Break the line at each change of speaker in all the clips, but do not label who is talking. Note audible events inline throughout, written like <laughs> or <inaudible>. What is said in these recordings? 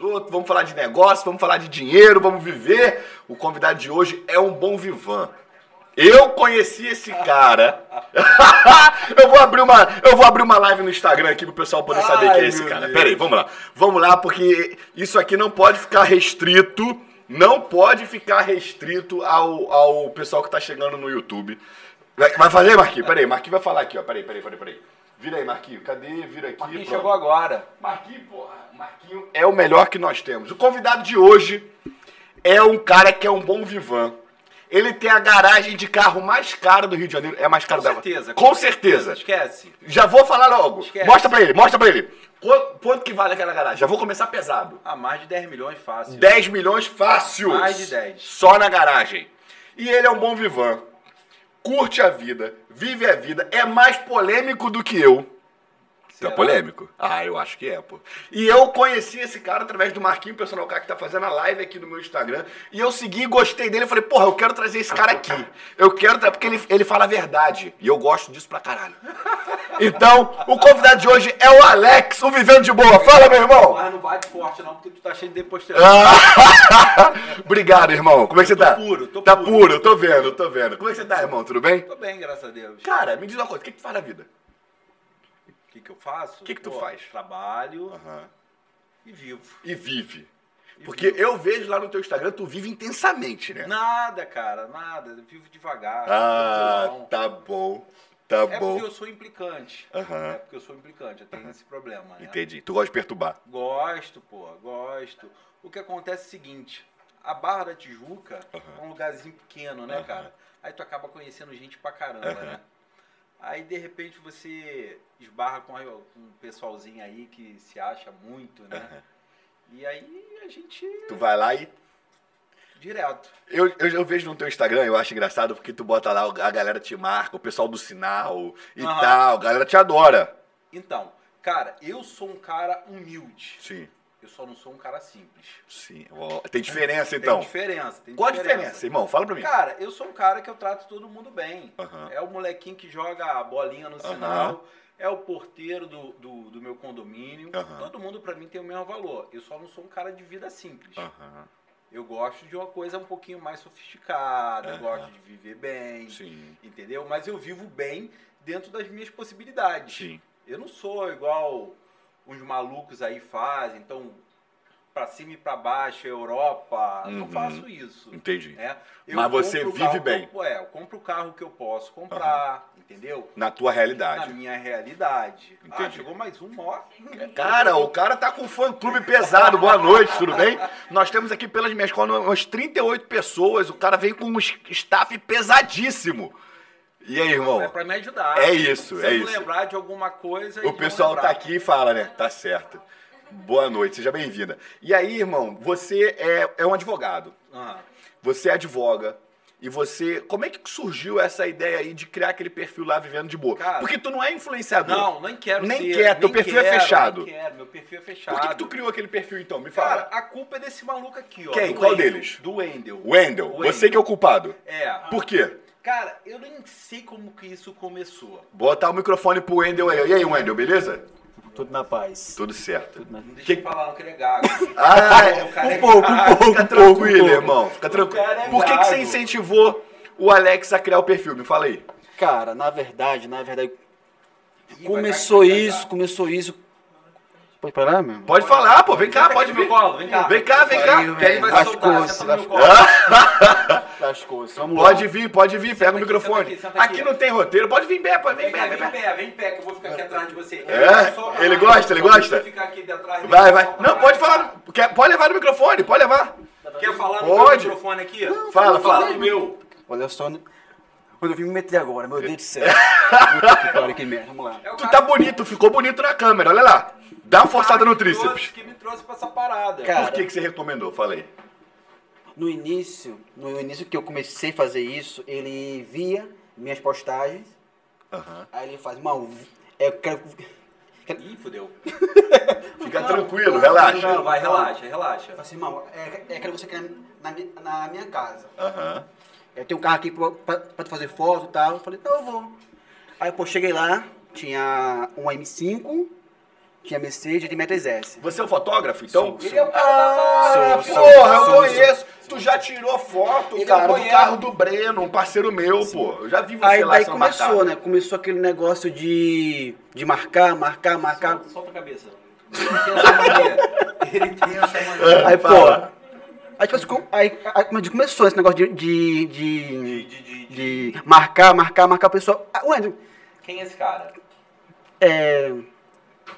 outros, vamos falar de negócio, vamos falar de dinheiro, vamos viver. O convidado de hoje é um bom vivan. Eu conheci esse cara. <laughs> eu vou abrir uma, eu vou abrir uma live no Instagram aqui pro pessoal poder saber
Ai,
quem é esse
meu
cara.
Deus.
Pera aí, vamos lá. Vamos lá porque isso aqui não pode ficar restrito, não pode ficar restrito ao, ao pessoal que tá chegando no YouTube. Vai vai fazer, Marquinhos? Pera aí, Marquinhos vai falar aqui, ó. Pera aí, pera aí, pera aí, pera aí. Vira aí, Marquinhos. Cadê? Vira aqui.
Quem
pronto.
chegou agora?
Marquinho, porra, Marquinho é o melhor que nós temos. O convidado de hoje é um cara que é um bom vivan. Ele tem a garagem de carro mais cara do Rio de Janeiro. É a mais cara
Com
da
certeza.
Com certeza.
Esquece.
Já vou falar logo.
Esquece.
Mostra pra ele, mostra pra ele. Qu- Quanto que vale aquela garagem? Já vou começar pesado.
Ah, mais de 10 milhões fácil.
10 milhões fácil.
Mais de 10.
Só na garagem. E ele é um bom vivan. Curte a vida, vive a vida, é mais polêmico do que eu. Tá
Será?
polêmico? Ah, eu acho que é, pô. E eu conheci esse cara através do Marquinho Personal K, que tá fazendo a live aqui no meu Instagram. E eu segui, gostei dele. Eu falei, porra, eu quero trazer esse cara aqui. Eu quero trazer, porque ele, ele fala a verdade. E eu gosto disso pra <laughs> caralho. Então, o convidado de hoje é o Alex, o Vivendo de Boa. Fala, meu irmão! <laughs>
Mas não bate forte não, porque tu tá cheio de testosterona.
Ah, Obrigado, irmão. Como é que você
Tô
tá?
puro, tô
tá
puro.
puro, tô vendo, tô vendo. Como é que você tá, irmão? Tudo bem?
Tô bem, graças a Deus.
Cara, me diz uma coisa, o que, que tu faz na vida?
O que que eu faço? O
Que que tu faz? Ah.
Trabalho e vivo.
e vive. Porque eu vejo lá no teu Instagram, tu vive intensamente, né?
Nada, cara, nada. Eu vivo devagar.
Ah,
tranquilão.
tá bom. Tá
É
bom.
porque eu sou implicante.
Aham.
É porque eu sou implicante, eu tenho esse problema, né?
Entendi. Tu gosta de perturbar.
Gosto, pô, gosto. O que acontece é o seguinte, a Barra da Tijuca
Aham.
é um lugarzinho pequeno, né,
Aham.
cara? Aí tu acaba conhecendo gente pra caramba,
Aham.
né? Aí de repente você esbarra com a- com um pessoalzinho aí que se acha muito, né?
Aham.
E aí a gente
Tu vai lá e.
direto.
Eu, eu, eu vejo no teu Instagram, eu acho engraçado, porque tu bota lá, a galera te marca, o pessoal do sinal e
Aham.
tal, a galera te adora.
Então, cara, eu sou um cara humilde.
Sim,
Eu só não sou um cara simples.
sim. Ó, Tem diferença então.
É, Tem diferença, tem
Qual a diferença, irmão? Fala pra mim.
Cara, eu sou um cara que eu trato todo mundo bem.
Aham.
É o molequinho que joga a bolinha no sinal. É o porteiro do, do, do meu condomínio.
Aham.
Todo mundo, pra mim, tem o mesmo valor. Eu só não sou um cara de vida simples.
Aham,
Eu gosto de uma coisa um pouquinho mais sofisticada. Eu
Aham.
gosto de viver bem.
Sim,
Entendeu? Mas eu vivo bem dentro das minhas possibilidades.
sim.
Eu não sou igual uns malucos aí fazem. Então, pra cima e pra baixo, Europa. Não
Uhum.
faço isso
Entendi.
né?
Mas você
compro o
vive
carro que eu-
bem.
é, eu compro o carro que eu posso comprar, entendeu?
Na tua
Na
realidade.
minha realidade. Ah,
Entendi.
chegou mais um, ó.
Cara, o cara tá com fã clube pesado. Boa noite, tudo bem? Nós temos aqui pelas minhas contas umas 38 pessoas. O cara vem com um staff pesadíssimo. E aí, irmão?
<laughs> É pra me ajudar.
É isso,
Se
é
eu
isso.
lembrar de alguma coisa...
O
eles vão
pessoal
lembrar.
tá aqui e fala, né? Tá certo. Boa noite, seja bem-vinda. E aí, irmão, você é, é um advogado.
Ah,
Você advoga. E você. Como é que surgiu essa ideia aí de criar aquele perfil lá vivendo de boa?
Cara,
Porque tu não é influenciador.
Não, nem quero
Nem
ser,
quer, teu perfil é
quero,
fechado.
Nem quero, meu perfil é fechado.
Por que, que tu criou aquele perfil então? Me
Cara,
fala.
a culpa é desse maluco aqui, ó.
Quem?
do
Qual
Wendel,
deles?
Do Wendel.
Wendel,
Wendel.
você que é o culpado.
É.
Por quê?
Cara, eu nem sei como que isso começou.
Botar o microfone pro Wendel aí. E aí, Wendel, beleza?
Tudo na paz.
Tudo certo.
Não deixa eu falar, não queria
<laughs>
é gago.
Ah,
Pô, o cara é
um pouco, um
gago.
pouco.
Fica tranquilo,
pouco.
irmão. Fica tranquilo.
cara é
Por que, que você
gago.
incentivou o Alex a criar o perfil? Me fala aí.
Cara, na verdade, na verdade,
Ih, vai
começou
gaguejar.
isso, começou isso. Pode parar, meu? irmão?
Pode falar, pô. Vem cá,
Senta
pode
tá
vir.
aqui no meu colo, vem cá.
Vem cá, vem cá.
Aí, velho, vai
As
soltar,
coisas,
senta no
as
meu colo.
Das coisas. Vamos
Pode
lá.
vir, pode vir. Pega o
aqui,
microfone.
senta aqui, senta
Aqui
aqui.
não tem roteiro. Pode vir, pé, pode vir,
Vem cá,
pé,
vem
vem, pé.
pé, vem pé, que eu vou ficar aqui atrás de você.
É?
Só-
Ele gosta, ele gosta?
Fica aqui atrás de
Vai,
você,
vai.
só-
Não, pode falar. Quer- Pode levar no microfone, pode levar.
Quer falar no
Pode.
meu microfone aqui?
Fala, fala.
Fala no meu.
Olha só. né? Olha, eu vim me meter agora, meu Deus do céu. Puta que pariu, que merda. Vamos lá.
É o
Tu
cara
tá bonito, ficou bonito na câmera, olha lá. Dá uma forçada no
que me trouxe-
tríceps.
Que me trouxe pra essa parada.
Cara,
Por que, que você recomendou? Falei.
No início, no início que eu comecei a fazer isso, ele via minhas postagens,
Aham.
aí ele faz uma. Eu quero. quero
Ih, fudeu.
Fica tranquilo, relaxa.
Não, vai, relaxa, relaxa.
faz assim, irmão, é, é, quero você quer na, mi- na minha casa.
Aham.
Eu tenho um carro aqui pra, pra, pra tu fazer foto e tal. Eu falei, então eu vou. Aí, pô, cheguei lá, tinha um M5, tinha Mercedes e Demetrius S.
Você é um fotógrafo, então?
Sim, sim.
Ele é o cara
Ah,
da
Sou, sou,
Porra, eu
sou,
conheço. Tu já tirou foto,
Ele
cara, do
apoiava.
carro do Breno, um parceiro meu, pô. Eu já vi você
Aí
lá
daí
São
começou,
Marcado.
né? Começou aquele negócio de, de marcar, marcar, marcar.
Solta, solta a cabeça. <laughs> Ele tem essa mania. Ele tem <laughs> essa mania.
Aí, pô.
Fala.
Aí, tipo, assim, com- aí, aí como é que começou esse negócio de. de, de,
De- de- de- de-
de marcar, marcar, marcar o pessoal. Ah, Ué,
Quem é esse cara?
é.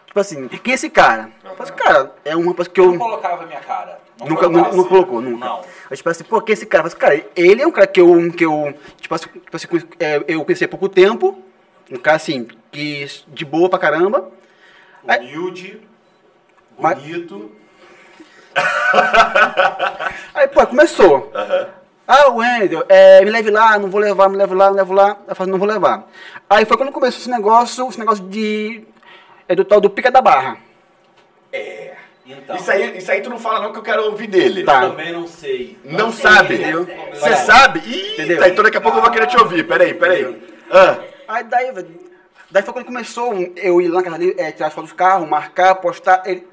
Tipo assim, quem é esse cara? Eu falei assim, cara, é um rapaz que
Não
eu.
colocava a minha cara. Não
Nunca,
colocava
nunca,
assim.
nunca colocou, nunca.
Não.
Aí, tipo assim, pô, quem é esse cara? Eu falei assim, cara, ele é um cara que eu, que eu tipo assim, tipo assim, conhe- é, eu conheci há pouco tempo. Um cara, assim, que de boa pra caramba.
Humilde,
Mas-
bonito.
Aí, pô, começou. Ah, Wendel, é, me leve lá, não vou levar, me leve lá, me levo lá. Eu falei, não vou levar. Aí foi quando começou esse negócio, esse negócio de... É do tal do Pica da Barra.
Então.
Isso é aí, isso aí tu não fala não que eu quero ouvir dele.
Tá.
Também não sei.
Não, sabe.
entendeu?
Você sabe? Ih,
Entendeu? Tá.
tá, então daqui a pouco eu vou querer te ouvir. Peraí, peraí. Ah,
Aí daí, velho, daí foi quando começou um- eu ir lá na casa dele, é, tirar as fotos do carro, marcar, postar. Ele,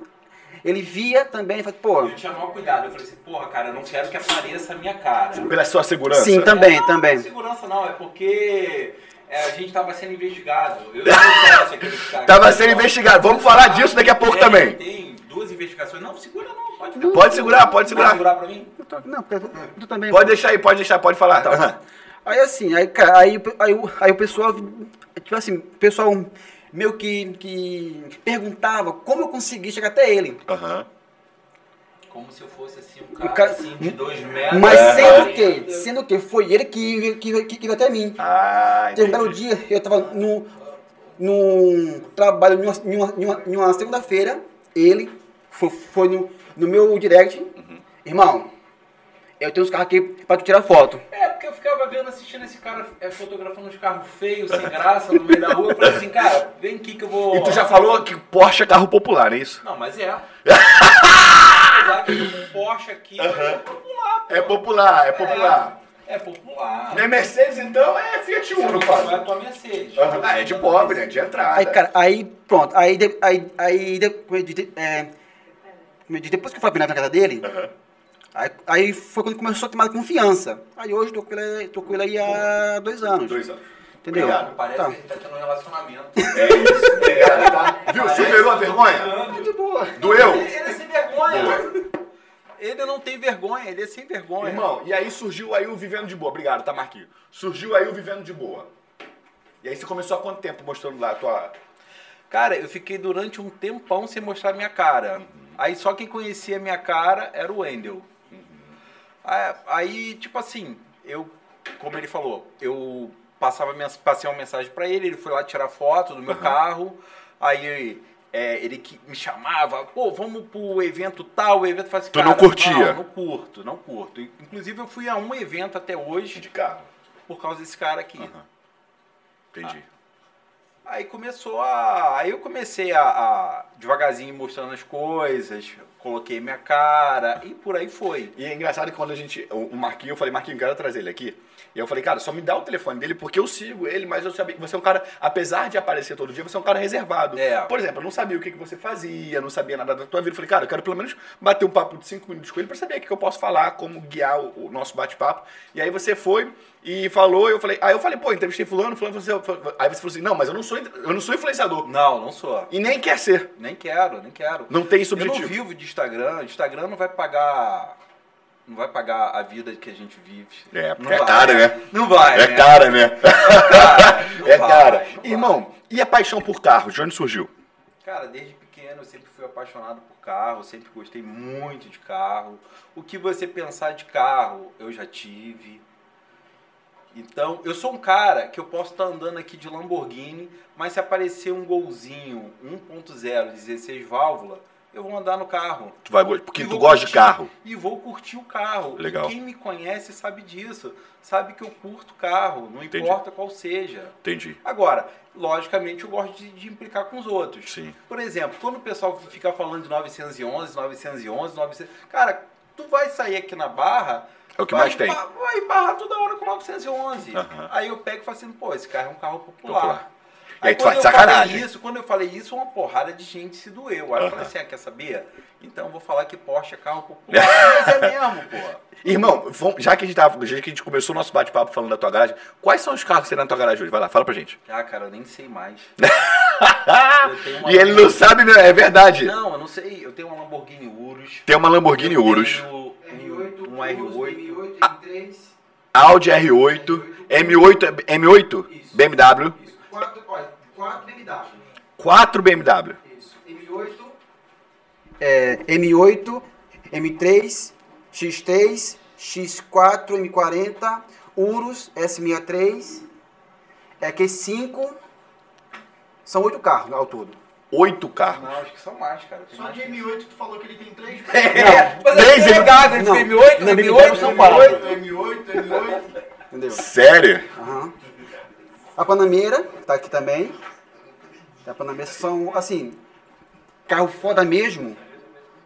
ele via também, falei, pô...
Eu tinha maior cuidado. Eu falei assim, porra, cara, eu não quero que apareça a minha cara.
Ah, pela sua segurança.
Sim, tá. também,
não, Não é
também.
segurança não, é porque é, a gente tava sendo investigado.
<laughs>
Eu não conheço aquele cara.
Tava sendo Tá, investigado. Vamos falar disso daqui a pouco
É,
também.
Tem duas investigações. Não, segura não, pode
Pode segurar, pode
Vai
segurar.
segurar pra mim?
Eu tô- tá- Não, porque eu- tu também...
Pode deixar aí, pode deixar, pode falar. Aham.
Aí assim, aí, cara, aí, o- aí, o- aí o pessoal, tipo assim, o pessoal meio que, que perguntava como eu consegui chegar até ele.
Aham.
Como se eu fosse assim, um cara,
cara-
assim, de dois metros.
Mas
É.
sendo que, sendo que foi ele que, que, que, que veio até mim.
Ah,
Teve um belo
entendi.
dia, eu tava no, num trabalho, numa, numa, numa, numa segunda-feira, ele foi, foi no, no meu direct, irmão, eu tenho uns carros aqui pra tu tirar foto.
É, porque eu ficava vendo, assistindo esse cara é, fotografando os carros feios, sem graça, no meio da rua. Eu falei assim, cara, vem aqui que eu vou...
E tu já falou que Porsche é carro popular, é isso?
Não, mas
<laughs>
é. Apesar que um Porsche aqui mas é popular.
É popular, é popular.
É popular.
Nem Mercedes, então, é Fiat
Você
Uno,
não
quase.
não é tua Mercedes.
Aham. Ah, é de pobre, é de entrada.
Aí, cara, aí pronto, aí, de- aí, aí, de- como eu disse, é, como eu disse, depois que eu fui apanhado na casa dele, aí, aí foi quando começou a tomar confiança. Aí hoje tô com ele, tô com ele aí há dois anos.
Dois anos.
Entendeu?
Obrigado.
Parece
Tá.
que ele tá tendo um relacionamento.
É isso, obrigado, tá? Viu? Superou a vergonha?
De boa.
Doeu?
Ele é sem vergonha. Ele não tem vergonha, ele é sem vergonha.
Irmão, e aí surgiu aí o Vivendo de Boa. Obrigado, tá, Marquinhos? Surgiu aí o Vivendo de Boa. E aí você começou há quanto tempo mostrando lá a tua...
Cara, eu fiquei durante um tempão sem mostrar minha
Uhum.
cara. Aí só quem conhecia a minha cara era o Wendel.
Uhum.
Ah, Aí, tipo assim, eu, como ele falou, eu passava mens- passei uma mensagem pra ele, ele foi lá tirar foto do meu carro. Aí é, ele que me chamava, pô, vamos pro evento tal, o evento faz
Tu não curtia?
Não, não curto, não curto. Inclusive eu fui a um evento até hoje
De carro.
por causa desse cara aqui.
Aham. Entendi.
Aí começou a. Aí eu comecei a, a devagarzinho mostrando as coisas, coloquei minha cara e por aí foi.
E é engraçado que quando a gente. O o Marquinho, eu falei, Marquinho, quero trazer ele aqui. E eu falei, cara, só me dá o telefone dele, porque eu sigo ele, mas eu sabia que você é um cara, apesar de aparecer todo dia, você é um cara reservado.
É.
Por exemplo, eu não sabia o que, que você fazia, não sabia nada da tua vida. Eu falei, cara, eu quero pelo menos bater um papo de cinco minutos com ele pra saber o que, que eu posso falar, como guiar o, o nosso bate-papo. E aí você foi e falou, eu falei, aí eu falei, pô, entrevistei fulano, fulano, você. Aí você falou assim, não, mas eu não sou, eu não sou influenciador.
Não, não sou.
E nem quer ser.
Nem quero, nem quero.
Não é tem esse
eu não
objetivo.
vivo de Instagram. Instagram não vai pagar. Não vai pagar a vida que a gente vive.
É,
não
porque é cara, né?
Não vai, né?
cara, né?
Cara,
<laughs> É
não vai,
cara.
não vai.
Irmão, e a paixão por carro? De onde surgiu?
Cara, desde pequeno eu sempre fui apaixonado por carro, sempre gostei muito de carro. O que você pensar de carro, eu já tive. Então, eu sou um cara que eu posso estar andando aqui de Lamborghini, mas se aparecer um golzinho 1.0, 16 válvula, eu vou andar no carro
Tu vai go- porque
E
tu
vou
gosta de
curtir.
carro.
e vou curtir o carro.
Legal.
E quem me conhece sabe disso, sabe que eu curto carro, não
Entendi.
importa qual seja.
Entendi.
Agora, logicamente, eu gosto de, de implicar com os outros.
Sim.
Por exemplo, quando o pessoal fica falando de 911, 911, 900, cara, tu vai sair aqui na barra,
É o que
vai,
mais tem.
ba- Vai barrar toda hora com 911.
Aham.
Aí eu pego e falo assim, pô, esse carro é um carro popular.
Popular. E aí tu
quando
faz de
eu falei
sacanagem.
Isso, quando eu falei isso, uma porrada de gente se doeu. Aí eu falei assim, ah, quer saber? Então eu vou falar que Porsche é carro
<laughs>
popular. Mas é mesmo, porra.
Irmão, vamos- já que a gente tava, já que a gente começou o nosso bate-papo falando da tua garagem, quais são os carros que você tem na tua garagem hoje? Vai lá, fala pra gente.
Ah, cara, eu nem sei mais. Eu tenho uma-
e ele não sabe, mesmo, é verdade.
Não, eu não sei. Eu tenho uma Lamborghini Urus.
Tem uma Lamborghini
eu tenho
Urus,
um-
R8,
um R8.
M8, M3,
Audi R8, M8, M8,
Isso.
BMW,
isso. 4, olha, 4 BMW.
4 BMW.
Isso. M8,
É, M8, M3, X3, X4, M40, Urus, S63, é, Q5. São oito carros ao todo.
8 carros.
Não, acho que são mais, cara. Tem
só
mais
de
que isso.
M8 tu falou que ele tem 3
<laughs> É, mas
Três,
é
ele-
pegado, ele
Não,
tem M8,
não,
M8,
são
M8.
quatro.
né?
M8, M8.
Entendeu?
Sério?
Aham. A Panameira tá aqui também. A Panameira são, assim, carro foda mesmo.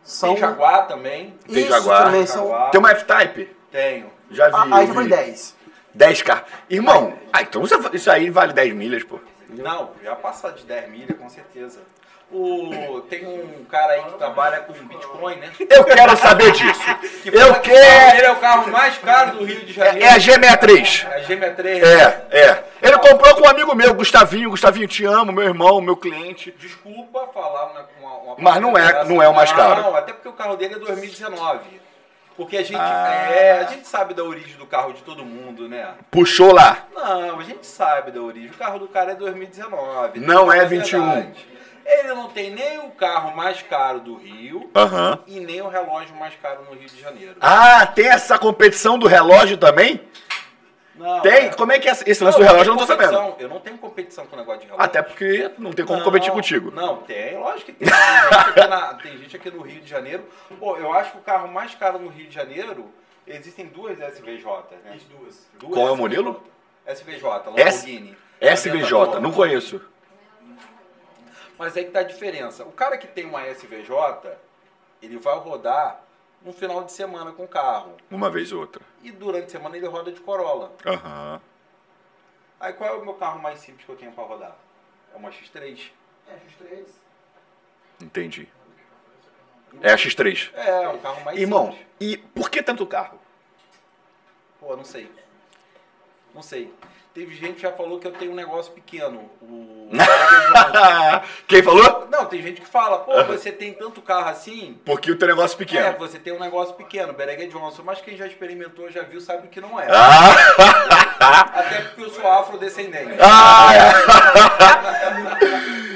São
Tem Jaguar também.
Tem
Isso
Jaguar.
também são.
Jaguar.
Tem uma F-Type?
Tenho.
Já vi.
A, a
eu
iPhone
vi.
10.
10 carros. Irmão, ah, então você- isso aí vale 10 milhas, pô.
Não, já passou de 10 milha, com certeza. O, tem um cara aí que trabalha com Bitcoin, né?
Eu quero saber disso.
Que fala
Eu
que o carro
quero.
dele é o carro mais caro do Rio de Janeiro.
É a G63.
a G63.
É, é. Ele comprou com um amigo meu, Gustavinho. Gustavinho, te amo, meu irmão, meu cliente.
Desculpa falar uma, uma, uma
Mas não é-
parada
não é o mais
dessa.
caro.
Não, até porque o carro dele é 2019. Porque a gente,
Ah.
é, a gente sabe da origem do carro de todo mundo, né?
Puxou lá.
Não, a gente sabe da origem. O carro do cara é 2019.
Não é
Então, na
21.
verdade, Ele não tem nem o carro mais caro do Rio
Aham.
e nem o relógio mais caro no Rio de Janeiro.
Ah, tem essa competição do relógio também?
Não,
Tem?
é.
Como é que é esse lance do relógio? Eu não tô
tenho
sabendo.
competição. Eu não tenho competição com o negócio de relógio.
Até porque não tem como
Não,
competir contigo.
Não, tem, lógico que tem. Tem gente, aqui na- tem gente aqui no Rio de Janeiro. Pô, eu acho que o carro mais caro no Rio de Janeiro existem duas SVJ, né?
As duas.
Duas
Qual é o
SVJ.
modelo?
SVJ,
S-
Lamborghini.
SVJ,
Aventador.
não conheço.
Mas aí que tá a diferença. O cara que tem uma SVJ, ele vai rodar um final de semana com o carro.
Uma vez ou outra.
E durante a semana ele roda de Corolla.
Aham.
Aí qual é o meu carro mais simples que eu tenho pra rodar? É uma X3.
É, os três.
Entendi. É a X3.
É, é um carro mais
Irmão,
simples.
e por que tanto carro?
<laughs>
<laughs>
Pô, não sei. Não sei. Teve gente que já falou que eu tenho um negócio pequeno.
<laughs>
O...
Quem falou?
não, tem gente que fala, pô, você tem tanto carro assim,
Porque o teu negócio
É,
pequeno.
você tem um negócio pequeno, Berega Johnson, mas quem já experimentou, já viu, sabe que não é.
Ah!
Até porque eu sou afrodescendente.
Ah!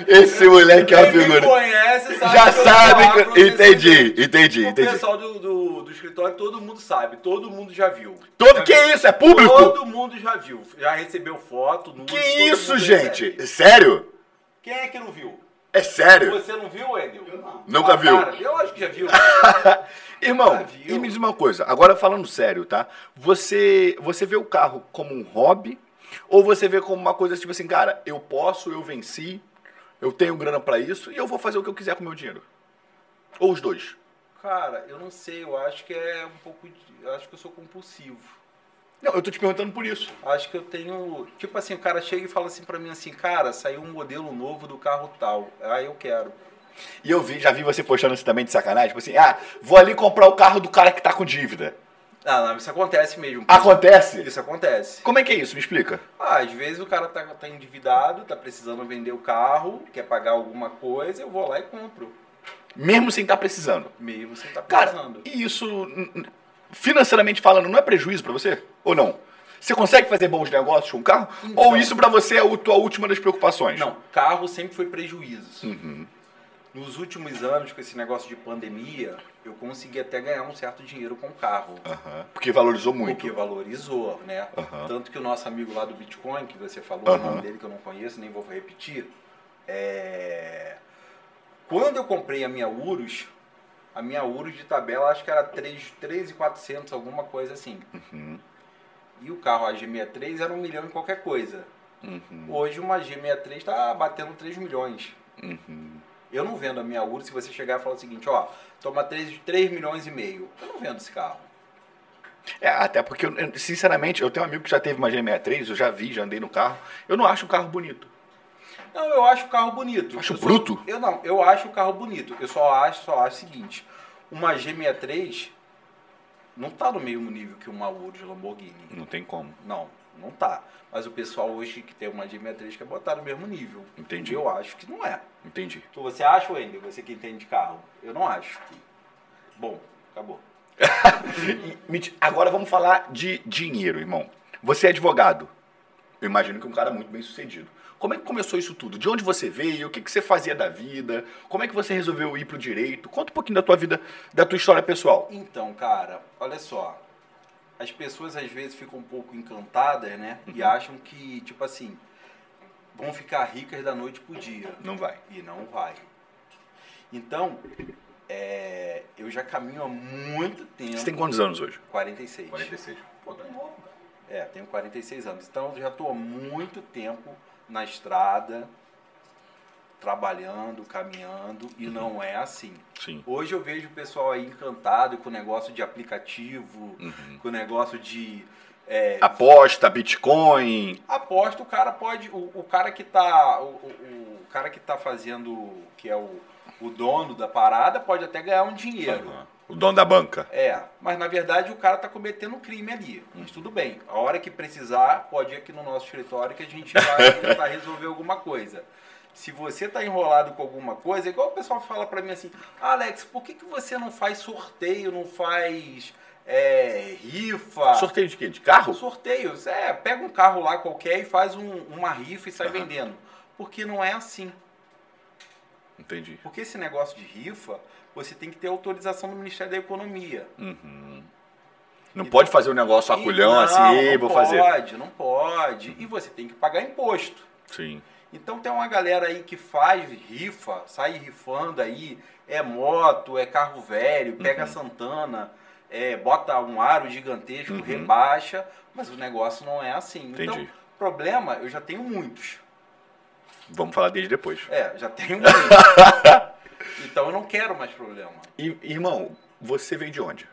Esse moleque é uma
Quem me
figura.
conhece sabe
Já
que eu
sabe
sou
que. Entendi,
afrodescendente.
entendi,
O
entendi.
pessoal do, do, do escritório, todo mundo sabe, todo mundo já viu.
Todo que é isso? É público?
Todo mundo já viu, já recebeu foto. nudes,
Que
todo
isso,
mundo
gente?
recebe.
É Sério?
Quem é que não viu?
É sério?
Você não viu, Wendel?
Eu não.
Nunca
Ah,
viu.
Cara, eu acho que
<laughs>
já viu.
Irmão,
Nunca viu.
e me diz uma coisa, agora falando sério, tá? Você, você vê o carro como um hobby ou você vê como uma coisa tipo assim, cara, eu posso, eu venci, eu tenho grana pra isso e eu vou fazer o que eu quiser com o meu dinheiro? Ou os dois?
Cara, eu não sei, eu acho que é um pouco. de- Eu acho que eu sou compulsivo.
Não, eu tô te perguntando por isso.
Acho que eu tenho. Tipo assim, o cara chega e fala assim pra mim assim, cara, saiu um modelo novo do carro tal. Ah, eu quero.
E eu vi, já vi você postando isso também de sacanagem, tipo assim, ah, vou ali comprar o carro do cara que tá com dívida.
Ah, não, isso acontece mesmo.
Acontece?
Isso acontece.
Como é que é isso? Me explica.
Ah, às vezes o cara tá, tá endividado, tá precisando vender o carro, quer pagar alguma coisa, eu vou lá e compro.
Mesmo sem estar precisando.
Mesmo sem tá
Cara,
precisando.
e isso, n- n- financeiramente falando, não é prejuízo pra você? Ou não? Você consegue fazer bons negócios com o carro?
Então.
Ou isso pra você é a tua última das preocupações?
Não, carro sempre foi prejuízo. Nos últimos anos, com esse negócio de pandemia, eu consegui até ganhar um certo dinheiro com o carro.
Aham. Porque valorizou muito.
Porque valorizou, né?
Aham.
Tanto que o nosso amigo lá do Bitcoin, que você falou, o
Aham.
nome dele que eu não conheço, nem vou repetir. é, Quando eu comprei a minha Urus, a minha Urus de tabela acho que era 3, 3,400, alguma coisa assim.
Uhum.
E o carro, a G63, era um milhão e qualquer coisa.
Uhum.
Hoje uma G63 está tá batendo 3 milhões.
Uhum.
Eu não vendo a minha Urus se você chegar e falar o seguinte, ó, toma 3, 3 milhões e meio. Eu não vendo esse carro.
É, até porque, eu- eu, sinceramente, eu tenho um amigo que já teve uma G63, eu já vi, já andei no carro. Eu não acho um carro bonito.
Não, eu acho o carro bonito.
Acho
Eu só-
bruto.
eu não, eu acho o carro bonito. Eu só acho, só acho o seguinte: uma G63 não tá no mesmo nível que uma Urus Lamborghini.
Não tem como.
Não, não tá. Mas o pessoal hoje que tem uma G63 quer botar no mesmo nível.
Entendi.
Eu acho que não é.
Entendi.
Tu, você acha, Wender? Você que entende de carro? Eu não acho. Bom, acabou.
Me di- Agora vamos falar de dinheiro, irmão. Você é advogado. Eu imagino que um cara muito bem sucedido. Como é que começou isso tudo? De onde você veio? O que, que você fazia da vida? Como é que você resolveu ir pro direito? Conta um pouquinho da tua vida, da tua história pessoal.
Então, cara, olha só. As pessoas às vezes ficam um pouco encantadas, né? E
Uhum.
acham que, tipo assim, vão ficar ricas da noite pro dia.
Não vai.
E não vai. Então, é, eu já caminho há muito tempo.
Você tem quantos anos hoje?
46.
46. Pô, tá novo, cara.
É, tenho 46 anos. Então, eu já estou há muito tempo na estrada, trabalhando, caminhando, e
Uhum.
não é assim.
Sim.
Hoje eu vejo o pessoal aí encantado com o negócio de aplicativo,
Uhum. Hum.
com o negócio de. é,
Aposta, Bitcoin.
aposto o cara pode. O, o cara que tá. O, o- o cara que tá fazendo. que é o, o dono da parada pode até ganhar um dinheiro.
Aham. O dono da banca.
É, mas na verdade o cara tá cometendo um crime ali. Mas tudo bem. A hora que precisar, pode ir aqui no nosso escritório que a
<laughs>
gente vai tentar resolver alguma coisa. Se você tá enrolado com alguma coisa, igual o pessoal fala pra mim assim, Alex, por que, que você não faz sorteio, não faz é, rifa?
Sorteio de quê? De carro?
Sorteios, é, pega um carro lá qualquer e faz um- uma rifa e sai
Aham.
vendendo. Porque não é assim.
Entendi.
Porque esse negócio de rifa, você tem que ter autorização do Ministério da Economia.
Uhum. Não pode fazer um negócio
E-
aculhão
não,
assim, "Ei,
não
vou
pode,
fazer.
Não pode, E você tem que pagar imposto.
Sim.
Então tem uma galera aí que faz rifa, sai rifando aí, é moto, é carro velho, pega
Uhum.
a Santana, é, bota um aro gigantesco,
Uhum.
rebaixa, mas o negócio não é assim.
Entendi.
Então, problema, eu já tenho muitos.
Vamos falar desde depois.
É, já tenho muitos.
<laughs>
então eu não quero mais problema.
E, irmão, você veio de onde?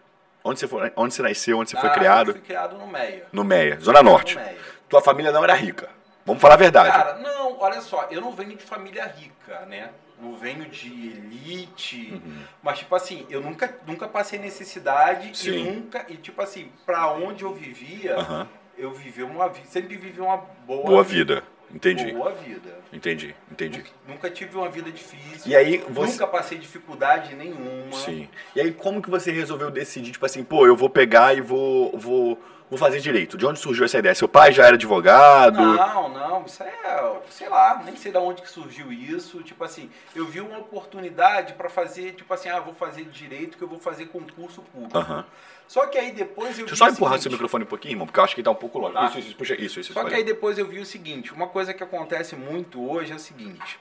Onde você, foi, onde você nasceu, onde você foi
Ah,
criado?
Eu fui criado no Meia.
No Meia, Zona Norte.
No Meia.
Tua família não era rica. Vamos falar a verdade.
Cara, não, olha só, eu não venho de família rica, né? Não venho de elite,
Uhum.
mas tipo assim, eu nunca, nunca passei necessidade
Sim.
e nunca e tipo assim, pra onde eu vivia,
Aham.
eu vivi uma vida, sempre vivi uma boa,
Boa vida. Entendi.
boa vida.
Entendi, entendi.
Nunca tive uma vida difícil.
E aí você.
Nunca passei dificuldade nenhuma.
Sim. E aí, como que você resolveu decidir, tipo assim, pô, eu vou pegar e vou, vou, vou fazer direito? De onde surgiu essa ideia? Seu pai já era advogado?
Não, não, isso é, sei lá, nem sei de onde que surgiu isso. Tipo assim, eu vi uma oportunidade pra fazer, tipo assim, ah, vou fazer direito que eu vou fazer concurso público.
Aham.
Só que aí depois eu
Deixa eu
vi
só
é o
empurrar
seguinte,
seu microfone um pouquinho, irmão, porque eu acho que tá um pouco longe.
Tá.
Isso, isso, isso, puxa, isso, isso.
Só que
olha.
aí depois eu vi o seguinte, uma coisa que acontece muito hoje é o seguinte.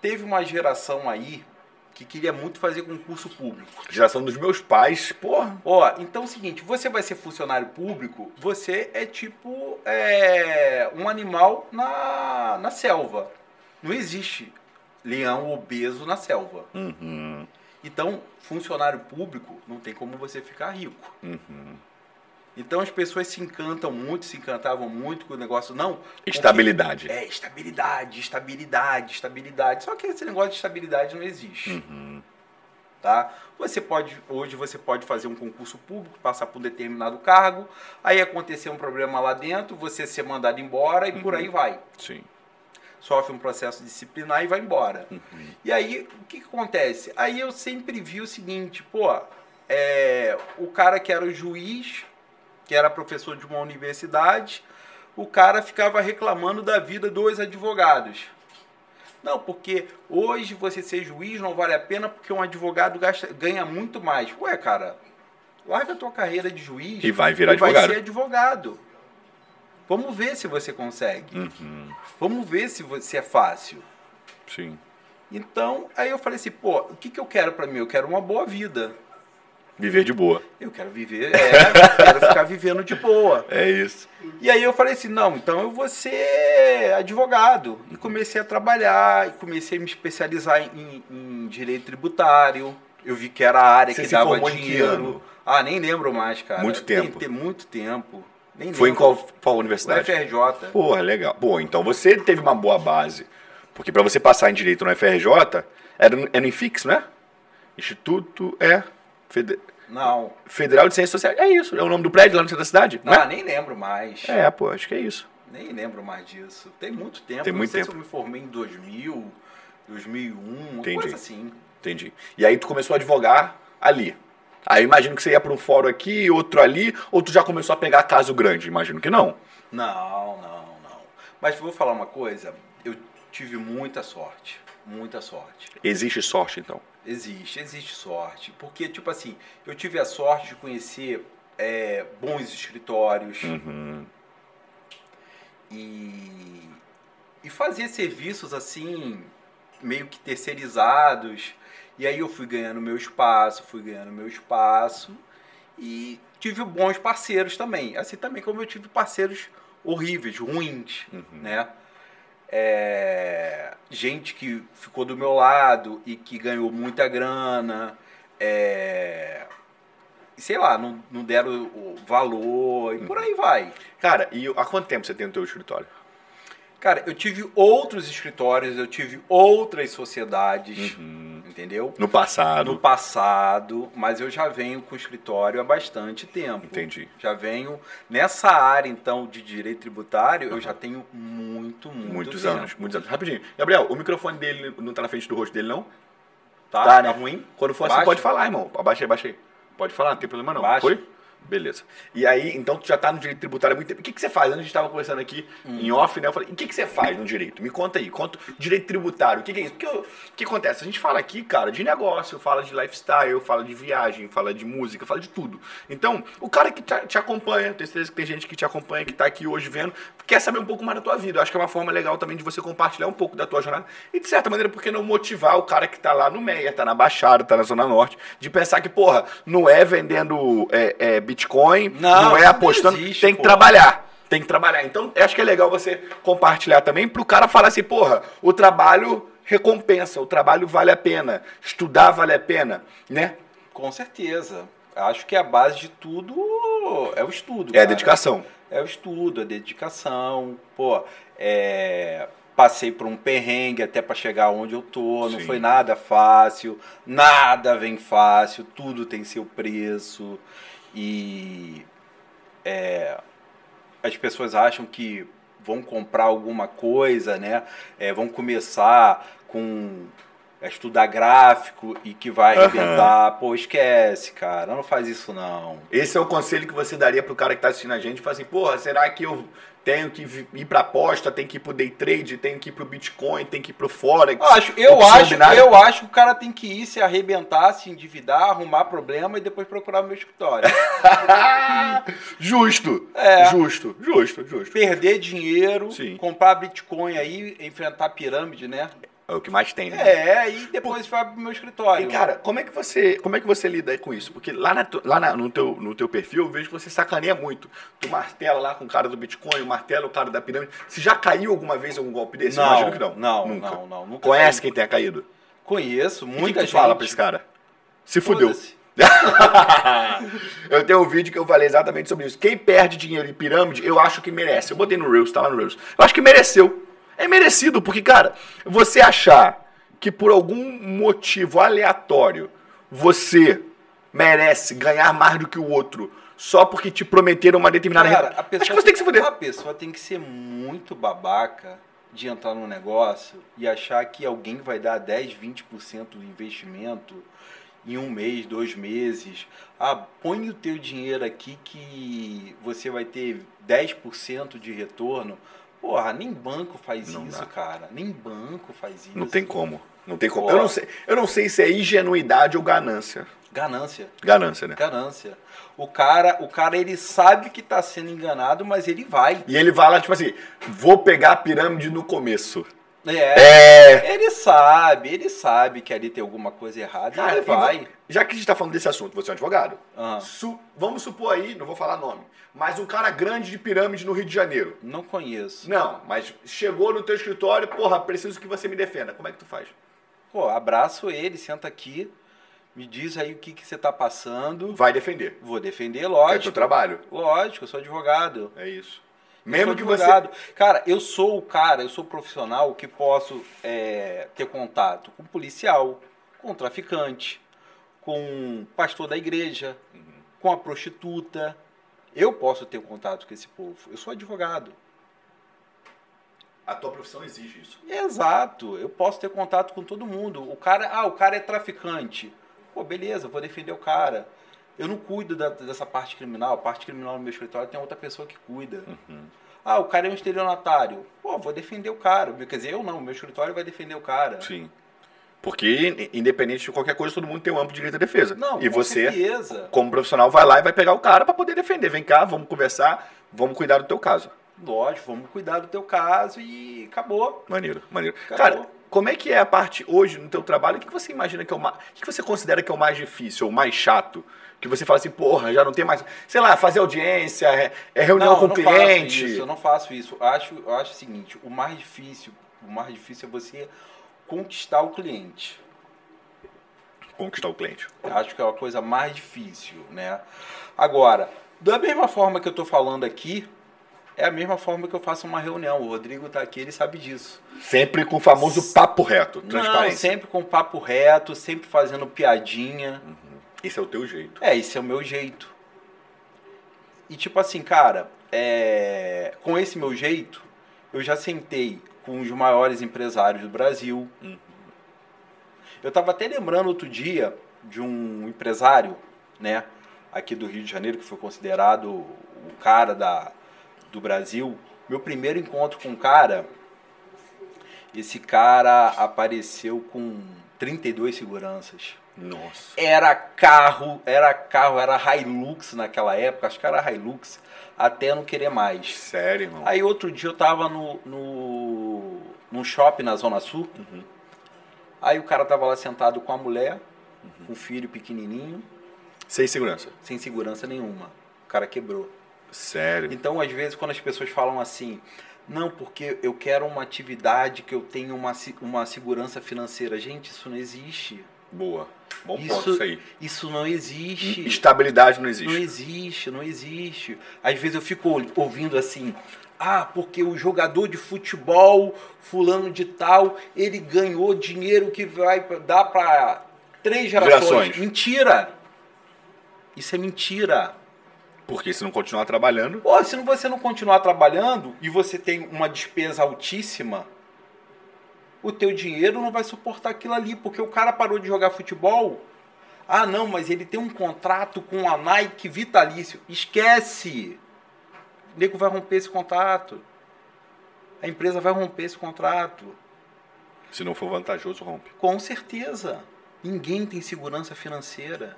Teve uma geração aí que queria muito fazer concurso público.
Geração dos meus pais, porra.
Ó, então é o seguinte, você vai ser funcionário público, você é tipo é, um animal na, na selva. Não existe leão obeso na selva.
Uhum,
Então, funcionário público, não tem como você ficar rico.
uhum.
Então as pessoas se encantam muito, se encantavam muito com o negócio. Não,
Estabilidade.
é estabilidade, estabilidade, estabilidade. Só que esse negócio de estabilidade não existe,
Uhum.
tá? Você pode, hoje você pode fazer um concurso público, passar por um determinado cargo, aí acontecer um problema lá dentro, você ser mandado embora e
Uhum.
por aí vai.
Sim.
Sofre um processo disciplinar e vai embora.
Uhum.
E aí, o que, que acontece? Aí eu sempre vi o seguinte, pô, é, o cara que era o juiz, que era professor de uma universidade, o cara ficava reclamando da vida dos advogados. Não, porque hoje você ser juiz não vale a pena porque um advogado gasta- ganha muito mais. Ué, cara, larga a tua carreira de juiz
E vai virar
e vai
advogado.
ser advogado. Vamos ver se você consegue.
Uhum.
Vamos ver se você é fácil.
Sim.
Então, aí eu falei assim, pô, o que, que eu quero pra mim? Eu quero uma boa vida.
Viver de boa.
Eu quero viver, é, quero ficar vivendo de boa.
É isso.
E aí eu falei assim, não, então eu vou ser advogado. E comecei a trabalhar, e comecei a me especializar em, em direito tributário. Eu vi que era a área
Você
que
se
dava
formou em que
dinheiro.
ano?
Ah, nem lembro mais, cara.
Muito
Tem-
tempo.
Tem muito tempo. Nem
Foi em
lembro.
qual, qual
O
universidade?
FRJ.
Porra, legal. Pô, então você teve uma boa base. Porque pra você passar em direito no FRJ, era no, é no IFIX, né? Instituto é Fede-
Não.
Federal de Ciências Sociais. É isso, é o nome do prédio lá no centro da cidade,
Ah,
né?
nem lembro mais.
É, pô, acho que é isso.
Nem lembro mais disso. Tem muito tempo.
Tem
Não
muito
sei
tempo.
se eu me formei em 2000, 2001, uma
Entendi.
coisa assim.
Entendi. E aí tu começou a advogar ali. Aí eu imagino que você ia pra um fórum aqui, outro ali, ou tu já começou a pegar caso grande, imagino que não.
Não, não, não. Mas vou falar uma coisa. Eu tive muita sorte. Muita sorte.
Existe sorte, então.
Existe, existe sorte. Porque, tipo assim, eu tive a sorte de conhecer é, bons escritórios
Uhum.
e, e fazer serviços assim, meio que terceirizados. E aí eu fui ganhando meu espaço, fui ganhando meu espaço e tive bons parceiros também. Assim também como eu tive parceiros horríveis, ruins
Uhum.
né? É, gente que ficou do meu lado e que ganhou muita grana, é, sei lá, não, não deram o valor e por aí vai.
Cara, e há quanto tempo você tem o teu escritório?
Cara, eu tive outros escritórios, eu tive outras sociedades,
Uhum.
entendeu?
No passado.
No passado, mas eu já venho com escritório há bastante tempo.
Entendi.
Já venho nessa área, então, de direito tributário, eu já tenho muito, muito
Muitos
tempo,
anos, muitos anos. Rapidinho. Gabriel, o microfone dele não tá na frente do rosto dele, não? Tá,
Tá, tá,
né?
ruim?
Quando for assim,
Baixa.
pode falar, irmão. Abaixa aí, abaixa aí. Pode falar, não tem problema não.
Baixa.
Foi? Beleza. E aí, então, tu já tá no direito tributário há muito tempo. O que, que você faz? Antes a gente tava conversando aqui em off, né? Eu falei, e o que, que você faz no direito? Me conta aí. Conta direito tributário. O que, que é isso? Porque eu- o que acontece? A gente fala aqui, cara, de negócio, fala de lifestyle, fala de viagem, fala de música, fala de tudo. Então, o cara que te, te acompanha, tenho certeza que tem gente que te acompanha, que tá aqui hoje vendo, quer saber um pouco mais da tua vida. Eu acho que é uma forma legal também de você compartilhar um pouco da tua jornada. E, de certa maneira, por que não motivar o cara que tá lá no Meia, tá na Baixada, tá na Zona Norte, de pensar que, porra, não é vendendo é, é, Bitcoin, não,
Não,
é
isso não
apostando,
existe,
tem que
porra.
trabalhar. Tem que trabalhar. Então, eu acho que é legal você compartilhar também pro cara falar assim, porra, o trabalho recompensa, o trabalho vale a pena, estudar vale a pena, né?
Com certeza. Acho que a base de tudo é o estudo.
É a
cara.
dedicação.
É o estudo, a dedicação. Pô, é, passei por um perrengue até para chegar onde eu tô. Não
Sim.
foi nada fácil. Nada vem fácil. Tudo tem seu preço. E é, as pessoas acham que vão comprar alguma coisa, né? É, vão começar com a estudar gráfico e que vai
Aham.
arrebentar. Pô, esquece, cara. Não faz isso não.
Esse é o conselho que você daria pro cara que tá assistindo a gente, falar assim, porra, será que eu tenho que vi- ir pra aposta, tenho que ir pro day trade, tenho que ir pro Bitcoin, tenho que ir pro Forex?
Acho, eu,
Opção
acho,
binária.
eu acho que o cara tem que ir se arrebentar, se endividar, arrumar problema e depois procurar
<laughs>
meu escritório.
justo,
É.
justo, justo, justo.
Perder dinheiro,
Sim.
comprar Bitcoin aí, enfrentar pirâmide, né?
É o que mais tem, né?
É, e depois vai pro meu escritório.
E cara, como é que você, como é que você lida com isso? Porque lá, na tu- lá na- no, teu, no teu perfil eu vejo que você sacaneia muito. Tu martela lá com o cara do Bitcoin, martela o cara da pirâmide. Você já caiu alguma vez em algum golpe desse? Eu
não,
Imagino que não.
Não,
Nunca.
não, não. Nunca
Conhece quem tenha caído?
Conheço,
E o que
muita
que tu
gente.
fala pra esse cara? Se fudeu.
Foda-se.
<laughs> eu tenho um vídeo que eu falei exatamente sobre isso. Quem perde dinheiro em pirâmide, eu acho que merece. Eu botei no Reels, tá lá no Reels. Eu acho que mereceu. É merecido, porque, cara, você achar que por algum motivo aleatório você merece ganhar mais do que o outro só porque te prometeram uma determinada
Cara,
renda-
a pessoa
Acho que você tem que se fuder.
A pessoa tem que ser muito babaca de entrar num negócio e achar que alguém vai dar 10, 20% do investimento em um mês, dois meses. Ah, põe o teu dinheiro aqui que você vai ter 10% de retorno. Porra, nem banco faz
Não
isso,
dá.
cara. Nem banco faz isso.
Não tem como. Não tem como.
Pô.
Eu não, sei, eu não sei se é ingenuidade ou ganância.
Ganância.
Ganância, né?
Ganância. O cara, o cara ele sabe que tá sendo enganado, mas ele vai.
E ele vai lá, tipo assim, vou pegar a pirâmide no começo.
É. Ele sabe, ele sabe que ali tem alguma coisa errada.
Cara,
ele
e vo-
vai.
Já que a gente tá falando desse assunto, você é um advogado.
Ah,
Su- vamos supor aí, não vou falar nome, mas um cara grande de pirâmide no Rio de Janeiro.
não conheço.
Não, mas chegou no teu escritório, porra, preciso que você me defenda. Como é que tu faz?
Pô, abraço ele, senta aqui, Me diz aí o que, que você tá passando.
Vai defender.
Vou defender,
É o teu
lógico.
trabalho.
Lógico, eu sou advogado.
É isso.
Eu
Mesmo
sou
que você.
advogado. Cara, eu sou o cara, eu sou o profissional que posso é, ter contato com policial, com traficante, com pastor da igreja,
Uhum.
com a prostituta. Eu posso ter contato com esse povo. Eu sou advogado.
A tua profissão exige isso.
Exato, eu posso ter contato com todo mundo. O cara, ah, o cara é traficante. Pô, beleza, vou defender o cara. Eu não cuido da- dessa parte criminal. A parte criminal no meu escritório tem outra pessoa que cuida.
Uhum.
Ah, o cara é um estelionatário. Pô, vou defender o cara. Quer dizer, eu não, meu escritório vai defender o cara.
Sim. Porque, in- independente de qualquer coisa, todo mundo tem um amplo direito à defesa.
Não,
e
com
você,
certeza.
como profissional, vai lá e vai pegar o cara pra poder defender. Vem cá, vamos conversar, vamos cuidar do teu caso.
Lógico, vamos cuidar do teu caso e acabou.
Maneiro, maneiro.
Acabou.
Cara, como é que é a parte hoje no teu trabalho? O que que você imagina que é o mais. O que que você considera que é o mais difícil, ou o mais chato? Que você fala assim, porra, já não tem mais. Sei lá, fazer audiência, é, é reunião
não,
com
eu
o
não
cliente.
Faço isso, eu não faço isso. Eu acho, eu acho o seguinte, o mais difícil, o mais difícil é você conquistar o cliente.
Conquistar o cliente.
Eu acho que é a coisa mais difícil, né? Agora, da mesma forma que eu tô falando aqui, é a mesma forma que eu faço uma reunião. O Rodrigo tá aqui, ele sabe disso.
Sempre com o famoso papo reto,
Não,
transparência.
sempre com papo reto, sempre fazendo piadinha.
Esse é o teu jeito.
É, esse é o meu jeito. E tipo assim, cara, é, com esse meu jeito, eu já sentei com os maiores empresários do Brasil. Eu tava até lembrando outro dia de um empresário, né, aqui do Rio de Janeiro, que foi considerado o cara da, do Brasil. Meu primeiro encontro com o cara, esse cara apareceu com 32 seguranças.
Nossa.
Era carro, era carro, era Hilux naquela época, acho que era Hilux, até não querer mais.
Sério, irmão.
Aí outro dia eu tava no, no, num shopping na Zona Sul, aí o cara tava lá sentado com a mulher, com um filho pequenininho,
Sem segurança.
sem segurança nenhuma. O cara quebrou.
Sério.
Então, às vezes, quando as pessoas falam assim, não, porque eu quero uma atividade que eu tenha uma, se- uma segurança financeira. Gente, isso não existe.
Boa. Bom ponto
Isso-
isso aí.
Isso não existe.
Uhum. Estabilidade não existe.
Não existe, não existe. Às vezes eu fico ol- ouvindo assim, ah, porque o jogador de futebol, fulano de tal, ele ganhou dinheiro que vai pra- dar para três gerações.
Gerações.
Mentira! Isso é mentira.
Porque se não continuar trabalhando,
Pô, se não- você não continuar trabalhando e você tem uma despesa altíssima, o teu dinheiro não vai suportar aquilo ali, porque o cara parou de jogar futebol. Ah, não, mas ele tem um contrato com a Nike vitalício. Esquece! O nego vai romper esse contrato. A empresa vai romper esse contrato.
se não for vantajoso, rompe.
Com certeza. Ninguém tem segurança financeira.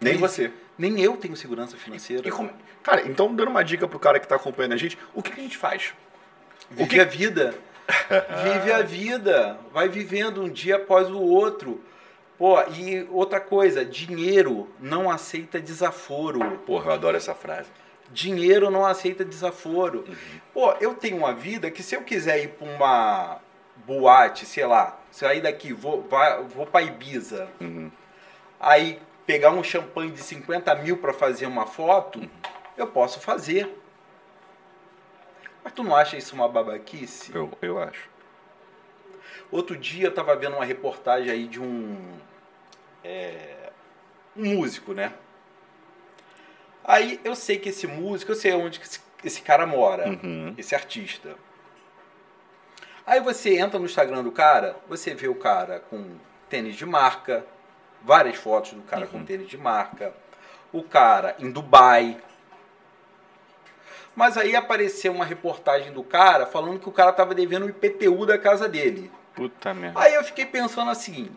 Nem
Mas-
você.
Nem eu tenho segurança financeira.
E como- Cara, então dando uma dica pro cara que tá acompanhando a gente, o que que a gente faz?
Vive
O que-
a vida. <laughs> Vive a vida. Vai vivendo um dia após o outro. Pô, e outra coisa, dinheiro não aceita desaforo.
Porra, eu adoro essa frase.
Dinheiro não aceita desaforo. Pô, eu tenho uma vida que se eu quiser ir pra uma boate, sei lá, sair daqui, vou, vai, vou pra Ibiza, aí pegar um champanhe de 50 mil pra fazer uma foto, eu posso fazer. Mas tu não acha isso uma babaquice?
Eu, eu acho.
Outro dia eu tava vendo uma reportagem aí de um. é, um músico, né? Aí eu sei que esse músico, eu sei onde que esse, esse cara mora,
Uhum.
esse artista. Aí você entra no Instagram do cara, você vê o cara com tênis de marca, várias fotos do cara com tênis de marca, o cara em Dubai. Mas aí apareceu uma reportagem do cara falando que o cara tava devendo o IPTU da casa dele.
Puta merda.
Aí eu fiquei pensando assim,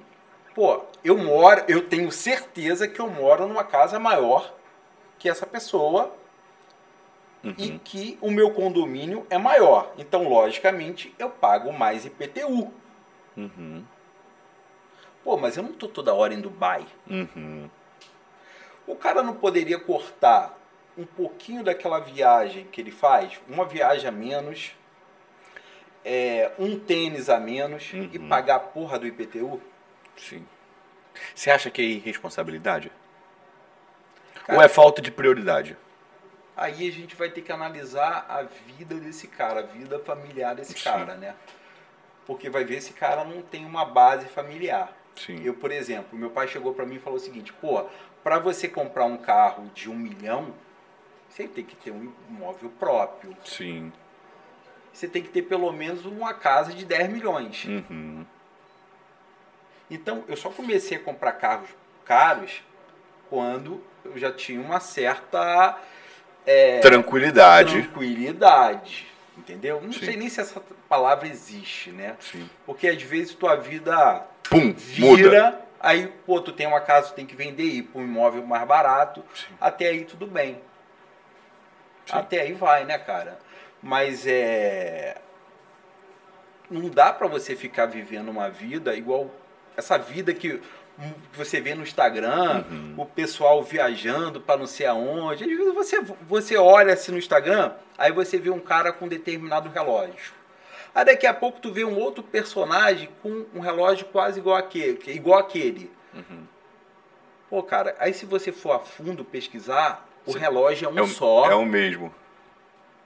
pô, eu moro, eu tenho certeza que eu moro numa casa maior que essa pessoa e
Uhum.
que o meu condomínio é maior. Então, logicamente, eu pago mais IPTU.
Uhum.
Pô, mas eu não tô toda hora em Dubai.
Uhum.
O cara não poderia cortar um pouquinho daquela viagem que ele faz, uma viagem a menos, é, um tênis a menos e
Uhum.
pagar a porra do IPTU?
Sim.
Você acha que é irresponsabilidade? Ou é falta de prioridade? Aí a gente vai ter que analisar a vida desse cara, a vida familiar desse
Sim.
cara, né? Porque vai ver esse cara não tem uma base familiar.
Sim.
Eu, por exemplo, meu pai chegou pra mim e falou o seguinte: pô, pra você comprar um carro de um milhão, você tem que ter um imóvel próprio.
Sim.
Você tem que ter pelo menos uma casa de 10 milhões.
Uhum.
Então, eu só comecei a comprar carros caros quando eu já tinha uma certa
É. Tranquilidade.
tranquilidade. Entendeu? Não
Sim.
sei nem se essa palavra existe, né?
Sim.
Porque às vezes tua vida
Pum, muda.
vira, aí, pô, tu tem uma casa, tu tem que vender e ir para um imóvel mais barato.
Sim.
Até aí tudo bem.
Sim.
Até aí vai, né, cara? Mas é. Não dá pra você ficar vivendo uma vida igual essa vida que hum, você vê no Instagram, o pessoal viajando pra não sei aonde. Às vezes você, você olha assim no Instagram, aí você vê um cara com determinado relógio. Aí daqui a pouco tu vê um outro personagem com um relógio quase igual àquele. Igual àquele. Pô, cara, aí se você for a fundo pesquisar, o
Sim.
relógio é um
É o-
só.
É o mesmo.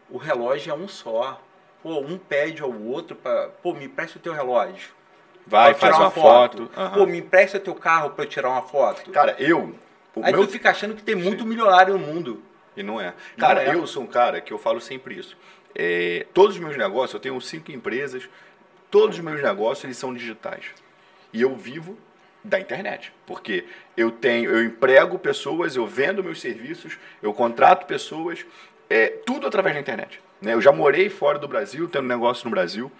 O relógio é um só. Pô, um pede ao outro pra. Pô, me empresta o teu relógio.
Vai,
pra eu tirar
faz uma foto. Aham.
Pô, me empresta teu carro pra eu tirar uma foto.
Cara, eu. O
Aí
meu
tu fica achando que tem muito milionário no mundo.
E não é.
Não
Cara,
é.
eu sou um cara que eu falo sempre isso. É, todos os meus negócios, eu tenho cinco empresas, todos os meus negócios eles são digitais. E eu vivo da internet, porque eu tenho, eu emprego pessoas, eu vendo meus serviços, eu contrato pessoas, é, tudo através da internet. né? Eu já morei fora do Brasil, tendo negócio no Brasil,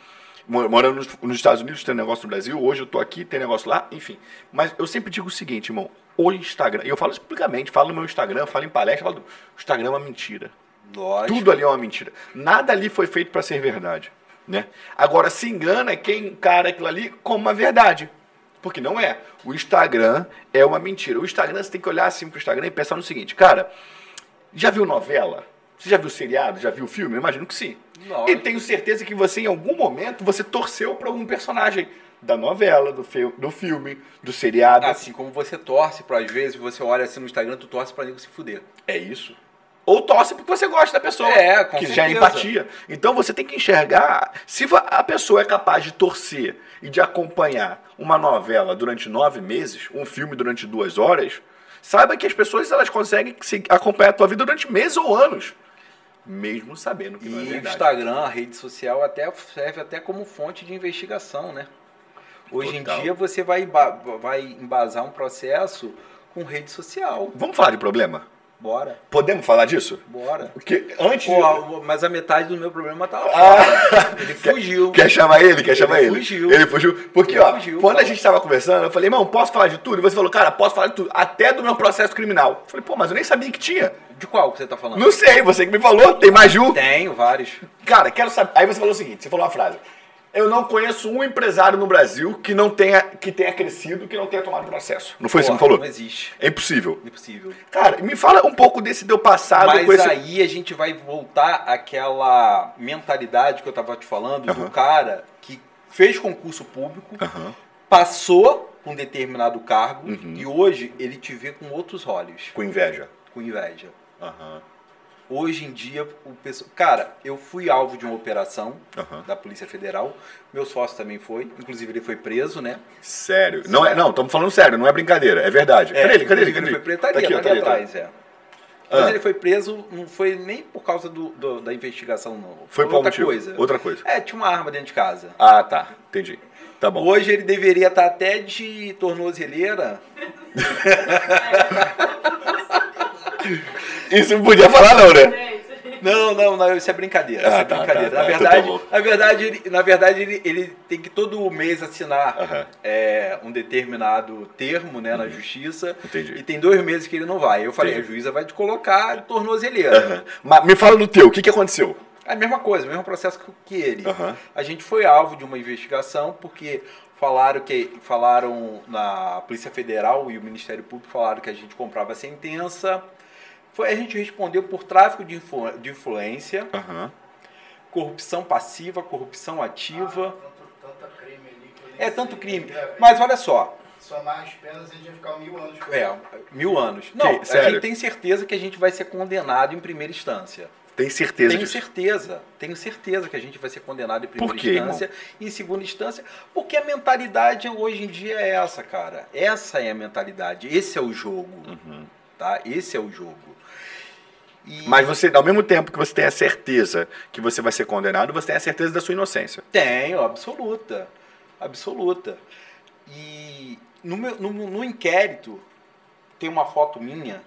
mo- morando nos, nos Estados Unidos, tendo negócio no Brasil, hoje eu tô aqui, tem negócio lá, enfim. Mas eu sempre digo o seguinte, irmão, o Instagram, e eu falo isso publicamente, falo no meu Instagram, falo em palestra, falo, do- o Instagram é uma mentira.
Lógico.
Tudo ali é uma mentira. Nada ali foi feito para ser verdade, né? Agora se engana quem encara aquilo ali como uma verdade. Porque não é. O Instagram é uma mentira. O Instagram você tem que olhar assim pro Instagram e pensar no seguinte, cara, já viu novela? Você já viu seriado? Já viu filme? Eu imagino que sim.
Lógico.
E tenho certeza que você, em algum momento, você torceu para algum personagem da novela, do, fi- do filme, do seriado.
Assim como você torce pra, às vezes, você olha assim no Instagram, tu torce pra nego se fuder.
É isso. Ou torce porque você gosta da pessoa.
É, com
Que já é
certeza.
empatia. Então você tem que enxergar. Se va- a pessoa é capaz de torcer e de acompanhar uma novela durante nove meses, um filme durante duas horas, saiba que as pessoas elas conseguem se- acompanhar a tua vida durante meses ou anos. Mesmo sabendo que
E
não é
o
verdade.
Instagram, a rede social, até serve até como fonte de investigação, né? Hoje
Total.
em dia você vai, emba- vai embasar um processo com rede social.
Vamos falar de problema?
Bora,
Podemos falar disso?
bora.
Porque antes.
Pô,
de...
a- mas a metade do meu problema tá lá fora.
Ah!
<laughs> Ele fugiu.
Quer chamar ele? Quer chamar ele?
fugiu.
Ele fugiu. Porque,
Ele
ó,
fugiu,
quando a
cara.
gente tava conversando, eu falei, irmão, posso falar de tudo? E você falou, cara, posso falar de tudo, até do meu processo criminal. Eu falei, pô, mas eu nem sabia que tinha.
De qual que você tá falando?
Não sei, você que me falou, tem mais de um.
Tenho vários.
Cara, quero saber. Aí você falou o seguinte: você falou uma frase. Eu não conheço um empresário no Brasil que não tenha, que tenha crescido, que não tenha tomado processo. Não foi isso
Pô,
que você me falou?
Não existe.
É impossível.
Impossível.
Cara, me fala um pouco desse teu passado
Mas
com esse.
aí a gente vai voltar àquela mentalidade que eu tava te falando
Aham.
do cara que fez concurso público,
Aham.
passou com determinado cargo
Uhum.
e hoje ele te vê com outros olhos,
Com inveja.
com inveja.
Aham.
Hoje em dia, o pessoal. Cara, eu fui alvo de uma operação
Aham.
da Polícia Federal. Meu sócio também foi. Inclusive, ele foi preso, né?
Sério. Não, é, não, estamos falando sério, não é brincadeira, é verdade. cadê ele? Cadê ele? Cadê
inclusive,
ele?
foi preso. Tá ali, tá ali atrás, é.
Ah.
Mas ele foi preso, não foi nem por causa do, do- da investigação, não.
Foi por
outra
motivo.
coisa.
Outra coisa.
É, tinha uma arma dentro de casa.
Ah, tá. Entendi. Tá bom.
Hoje ele deveria estar até de tornozeleira.
Isso não podia falar, não, né?
Não, não, não, isso é brincadeira. isso
Ah,
é
tá,
brincadeira.
tá, tá,
na,
então
verdade,
tá bom.
na verdade, ele, na verdade ele, ele tem que todo mês assinar
Aham. Uhum.
é, um determinado termo né, na justiça.
Entendi.
E tem dois meses que ele não vai. Eu falei,
Entendi.
a juíza vai te colocar de tornozeleira.
Mas me fala do teu, o que, que aconteceu?
É a mesma coisa, o mesmo processo que, que ele.
Aham.
A gente foi alvo de uma investigação porque falaram que falaram na Polícia Federal e o Ministério Público falaram que a gente comprava sentença. Foi, a gente respondeu por tráfico de, influ- de influência,
Aham.
corrupção passiva, corrupção ativa.
Tanto, tanta crime ali que eu nem
É tanto
sei.
crime.
É,
Mas olha só,
somar as penas, a gente vai ficar mil anos.
É, mil anos. Não, a
sério?
gente tem certeza que a gente vai ser condenado em primeira instância.
Tem certeza
tenho
disso.
certeza, tenho certeza que a gente vai ser condenado em primeira
Por quê, irmão?
instância e em segunda instância, porque a mentalidade hoje em dia é essa, cara. Essa é a mentalidade, esse é o jogo, tá? Esse é o jogo. E
Uhum. Mas você, ao mesmo tempo que você tem a certeza que você vai ser condenado, você tem a certeza da sua inocência.
tenho, absoluta, absoluta. E no, meu- no- no inquérito tem uma foto minha.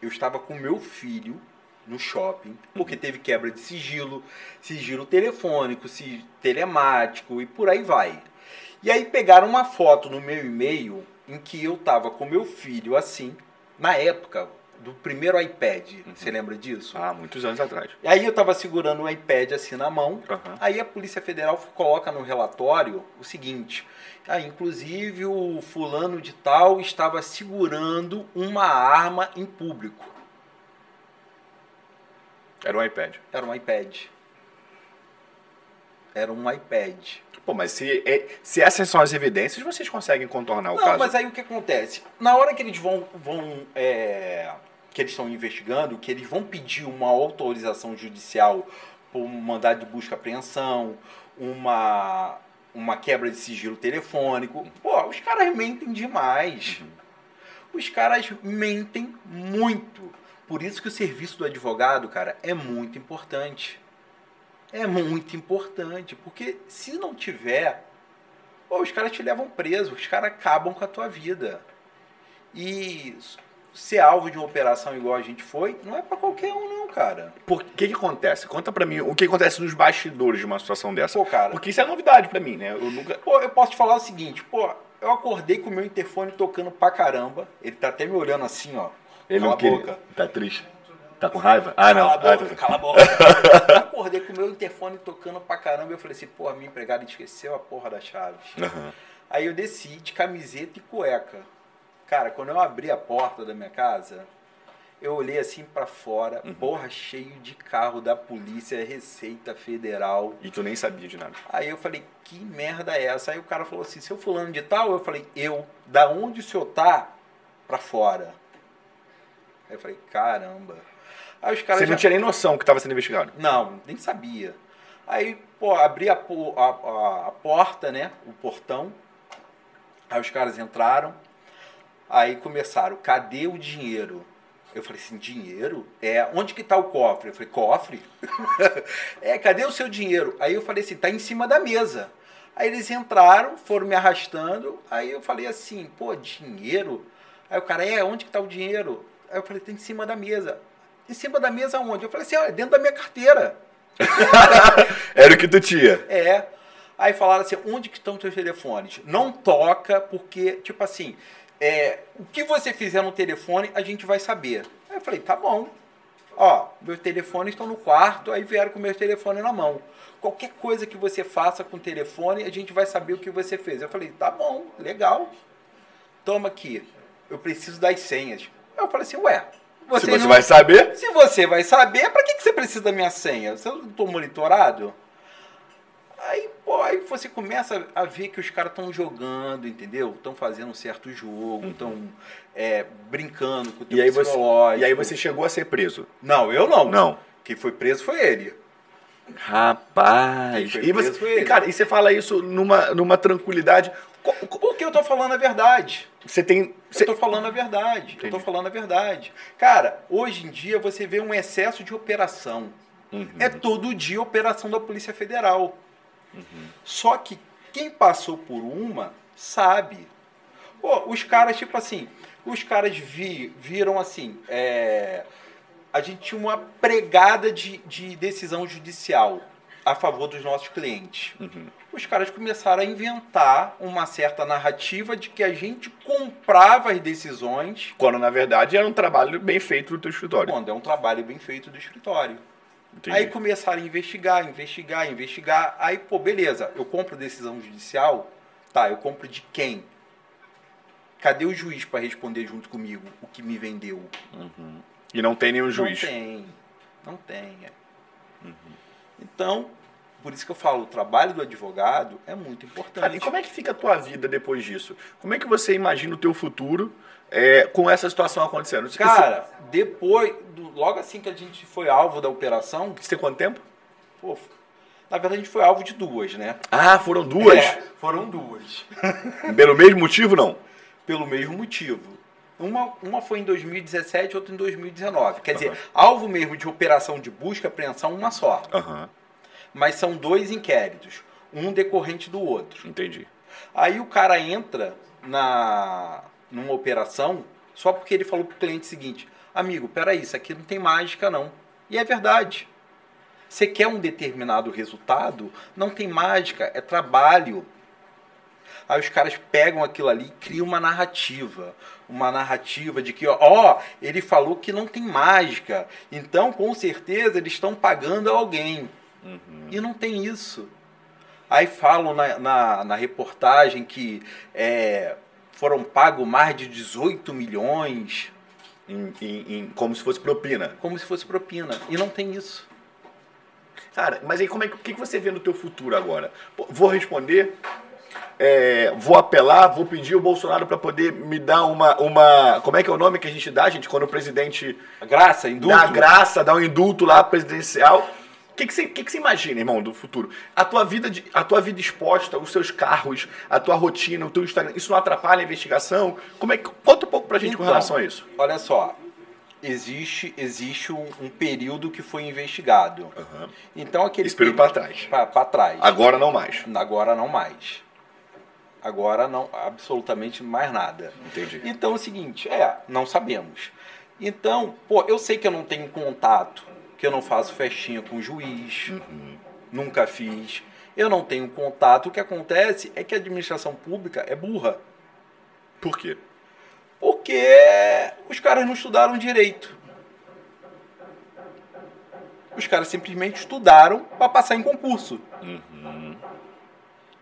Eu estava com meu filho no shopping, porque teve quebra de sigilo, sigilo telefônico, si- telemático e por aí vai. E aí pegaram uma foto no meu e-mail em que eu estava com meu filho assim, na época do primeiro iPad. Você lembra disso?
Há Ah, muitos anos atrás.
E aí eu estava segurando o iPad assim na mão.
Aham.
Aí a Polícia Federal coloca no relatório o seguinte: ah, inclusive o fulano de tal estava segurando uma arma em público.
Era um iPad.
Era um iPad. Era um iPad.
Pô, mas se, é- se essas são as evidências, vocês conseguem contornar é o
Não,
caso.
mas aí o que acontece? Na hora que eles vão. vão é, que eles estão investigando, que eles vão pedir uma autorização judicial por um mandado de busca e apreensão, uma, uma quebra de sigilo telefônico. Pô, os caras mentem demais. Os caras mentem muito. Por isso que o serviço do advogado, cara, é muito importante. É muito importante. Porque se não tiver, pô, os caras te levam preso, os caras acabam com a tua vida. E ser alvo de uma operação igual a gente foi, não é pra qualquer um, não, cara.
Por que que acontece? Conta pra mim o que acontece nos bastidores de uma situação dessa.
Pô, cara.
Porque isso é novidade pra mim, né? Eu nunca...
Pô, eu posso te falar o seguinte, pô, eu acordei com o meu interfone tocando pra caramba. Ele tá até me olhando assim, ó. cala a boca.
Tá triste? Tá com raiva? Ah, não.
Cala a
Ah,
boca,
tá-
cala a boca. Eu acordei com o meu interfone tocando pra caramba. Eu falei assim, porra, minha empregada esqueceu a porra da chave.
Aham.
Aí eu desci de camiseta e cueca. Cara, quando eu abri a porta da minha casa, eu olhei assim pra fora, porra, cheio de carro da polícia, Receita Federal.
E tu nem sabia de nada.
Aí eu falei, que merda é essa? Aí o cara falou assim, seu fulano de tal? Eu falei, eu, da onde o senhor tá? Pra fora. Aí eu falei, caramba. Aí os caras
Você não
já-
tinha nem noção que tava sendo investigado.
não, nem sabia. Aí, pô, abri a, po- a- a- a porta, né? O portão. Aí os caras entraram. Aí começaram, cadê o dinheiro? Eu falei assim, dinheiro? É, onde que tá o cofre? Eu falei, cofre? <laughs> é, cadê o seu dinheiro? Aí eu falei assim, tá em cima da mesa. Aí eles entraram, foram me arrastando. Aí eu falei assim, pô, dinheiro? Aí o cara, é, onde que tá o dinheiro? Aí eu falei, tá em cima da mesa. Em cima da mesa onde? Eu falei assim, olha, dentro da minha carteira.
Era o que tu tinha.
É. Aí falaram assim, onde que estão teus telefones? Não toca, porque, tipo assim, é, o que você fizer no telefone, a gente vai saber. Aí eu falei, tá bom. Ó, meus telefones estão no quarto, aí vieram com meus telefones na mão. Qualquer coisa que você faça com o telefone, a gente vai saber o que você fez. Eu falei, tá bom, legal. Toma aqui, eu preciso das senhas. Aí eu falei assim, ué,
Se
vocês
você
não-
vai saber...
se você vai saber, pra que, que você precisa da minha senha? Você não tô monitorado? Aí, pô, aí você começa a ver que os caras estão jogando, entendeu? Estão fazendo um certo jogo, estão brincando com o teu
Uhum. E aí, você,
psicológico.
e aí você chegou a ser preso.
Não, eu não.
Não.
Quem foi preso foi ele. Quem
Rapaz.
foi
E
preso foi
você,
ele.
e, cara, e você fala isso numa, numa tranquilidade. Co- co-
Porque eu tô falando a verdade.
Você tem. Você,
Eu tô falando a verdade. Eu tô
Entendi.
falando a verdade. Cara, hoje em dia você vê um excesso de operação.
Uhum.
É todo dia operação da Polícia Federal.
Uhum.
Só que quem passou por uma sabe. Pô, os caras, tipo assim, os caras vi- viram assim. é, a gente tinha uma pregada de, de decisão judicial a favor dos nossos clientes. Os caras começaram a inventar uma certa narrativa de que a gente comprava as decisões
Quando na verdade era um trabalho bem feito do teu escritório.
quando é um trabalho bem feito do escritório.
Entendi.
Aí começaram a investigar, investigar, investigar. Aí, pô, beleza, eu compro decisão judicial, tá, eu compro de quem? Cadê o juiz para responder junto comigo o que me vendeu?
E não tem nenhum juiz. Uhum.
Não tem, não tem. é. Então, Por isso que eu falo, o trabalho do advogado é muito
Cara, e
importante.
como é que fica a tua vida depois disso? Como é que você imagina o teu futuro é, com essa situação acontecendo? Você-
Cara, depois, do- logo assim que a gente foi alvo da operação,
Você tem quanto tempo?
pô, na verdade a gente foi alvo de duas, né?
Ah, foram duas?
É, foram duas.
Pelo mesmo motivo, não?
Pelo mesmo motivo. Uma, uma foi em 2017, outra em 2019. Quer dizer,
Aham.
alvo mesmo de operação de busca e apreensão, uma só.
Aham,
Mas são dois inquéritos, um decorrente do outro.
entendi.
Aí o cara entra na numa operação só porque ele falou pro cliente o seguinte: "Amigo, peraí, isso aqui não tem mágica não". E é verdade. Você quer um determinado resultado, não tem mágica, é trabalho. Aí os caras pegam aquilo ali e criam uma narrativa. Uma narrativa de que, ó, ó, ele falou que não tem mágica. Então, com certeza, eles estão pagando a alguém. E não tem isso. Aí falam na, na, na reportagem que é, foram pagos mais de 18 milhões,
Em- em- em- como se fosse propina.
como se fosse propina. E não tem isso.
Cara, mas aí como é que, o que que você vê no teu futuro agora? Pô, Vou responder, é, vou apelar, vou pedir o Bolsonaro para poder me dar uma, uma... Como é que é o nome que a gente dá, gente? Quando o presidente
A graça, indulto.
dá a graça, dá um indulto lá presidencial. O que, que, você, que que você imagina, irmão, do futuro? A tua, vida de, a tua vida exposta, os seus carros, a tua rotina, o teu Instagram, isso não atrapalha a investigação? Como é que, conta um pouco pra gente com
Então,
relação a isso.
Olha só, existe, existe um, um período que foi investigado. Então aquele
Esse período pra trás.
Para trás.
Agora não mais.
Agora não mais. Agora não, absolutamente mais nada.
Entendi.
Então é o seguinte, é, não sabemos. Então, pô, eu sei que eu não tenho contato, que eu não faço festinha com juiz, nunca fiz. Eu não tenho contato. O que acontece é que a administração pública é burra.
Por quê?
Porque os caras não estudaram direito. Os caras simplesmente estudaram para passar em concurso.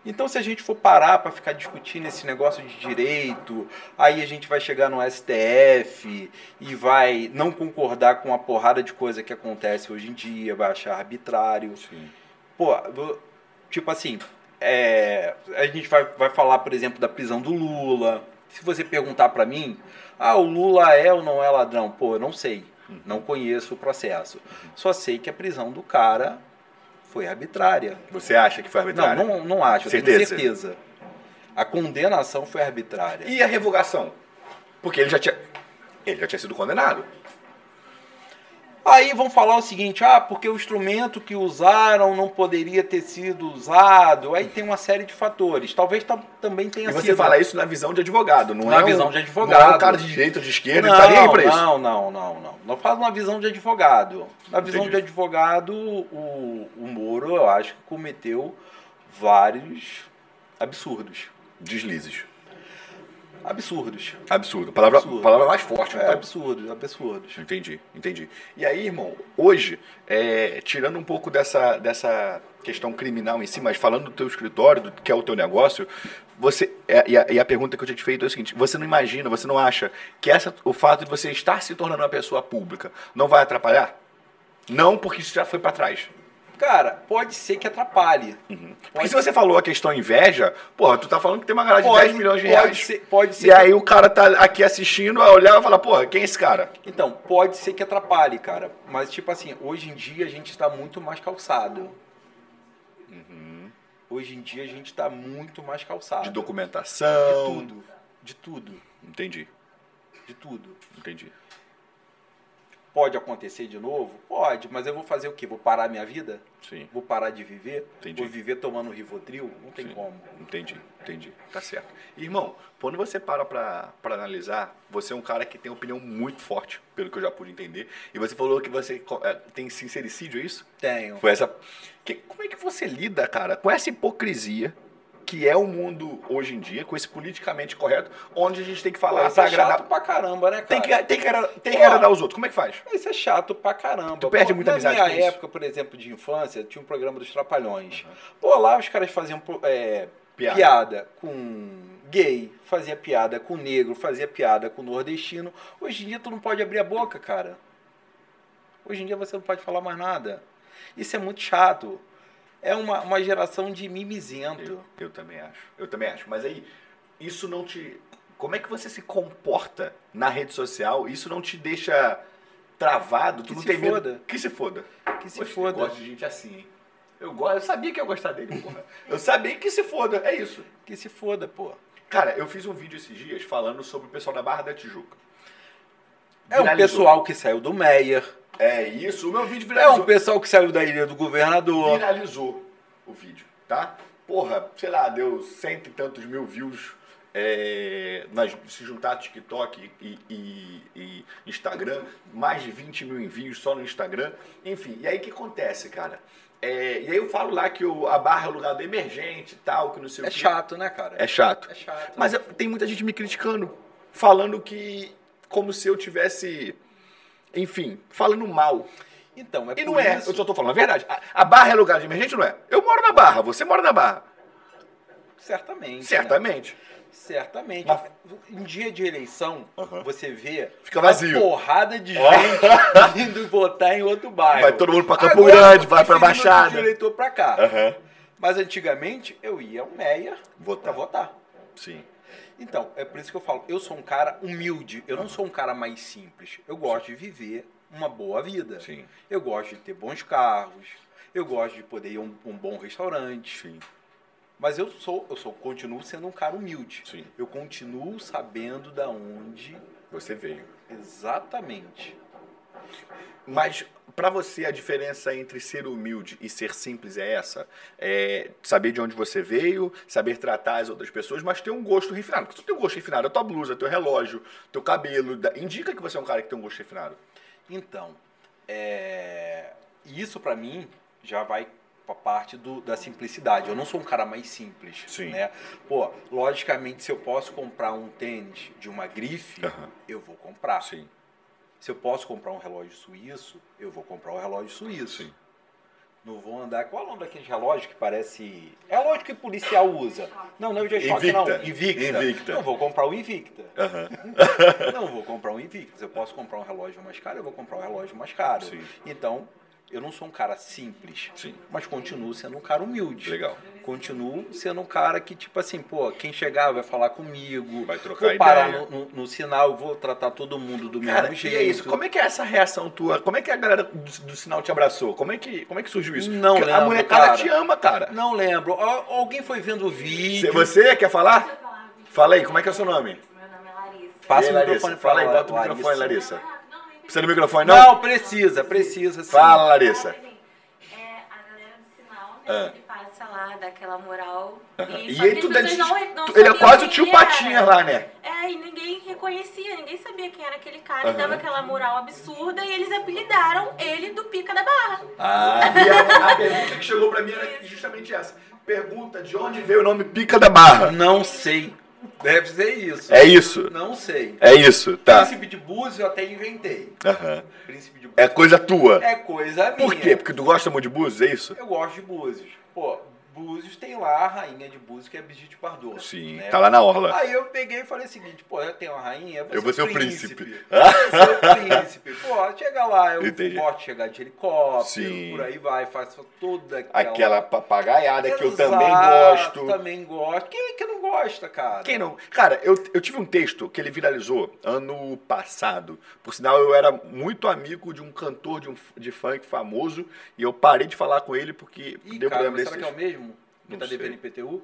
Então, se a gente for parar para ficar discutindo esse negócio de direito, aí a gente vai chegar no STF e vai não concordar com uma porrada de coisa que acontece hoje em dia, vai achar arbitrário. Pô, vo- tipo assim, é, a gente vai, vai falar, por exemplo, da prisão do Lula. Se você perguntar pra mim, ah, o Lula é ou não é ladrão? Pô, eu não sei. Não conheço o processo. Só sei que a prisão do cara foi arbitrária.
Você acha que foi
Não,
arbitrário?
não, não acho, eu tenho
Certeza?
certeza. A condenação foi arbitrária.
E a revogação? Porque ele já tinha. Ele já tinha sido condenado.
Aí vão falar o seguinte, ah, porque o instrumento que usaram não poderia ter sido usado. Aí tem uma série de fatores. Talvez tam- também tenha
E você
sido.
fala isso na visão de advogado, não
Na
é? um-
visão de
Não é um
advogado.
cara de direita ou de esquerda, ele tá nem aí pra isso.
Não, não, não, não. Não faz uma visão de advogado. Na visão
Entendi.
de advogado, o, o Moro, eu acho que cometeu vários absurdos.
Deslizes.
Absurdos.
Absurdo. Palavra,
Absurdo.
palavra mais forte,
É,
então.
absurdos, absurdos.
Entendi, entendi. E aí, irmão, hoje, é, tirando um pouco dessa, dessa questão criminal em si, mas falando do teu escritório, do que é o teu negócio, você é, e, a, e a pergunta que eu tinha te feito é o seguinte: você não imagina, você não acha que essa, o fato de você estar se tornando uma pessoa pública não vai atrapalhar? Não, porque isso já foi pra trás.
Cara, pode ser que atrapalhe.
Porque Uhum. se você falou a questão inveja, porra, tu tá falando que tem uma galera de 10 milhões de
pode
reais.
Ser, pode ser
E aí o cara tá aqui assistindo, vai olhar e vai falar, porra, quem é esse cara?
Então, pode ser que atrapalhe, cara. Mas, tipo assim, hoje em dia a gente está muito mais calçado. Hoje em dia a gente está muito mais calçado.
Uhum. De
De
documentação.
tudo. De tudo.
Entendi,
De tudo.
entendi.
Pode acontecer de novo? Pode, mas eu vou fazer o quê? Vou parar minha vida?
Sim.
Vou parar de viver?
Entendi.
Vou viver tomando Rivotril? Não tem
Sim.
como.
Entendi, entendi. Tá certo. Irmão, quando você para pra, pra analisar, você é um cara que tem opinião muito forte, pelo que eu já pude entender. E você falou que você co- é, tem sincericídio, é isso?
Tenho.
Foi essa. Que- como é que você lida, cara, com essa hipocrisia que é o mundo hoje em dia, com esse politicamente correto, onde a gente tem que
Pô,
falar "Ah,
isso
pra
é
agradar.
chato pra caramba, né, cara?
Tem que, tem, que, agradar- tem que
Pô.
agradar os outros. Como é que faz?
Isso é chato pra caramba.
Tu perde
Pô,
muita
na
amizade
minha
com isso.
época, por exemplo, de infância, tinha um programa dos Trapalhões. Pô, lá os caras faziam pô, é,
Piada.
piada. com gay, fazia piada com negro, fazia piada com nordestino. Hoje em dia tu não pode abrir a boca, cara. Hoje em dia você não pode falar mais nada. Isso é muito chato. é uma, uma geração de mimizento.
Eu, eu também acho. Eu também acho. Mas aí, isso não te. Como é que você se comporta na rede social? Isso não te deixa travado? Tu
Que
não
se
tem medo?
foda.
Que se foda.
Que se
Poxa,
foda.
Eu gosto de gente assim, hein? Eu, gosto, eu sabia que eu ia gostar dele, porra. Eu sabia que se foda. É isso.
Que se foda, pô.
Cara, eu fiz um vídeo esses dias falando sobre o pessoal da Barra da Tijuca.
É um
Viralizou.
pessoal que saiu do Meyer.
É isso. O meu vídeo
É
viralizou.
um pessoal que saiu da ilha do governador.
viralizou o vídeo, tá? Porra, sei lá, deu cento e tantos mil views. é, nas- se juntar TikTok e, e- e Instagram, mais de 20 mil envios só no Instagram. Enfim, e aí o que acontece, cara? É, e aí eu falo lá que o, a barra é o lugar do emergente e tal, que não sei
É
o que.
chato, né, cara?
É chato.
É chato.
Mas eu- tem muita gente me criticando, falando que como se eu tivesse, enfim, falando mal.
Então, é
E
por
não é,
isso.
eu só tô falando a verdade. A, a Barra é lugar de emergente, não é? Eu moro na Barra, você mora na Barra.
Certamente. né?
Certamente.
Certamente.
Mas-
Em dia de eleição,
Aham.
você vê
Fica vazio. É.
uma porrada de gente <laughs> indo votar em outro bairro.
Vai todo mundo pra Campo
Agora,
Grande, vai pra
preferindo
Baixada. É.
de um eleitor pra cá.
Aham.
Mas antigamente eu ia ao Meia pra
Votar.
votar.
tá Sim.
Então, é por isso que eu falo, eu sou um cara humilde, eu não sou um cara mais simples. Eu gosto de viver uma boa vida.
Sim.
Eu gosto de ter bons carros, eu gosto de poder ir a um, um bom restaurante.
Sim.
Mas eu sou, eu sou, continuo sendo um cara humilde.
Sim.
Eu continuo sabendo da onde
Você veio.
exatamente.
Mas pra você a diferença entre ser humilde e ser simples é essa? É saber de onde você veio, saber tratar as outras pessoas, mas ter um gosto refinado. Porque tu tem um gosto refinado, a tua blusa, teu relógio, teu cabelo, da- indica que você é um cara que tem um gosto refinado.
Então, é, isso pra mim já vai pra parte do- da simplicidade. Eu não sou um cara mais simples,
Sim.
né? Pô, logicamente, se eu posso comprar um tênis de uma grife,
Aham.
eu vou comprar.
Sim.
Se eu posso comprar um relógio suíço, eu vou comprar um relógio suíço.
Sim.
Não vou andar. Qual é o nome daqueles relógios que parece. É relógio que policial usa. Não, não é o G-Shock, não.
Invicta.
Invicta.
Invicta.
Não vou comprar o Invicta.
Aham.
<laughs> não vou comprar um Invictus. Eu posso comprar um relógio mais caro, eu vou comprar um relógio mais caro.
Sim.
Então, eu não sou um cara simples,
Sim.
mas continuo sendo um cara humilde.
Legal.
Continuo sendo um cara que, tipo assim, pô, quem chegar vai falar comigo.
Vai trocar
vou parar
ideia.
no, no- no sinal, vou tratar todo mundo do mesmo
Cara,
jeito.
e é isso. Como é que é essa reação tua? Como é que a galera do, do sinal te abraçou? Como é que, como é que surgiu isso?
Não
Porque a
lembro,
molecada
cara.
te ama, cara.
Não lembro. Al- Alguém foi vendo o
Se
vídeo.
é? você quer falar? Fala aí, como é que é o seu nome?
Meu nome é Larissa.
Passa
E aí,
o microfone
Larissa?
pra
Fala aí,
Lar-
bota o microfone,
Larissa.
Larissa.
Não, nem
Precisa do microfone, não?
Não, precisa, precisa sim.
Fala, Larissa.
É, a galera do sinal, né?
Ah.
Ele passa lá, dá aquela moral.
Aham.
E,
E
só
ele
que as
tudo
pessoas
é de-
não, não
tu- ele é
sabiam
quase o
quem
tio
ele
Patinha
era.
lá, né?
É, e ninguém reconhecia, ninguém sabia quem era aquele cara.
Aham.
E dava aquela moral absurda e eles apelidaram ele do Pica da Barra.
Ah,
E é a, a pergunta que chegou pra mim era justamente essa. Pergunta de onde veio o nome Pica da Barra.
não sei. Deve ser isso.
É isso.
Não sei.
É isso, tá.
Príncipe de Búzios eu até inventei.
Aham.
Príncipe de Búzios.
É coisa tua.
É coisa minha.
Por quê? Porque tu gosta muito de búzios, é isso?
Eu gosto de Búzios. Pô, Búzios tem lá a rainha de Búzios, que é Brigitte Bardot.
Sim,
né?
tá lá na orla.
Aí eu peguei e falei o seguinte, pô, eu tenho uma rainha, é
Eu vou ser o príncipe.
Eu
<laughs>
vou ser o príncipe. Pô, chega lá, eu
Entendi.
posso chegar de helicóptero,
Sim.
por aí vai, faço toda aquela...
Aquela papagaiada que eu também
Exato,
gosto.
também gosto. Quem é que não gosta, cara?
Quem não? Cara, eu, eu tive um texto que ele viralizou ano passado. Por sinal, eu era muito amigo de um cantor de, um, f- de funk famoso e eu parei de falar com ele porque
Ih,
deu
cara,
problema
mas
desse
será que é o
texto.
mesmo? Que
Não
tá
sei.
devendo IPTU?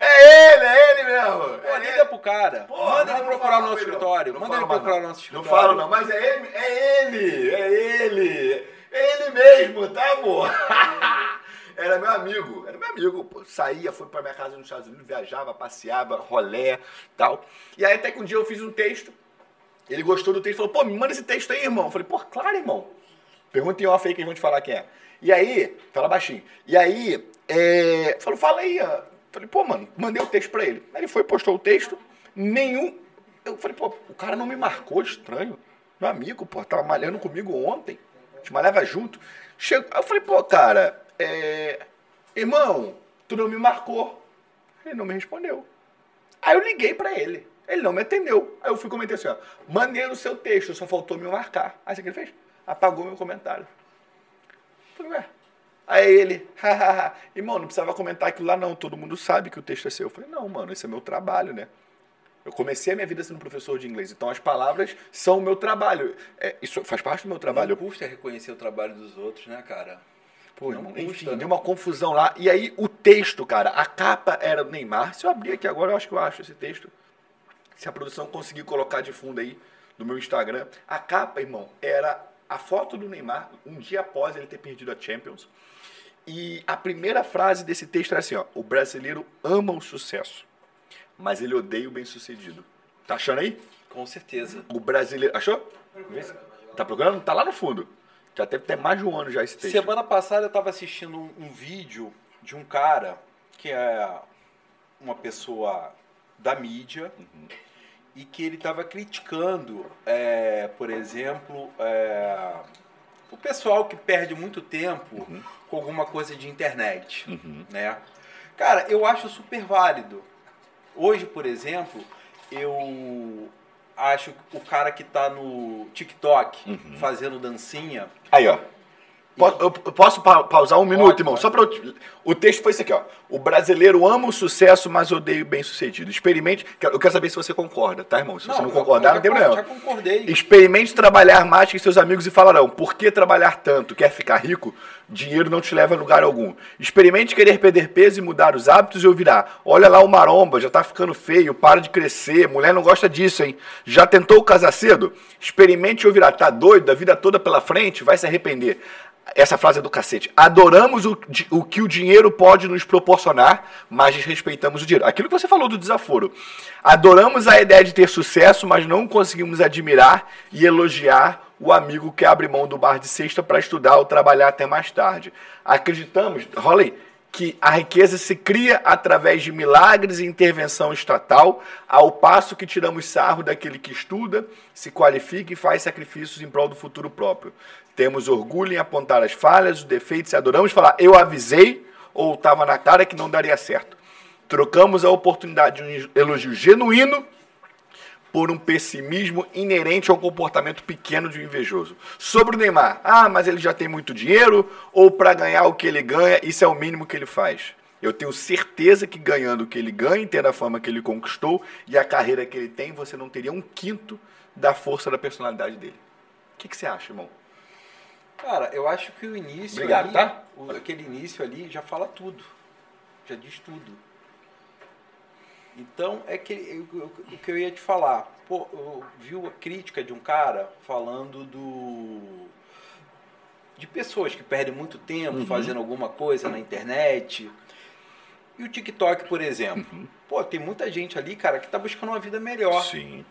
É ele, é ele mesmo!
Pô,
É
liga pro cara.
Porra,
manda
não, é
ele
não
procurar
fala
o nosso
com ele, não.
escritório.
Não
manda
fala
ele
mais,
procurar o
não.
nosso
Não
escritório.
falo não, mas é ele, é ele, é ele, é ele mesmo, tá amor? <laughs> Era meu amigo, era meu amigo, pô. saía, foi pra minha casa nos Estados Unidos, viajava, passeava, rolé, tal. E aí até que um dia eu fiz um texto, ele gostou do texto, falou, pô, me manda esse texto aí, irmão. Eu falei, pô, claro, irmão. Pergunta em off aí que eles vão te falar quem é. E aí, fala baixinho. E aí, é, falou, fala aí. ó. Falei, pô, mano, mandei o texto pra ele. Aí ele foi, postou o texto, nenhum. Eu falei, pô, o cara não me marcou, estranho. Meu amigo, pô, tava malhando comigo ontem. A gente malhava junto. Chegou, aí eu falei, pô, cara, é, irmão, tu não me marcou. Ele não me respondeu. Aí eu liguei pra ele. Ele não me atendeu. Aí eu fui comentar assim, ó. Maneiro o seu texto, só faltou me marcar. Aí sabe o que ele fez? Apagou meu comentário. Eu Falei, ué. Aí ele, hahaha, irmão, não precisava comentar aquilo lá não, todo mundo sabe que o texto é seu. Eu falei, não, mano, esse é meu trabalho, né? Eu comecei a minha vida sendo professor de inglês, então as palavras são o meu trabalho. É, isso faz parte do meu trabalho.
Não custa reconhecer o trabalho dos outros, né, cara?
Pô,
Não
enfim,
custa, né?
deu uma confusão lá. E aí o texto, cara, a capa era do Neymar. Se eu abrir aqui agora, eu acho que eu acho esse texto. Se a produção conseguir colocar de fundo aí no meu Instagram, a capa, irmão, era a foto do Neymar um dia após ele ter perdido a Champions. E a primeira frase desse texto era assim, ó: "O brasileiro ama o sucesso, mas ele odeia o bem-sucedido". Tá achando aí?
Com certeza.
O brasileiro, achou? Vê se- Tá procurando? Tá lá no fundo. Já deve ter mais de um ano já esse texto.
Semana passada eu tava assistindo um, um vídeo de um cara que é uma pessoa da mídia e que ele tava criticando, é, por exemplo, é, o pessoal que perde muito tempo com alguma coisa de internet, né? Cara, eu acho super válido. Hoje, por exemplo, eu acho que o cara que tá no TikTok fazendo dancinha,
Aí, ó. Po- eu eu posso pa- pausar um minuto,
Pode,
irmão?
pode.
Só para O texto foi esse aqui, ó. O brasileiro ama o sucesso, mas odeia o bem-sucedido. Experimente. quero- Eu quero saber se você concorda, tá, irmão? Se você não
eu-
concordar,
eu
não tem
já-
problema.
Já concordei.
Experimente trabalhar mais que seus amigos e falarão: por que trabalhar tanto? Quer ficar rico? Dinheiro não te leva a lugar algum. Experimente querer perder peso e mudar os hábitos e ouvirá: olha lá o maromba, já tá ficando feio, para de crescer, mulher não gosta disso, hein? Já tentou casar cedo? Experimente e ouvirá: tá doido, a vida toda pela frente, vai se arrepender. Essa frase é do cacete. Adoramos o, di- o que o dinheiro pode nos proporcionar, mas desrespeitamos o dinheiro. Aquilo que você falou do desaforo. Adoramos a ideia de ter sucesso, mas não conseguimos admirar e elogiar o amigo que abre mão do bar de sexta para estudar ou trabalhar até mais tarde. Acreditamos, rola aí, que a riqueza se cria através de milagres e intervenção estatal, ao passo que tiramos sarro daquele que estuda, se qualifica e faz sacrifícios em prol do futuro próprio. Temos orgulho em apontar as falhas, os defeitos e adoramos falar eu avisei ou estava na cara que não daria certo. Trocamos a oportunidade de um elogio genuíno por um pessimismo inerente ao comportamento pequeno de um invejoso. Sobre o Neymar, ah, mas ele já tem muito dinheiro, ou para ganhar o que ele ganha, isso é o mínimo que ele faz. Eu tenho certeza que ganhando o que ele ganha, tendo a fama que ele conquistou e a carreira que ele tem, você não teria um quinto da força da personalidade dele. O que, que você acha, irmão?
Cara, eu acho que o início
Obrigado,
ali,
tá?
o- aquele início ali já fala tudo. Já diz tudo. Então, é que eu- eu- o que eu ia te falar. Pô, eu vi a crítica de um cara falando do de pessoas que perdem muito tempo
Uhum.
fazendo alguma coisa na internet. E o TikTok, por exemplo. Pô, tem muita gente ali, cara, que tá buscando uma vida melhor.
Uhum. Sim,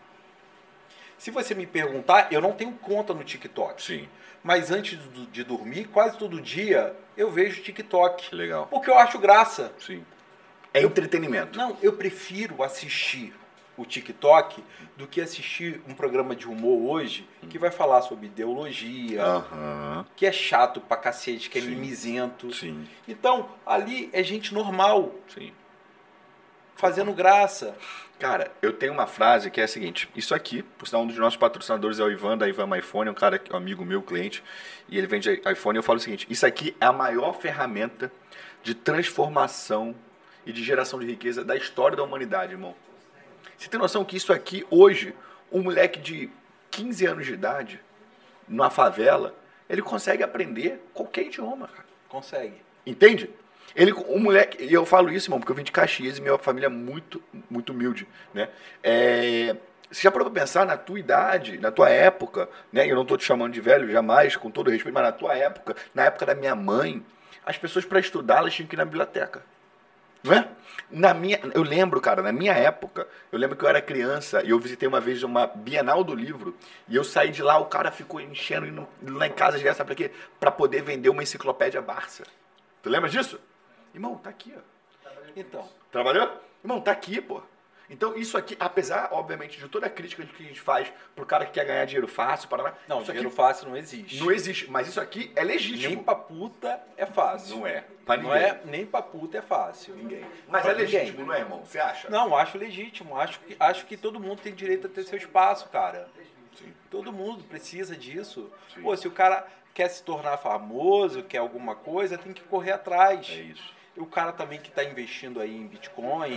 Se você me perguntar, eu não tenho conta no TikTok.
sim.
Mas antes do- de dormir, quase todo dia, eu vejo TikTok.
Legal.
Porque eu acho graça.
Sim. É entretenimento.
Não, eu prefiro assistir o TikTok do que assistir um programa de humor hoje que vai falar sobre ideologia,
Aham,
que é chato pra cacete, que é
Ah. Sim.
mimizento.
sim,
Então, ali é gente normal,
sim.
fazendo graça.
Cara, eu tenho uma frase que é a seguinte: isso aqui, por sinal, um dos nossos patrocinadores é o Ivan da Ivan My Phone, um cara, que- um amigo meu, cliente, e ele vende iPhone. E eu falo o seguinte: isso aqui é a maior ferramenta de transformação e de geração de riqueza da história da humanidade, irmão. Você tem noção que isso aqui, hoje, um moleque de 15 anos de idade, numa favela, ele consegue aprender qualquer idioma, cara.
Consegue.
Entende? Ele, um moleque, e eu falo isso, irmão, porque eu vim de Caxias e minha família é muito, muito humilde, né? É, você já parou pra pensar na tua idade, na tua época, né? Eu não tô te chamando de velho jamais, com todo respeito, mas na tua época, na época da minha mãe, as pessoas para estudar, elas tinham que ir na biblioteca. Não é? Na minha, eu lembro, cara, na minha época, eu lembro que eu era criança e eu visitei uma vez uma Bienal do Livro e eu saí de lá, o cara ficou enchendo indo lá em casa direto, sabe pra quê? Pra poder vender uma enciclopédia Barça. Tu lembra disso? Irmão, tá aqui, ó.
Então,
Trabalhou? Irmão, tá aqui, pô. Então, isso aqui, apesar, obviamente, de toda a crítica que a gente faz pro cara que quer ganhar dinheiro fácil, para lá,
Não,
isso
dinheiro
aqui
fácil não existe.
não existe. Mas isso aqui é legítimo.
Nem pra puta é fácil.
Não é. Pra
Não
ninguém.
é, nem pra puta é fácil.
Ninguém. Mas
Pra
é legítimo,
ninguém.
não é, irmão? Você acha?
Não, acho legítimo. Acho que, acho que todo mundo tem direito a ter seu espaço, cara.
Sim.
Todo mundo precisa disso.
Sim.
Pô, se o cara quer se tornar famoso, quer alguma coisa, tem que correr atrás.
É isso.
E o cara também que está investindo aí em Bitcoin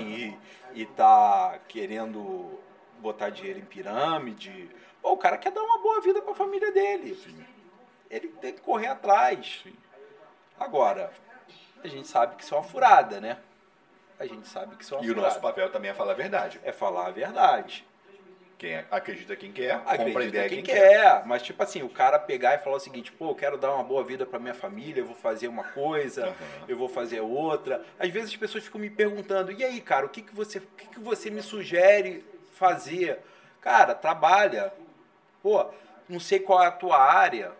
e, e tá querendo botar dinheiro em pirâmide. Pô, o cara quer dar uma boa vida para a família dele. Ele tem que correr atrás. Agora, a gente sabe que isso é uma furada, né? A gente sabe que isso é uma
E o
furada.
nosso papel também é falar a verdade.
É falar a verdade.
Quem é- acredita quem quer,
Acredita
compreender
quem,
quem, quer.
quer. Mas, tipo assim, o cara pegar e falar o seguinte, pô, eu quero dar uma boa vida pra minha família, eu vou fazer uma coisa,
Aham.
eu vou fazer outra. Às vezes as pessoas ficam me perguntando, e aí, cara, o que, que, você, o que, que você me sugere fazer? Cara, trabalha. Pô, não sei qual é a tua área.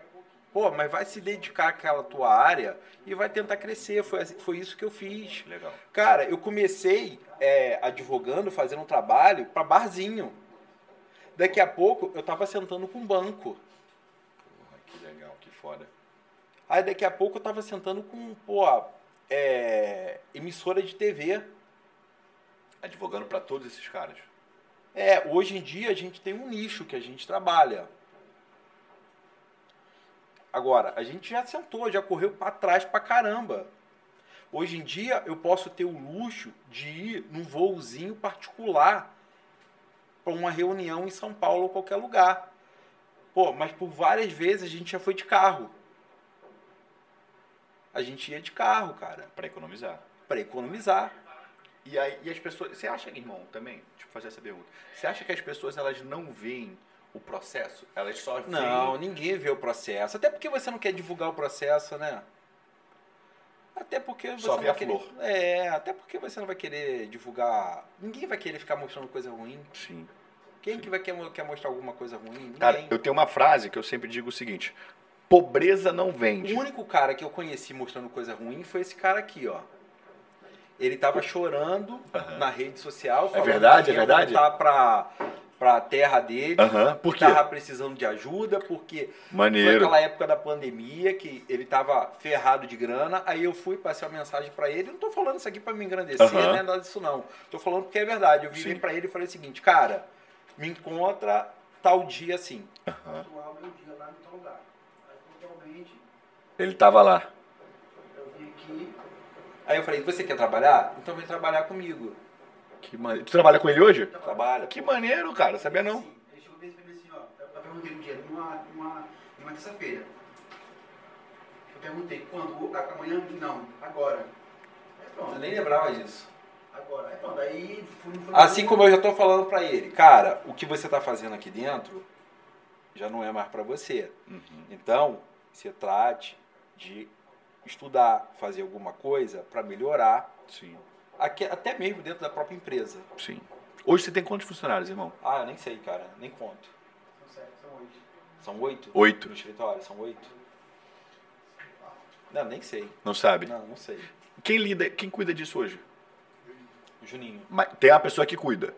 Pô, mas vai se dedicar àquela tua área e vai tentar crescer. Foi, assim- foi isso que eu fiz.
Legal.
Cara, eu comecei é, advogando, fazendo um trabalho pra barzinho. Daqui a pouco eu tava sentando com um banco.
Porra, que legal, que foda.
Aí daqui a pouco eu tava sentando com, pô, é, emissora de TV.
Advogando pra todos esses caras.
É, hoje em dia a gente tem um nicho que a gente trabalha. Agora, a gente já sentou, já correu pra trás pra caramba. Hoje em dia eu posso ter o luxo de ir num voozinho particular pra uma reunião em São Paulo ou qualquer lugar. Pô, mas por várias vezes a gente já foi de carro. A gente ia de carro, cara,
Pra economizar.
pra economizar.
E, aí, e as pessoas. Você acha, irmão, também? Tipo, fazer essa pergunta. Você acha que as pessoas elas não veem o processo? Elas só veem.
Não, ninguém vê o processo. Até porque você não quer divulgar o processo, né? Até porque você
Só
não
vê
vai
a
querer.
flor.
É, até porque você não vai querer divulgar. Ninguém vai querer ficar mostrando coisa ruim.
Sim.
Quem que vai querer quer mostrar alguma coisa ruim? Ninguém.
Cara, eu tenho uma frase que eu sempre digo o seguinte: pobreza não vende.
O único cara que eu conheci mostrando coisa ruim foi esse cara aqui, ó. Ele tava chorando na rede social. falando
verdade,
que
é
ia
verdade?
Voltar pra, pra terra dele.
Aham, por quê?
Tava precisando de ajuda, porque Foi
Maneiro.
aquela época da pandemia que ele tava ferrado de grana, aí eu fui passei uma mensagem pra ele. Eu Não tô falando isso aqui pra me engrandecer,
Aham.
né? Nada disso não. Tô falando porque é verdade. Eu virei
Sim.
pra ele e falei o seguinte, cara, me encontra tal dia assim.
Aham.
Tu abre um dia lá no teu lugar. Aí, pontualmente,
Ele tava lá.
eu vim aqui,
Aí eu falei, você quer trabalhar? Então vem trabalhar comigo.
Que maneiro. Tu trabalha com ele hoje?
Trabalha.
Que maneiro, cara. Sabia não?
assim, ele chegou e fez assim, ó, eu eu perguntei um dia, numa, numa, numa terça-feira. Eu perguntei, quando? A- Amanhã? Não, agora. Aí
Eu
pronto,
nem lembrava disso.
agora. Aí pronto, aí fui, fui
Assim como eu já tô falando pra ele, cara, o que você tá fazendo aqui dentro já não é mais pra você. Então, se trate de estudar, fazer alguma coisa pra melhorar,
Sim,
aqui- até mesmo dentro da própria empresa.
sim. Hoje você tem quantos funcionários, irmão?
Ah, eu nem sei, cara, nem conto.
São sete, são oito.
São oito?
Oito.
No escritório, são oito? Não, nem sei.
Não sabe?
Não, não sei.
Quem lida, quem cuida disso hoje?
Juninho,
Mas tem a pessoa que cuida.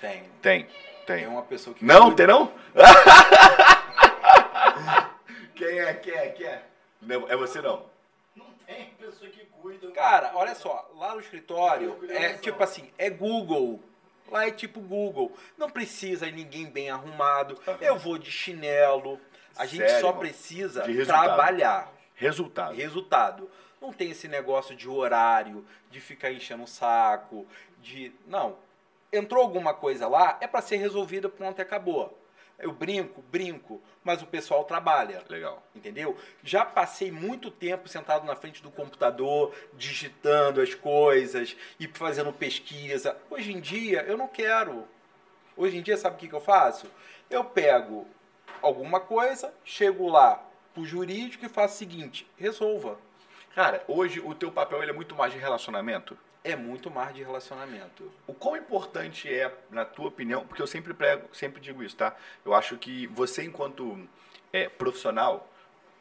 tem.
Tem, tem.
Tem uma pessoa que.
Não, tem não? <laughs> quem é, quem é, quem é? Não, é você não.
Não tem pessoa que cuida.
Cara, olha só, lá no escritório é tipo assim, é Google. Lá é tipo Google. Não precisa ninguém bem arrumado.
Aham.
Eu vou de chinelo. A gente
Sério,
só
irmão?
precisa
De resultado.
trabalhar.
Resultado.
Resultado. Não tem esse negócio de horário, de ficar enchendo o saco, de. Não. Entrou alguma coisa lá, é pra ser resolvida, pronto, e acabou. Eu brinco, brinco, mas o pessoal trabalha.
Legal.
Entendeu? Já passei muito tempo sentado na frente do computador, digitando as coisas e fazendo pesquisa. Hoje em dia, eu não quero. Hoje em dia, sabe o que, que eu faço? Eu pego alguma coisa, chego lá pro jurídico e faço o seguinte: resolva.
Cara, hoje o teu papel ele é muito mais de relacionamento.
É muito mais de relacionamento.
O quão importante é, na tua opinião, porque eu sempre prego, sempre digo isso, tá? Eu acho que você, enquanto é, profissional,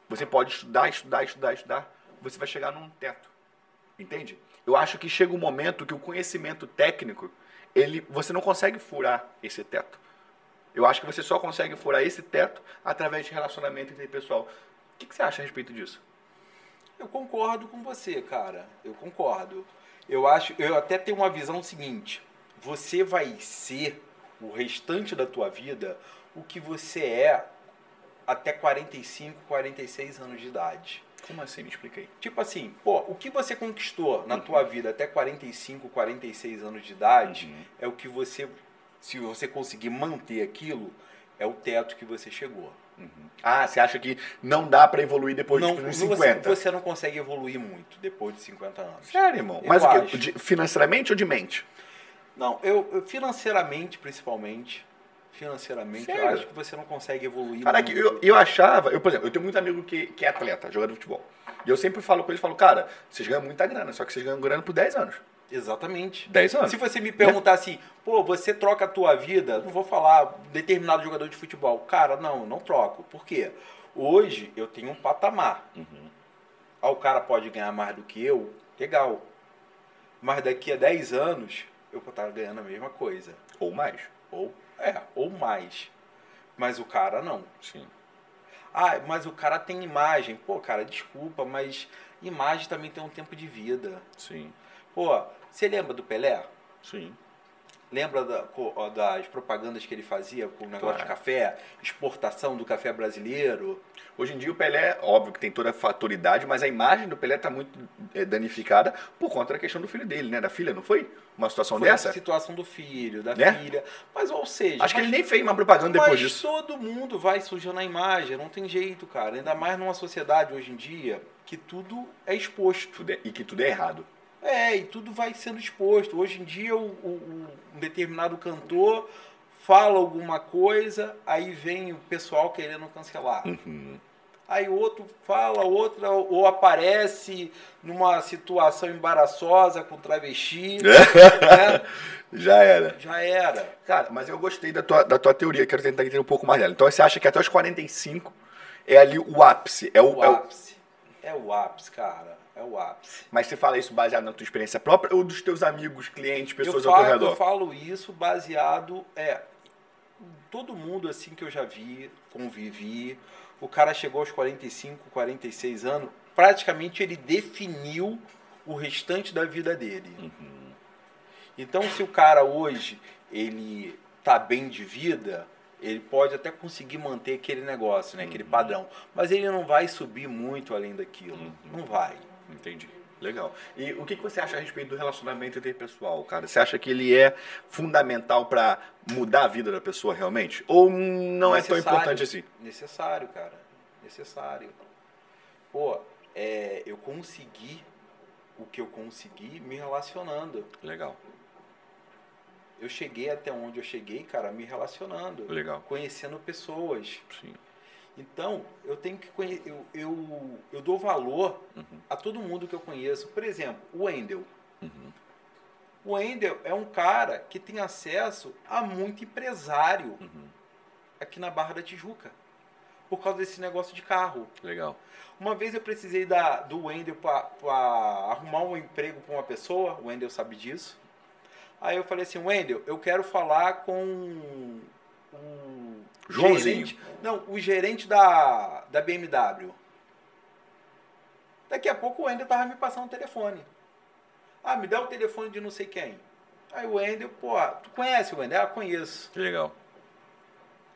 você pode estudar, estudar, estudar, estudar, você vai chegar num teto. Entende? Eu acho que chega um momento que o conhecimento técnico, ele, você não consegue furar esse teto. Eu acho que você só consegue furar esse teto através de relacionamento interpessoal. O que, que você acha a respeito disso?
Eu concordo com você, cara. Eu concordo. Eu acho, eu até tenho uma visão seguinte: você vai ser o restante da tua vida o que você é até 45, 46 anos de idade.
Como assim? Me explica aí.
Tipo assim, pô, o que você conquistou na tua vida até 45, 46 anos de idade
Uhum.
é o que você, se você conseguir manter aquilo, é o teto que você chegou.
Ah, você acha que não dá pra evoluir depois tipo,
não,
dos
você-
50?
Você, não consegue evoluir muito depois de 50 anos.
Sério, irmão?
Eu
Mas o quê?
acho.
De- financeiramente ou de mente?
Não, eu, eu financeiramente, principalmente, financeiramente, eu
Sério?
acho que você não consegue evoluir
Cara, é que
muito.
eu, eu achava, eu, por exemplo, eu tenho muito amigo que, que é atleta, jogador de futebol. E eu sempre falo com eles, falo, cara, vocês ganham muita grana, só que vocês ganham grana por 10 anos.
Exatamente.
10 anos?
Se você me perguntar assim, pô, você troca a tua vida, não vou falar determinado jogador de futebol. Cara, não, não troco. Por quê? Hoje eu tenho um patamar.
Uhum.
Ah, o cara pode ganhar mais do que eu, legal. Mas daqui a 10 anos eu vou estar ganhando a mesma coisa.
Ou mais.
Ou, é, ou mais. Mas o cara não.
Sim.
Ah, mas o cara tem imagem. Pô, cara, desculpa, mas imagem também tem um tempo de vida.
Sim.
Pô, você lembra do Pelé?
Sim.
Lembra da- co- ó, das propagandas que ele fazia com o negócio de
Claro.
café? Exportação do café brasileiro?
Hoje em dia o Pelé, óbvio que tem toda a fatoridade, mas a imagem do Pelé tá muito eh, danificada por conta da questão do filho dele, né? Da filha, não foi? Uma situação
Foi a
dessa?
situação do filho, da
Né?
filha. Mas, ou seja...
Acho que
mas-
ele nem fez uma propaganda
mas
depois disso.
todo mundo vai sujando a imagem, não tem jeito, cara. Ainda mais numa sociedade hoje em dia que tudo é exposto.
Tudo é- E que tudo é errado.
É, e tudo vai sendo exposto. Hoje em dia, o- o- o- um determinado cantor fala alguma coisa, aí vem o pessoal querendo cancelar.
Uhum.
Aí outro fala, outra, ou aparece numa situação embaraçosa
<laughs>
com travesti. né?
Já era.
Já era.
Cara, mas eu gostei da tua, da tua teoria, quero tentar entender um pouco mais dela. Então você acha que até os 45 é ali o ápice, é o,
O
é o-
ápice. É o ápice, cara. É o ápice.
mas você fala isso baseado na tua experiência própria ou dos teus amigos, clientes, pessoas
eu
ao teu
falo,
redor?
Eu falo isso baseado é todo mundo assim que eu já vi, convivi. O cara chegou aos 45, 46 anos, praticamente ele definiu o restante da vida dele.
Uhum.
Então, se o cara hoje ele tá bem de vida, ele pode até conseguir manter aquele negócio, né, aquele
Uhum.
padrão, mas ele não vai subir muito além daquilo,
Uhum.
não vai.
Entendi. Legal. E o que, que você acha a respeito do relacionamento interpessoal, cara? Você acha que ele é fundamental pra mudar a vida da pessoa realmente? Ou não é tão
Necessário.
importante assim?
Necessário, cara. Necessário. Pô, é, eu consegui o que eu consegui me relacionando.
Legal,
Eu cheguei até onde eu cheguei, cara, me relacionando.
legal.
Conhecendo pessoas.
Sim.
Então, eu tenho que conhecer. Eu, eu, eu dou valor
Uhum.
a todo mundo que eu conheço. Por exemplo, o Wendel.
Uhum.
O Wendel é um cara que tem acesso a muito empresário
Uhum.
aqui na Barra da Tijuca. Por causa desse negócio de carro.
Legal.
Uma vez eu precisei da, do Wendel para arrumar um emprego para uma pessoa, o Wendel sabe disso. Aí eu falei assim, Wendel, eu quero falar com o
Joãozinho.
gerente- não, o gerente da, da BMW. Daqui a pouco o Wendel tava me passando o telefone. Ah, me dá o telefone de não sei quem. Aí o Wendel, pô, tu conhece o Wendel? Ah, conheço.
Legal.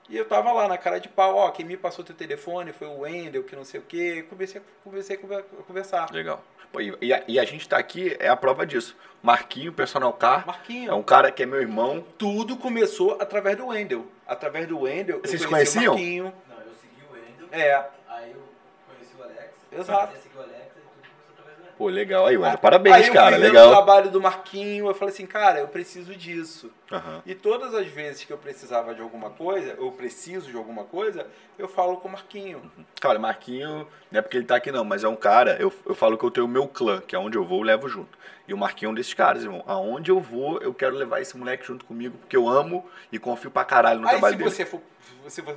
E eu tava lá na cara de pau, ó, quem me passou teu telefone foi o Wendel, que não sei o quê. Comecei, comecei a conver- a conversar.
Legal. Pô, e, e a, e a gente tá aqui, é a prova disso. Marquinho, personal car,
Marquinho,
é um cara que é meu irmão.
tudo começou através do Wendel. Através do Wendel, eu
Vocês se
conheci o
conheciam?
Marquinho.
Não, eu segui o Wendel,
É,
aí eu conheci o Alex.
Exato.
Aí Eu segui o Alex e tudo começou através do Alex.
Pô, legal. Aí, mano,
Ah, aí
parabéns,
eu
cara.
fui vendo o
Legal.
trabalho do Marquinho, eu falei assim, cara, eu preciso disso.
Aham.
E todas as vezes que eu precisava de alguma coisa, eu preciso de alguma coisa, eu falo com o Marquinho.
Cara, Marquinho, não é porque ele tá aqui não, mas é um cara, eu, eu falo que eu tenho o meu clã, que é onde eu vou, eu levo junto. E o Marquinho é um desses caras, irmão. Aonde eu vou, eu quero levar esse moleque junto comigo, porque eu amo e confio pra caralho no
aí se
trabalho dele.
você for se você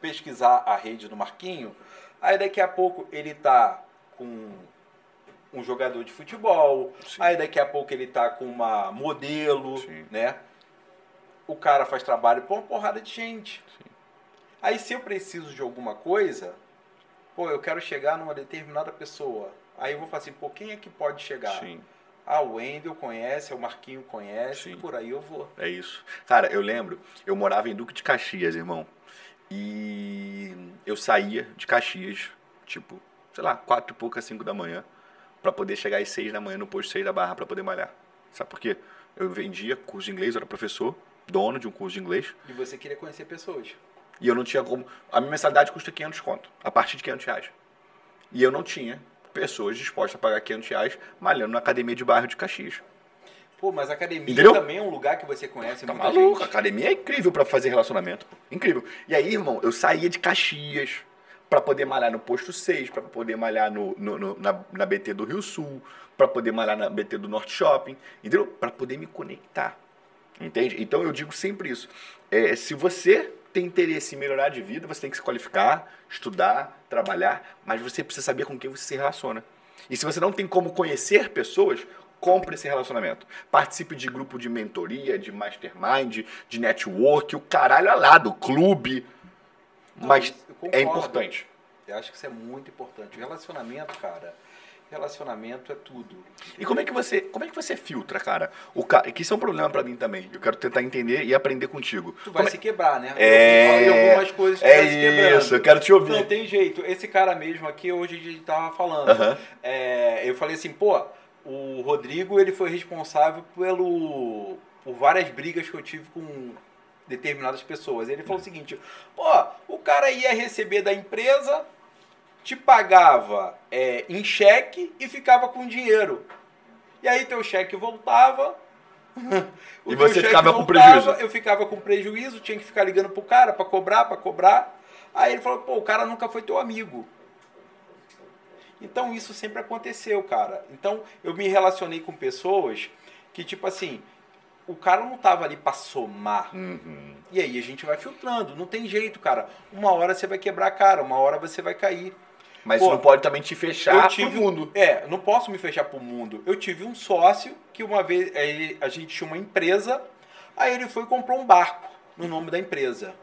pesquisar a rede do Marquinho, aí daqui a pouco ele tá com um jogador de futebol,
Sim.
aí daqui a pouco ele tá com uma modelo,
Sim.
né? O cara faz trabalho pra uma porrada de gente. Aí se eu preciso de alguma coisa, pô, eu quero chegar numa determinada pessoa. Aí eu vou falar assim, pô, quem é que pode chegar?
Sim.
Ah, o Wendel conhece, o Marquinho conhece,
Sim.
por aí eu vou.
É isso. Cara, eu lembro, eu morava em Duque de Caxias, irmão. E eu saía de Caxias, tipo, sei lá, quatro e pouca, cinco da manhã, pra poder chegar às seis da manhã no posto seis da barra pra poder malhar. Sabe por quê? Eu vendia curso de inglês, eu era professor, dono de um curso de inglês,
E você queria conhecer pessoas.
e eu não tinha como. A minha mensalidade custa 500 conto, a partir de 500 reais. E eu não tinha pessoas dispostas a pagar 500 reais malhando na academia de bairro de Caxias.
Pô, mas a academia
Entendeu?
também é um lugar que você conhece
Tá
muita
maluco, a
gente.
academia é incrível pra fazer relacionamento. pô. Incrível. E aí, irmão, eu saía de Caxias pra poder malhar no posto 6, pra poder malhar no, no- no- na, na BT do Rio Sul, pra poder malhar na BT do Norte Shopping, entendeu? Pra poder me conectar. Entende? Então eu digo sempre isso. É, se você tem interesse em melhorar de vida, você tem que se qualificar, estudar, trabalhar, mas você precisa saber com quem você se relaciona. E se você não tem como conhecer pessoas, compre esse relacionamento. Participe de grupo de mentoria, de mastermind, de network, o caralho alado, clube.
Não,
Mas
isso Então, eu concordo.
é importante.
Eu acho que isso é muito importante. O relacionamento, cara, relacionamento é tudo.
E como é que você, como é que você filtra, cara? O ca... Que isso é um problema pra mim também. Eu quero tentar entender e aprender contigo.
Tu vai
Como é-
se quebrar, né?
É.
Eu vi algumas coisas que tu vai se
É
quebrando.
isso, eu quero te ouvir.
Não tem jeito. Esse cara mesmo aqui, hoje a gente tava falando.
Aham.
É, eu falei assim, pô, o Rodrigo ele foi responsável pelo por várias brigas que eu tive com determinadas pessoas. Ele falou o seguinte, pô, o cara ia receber da empresa, te pagava é, em cheque e ficava com dinheiro. E aí teu cheque voltava. <laughs> o
E
teu
você
cheque
ficava com prejuízo.
Eu ficava com prejuízo, tinha que ficar ligando pro cara pra cobrar, pra cobrar. Aí ele falou, pô, o cara nunca foi teu amigo. Então isso sempre aconteceu, cara. Então eu me relacionei com pessoas que, tipo assim, o cara não tava ali pra somar.
Uhum.
E aí a gente vai filtrando, não tem jeito, cara. Uma hora você vai quebrar a cara, uma hora você vai cair.
Mas
Pô,
isso não pode também te fechar
eu tive-
pro mundo.
É, não posso me fechar pro mundo. Eu tive um sócio que uma vez aí a gente tinha uma empresa, aí ele foi e comprou um barco no nome da empresa.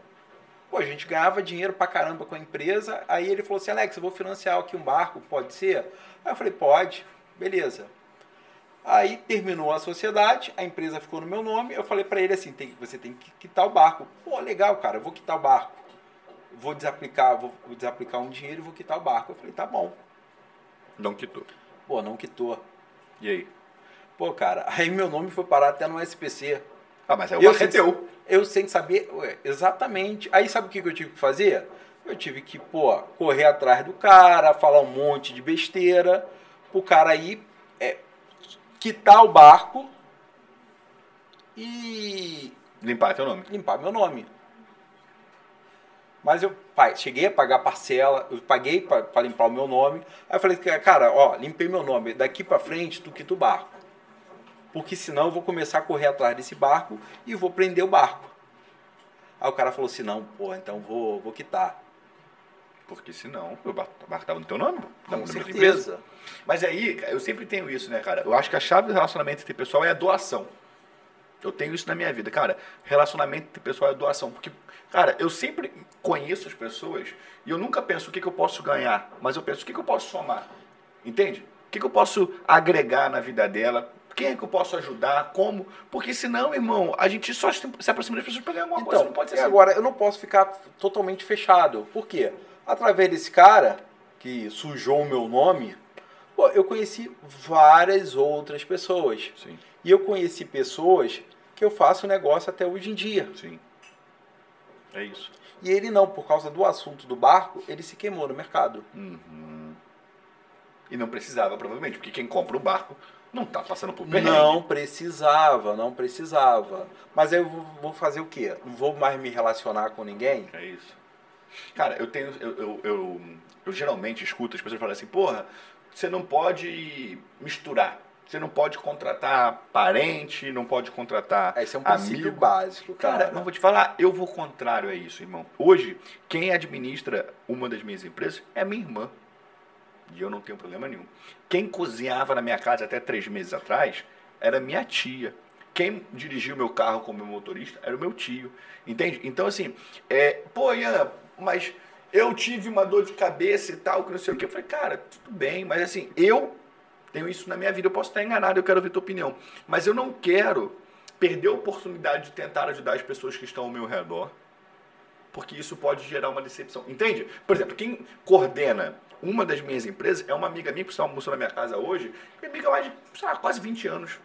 Pô, a gente ganhava dinheiro pra caramba com a empresa, aí ele falou assim, Alex, eu vou financiar aqui um barco, pode ser? Aí eu falei, pode, beleza. Aí terminou a sociedade, a empresa ficou no meu nome, eu falei pra ele assim, tem, você tem que quitar o barco. Pô, legal, cara, eu vou quitar o barco. Vou desaplicar, vou desaplicar um dinheiro e vou quitar o barco. Eu falei, tá bom.
Não quitou.
Pô, não quitou.
E aí?
Pô, cara, <laughs> aí meu nome foi parar até no SPC.
Ah, mas é o
Eu
barco é
sei-
teu.
Eu sem saber, ué, exatamente. Aí sabe o que que eu tive que fazer? Eu tive que, pô, correr atrás do cara, falar um monte de besteira, pro cara aí é, quitar o barco e
Limpar é teu nome.
limpar meu nome. Mas eu pai, cheguei a pagar parcela, eu paguei para limpar o meu nome. Aí eu falei, cara, ó, limpei meu nome, daqui para frente tu quita o barco. Porque senão eu vou começar a correr atrás desse barco e vou prender o barco. Aí o cara falou assim, não, pô, então vou, vou quitar.
Porque senão o barco o barco tava no teu nome, pô.
Com
na na mesma empresa.
certeza.
Mas aí, cara, eu sempre tenho isso, né, cara? Eu acho que a chave do relacionamento interpessoal é a doação. Eu tenho isso na minha vida, cara. Relacionamento interpessoal é doação. Porque, cara, eu sempre conheço as pessoas e eu nunca penso o que, que eu posso ganhar, mas eu penso o que, que eu posso somar. Entende? O que, que eu posso agregar na vida dela? Quem é que eu posso ajudar? Como? Porque senão, irmão, a gente só se se aproxima das pessoas pra ganhar alguma coisa.
Então,
Não pode ser
e
assim.
agora eu não posso ficar totalmente fechado. Por quê? Através desse cara que sujou o meu nome, pô, eu conheci várias outras pessoas.
Sim,
E eu conheci pessoas que eu faço negócio até hoje em dia.
sim. É isso.
E ele não, por causa do assunto do barco, ele se queimou no mercado.
Uhum. E não precisava, provavelmente, porque quem compra um barco não tá passando por perrengue.
Não precisava, não precisava. Mas aí eu vou- vou fazer o quê? Não vou mais me relacionar com ninguém?
É isso. Cara, eu tenho. Eu, eu, eu, eu geralmente escuto as pessoas falarem assim, porra, você não pode misturar. Você não pode contratar parente, não pode contratar.
Esse é um princípio
Amigo.
básico, cara.
Cara, não vou te falar, eu vou contrário a isso, irmão. Hoje, quem administra uma das minhas empresas é minha irmã. E eu não tenho problema nenhum. Quem cozinhava na minha casa até três meses atrás era minha tia. Quem dirigia o meu carro como motorista era o meu tio. Entende? Então, assim, é, pô, Ian, mas eu tive uma dor de cabeça e tal, que não sei o quê. Eu falei, cara, tudo bem, mas assim, eu tenho isso na minha vida, eu posso estar enganado, eu quero ouvir tua opinião. Mas eu não quero perder a oportunidade de tentar ajudar as pessoas que estão ao meu redor, porque isso pode gerar uma decepção. Entende? Por exemplo, quem coordena uma das minhas empresas é uma amiga minha que está almoçando na minha casa hoje, minha amiga mais de, sei lá, quase 20 anos.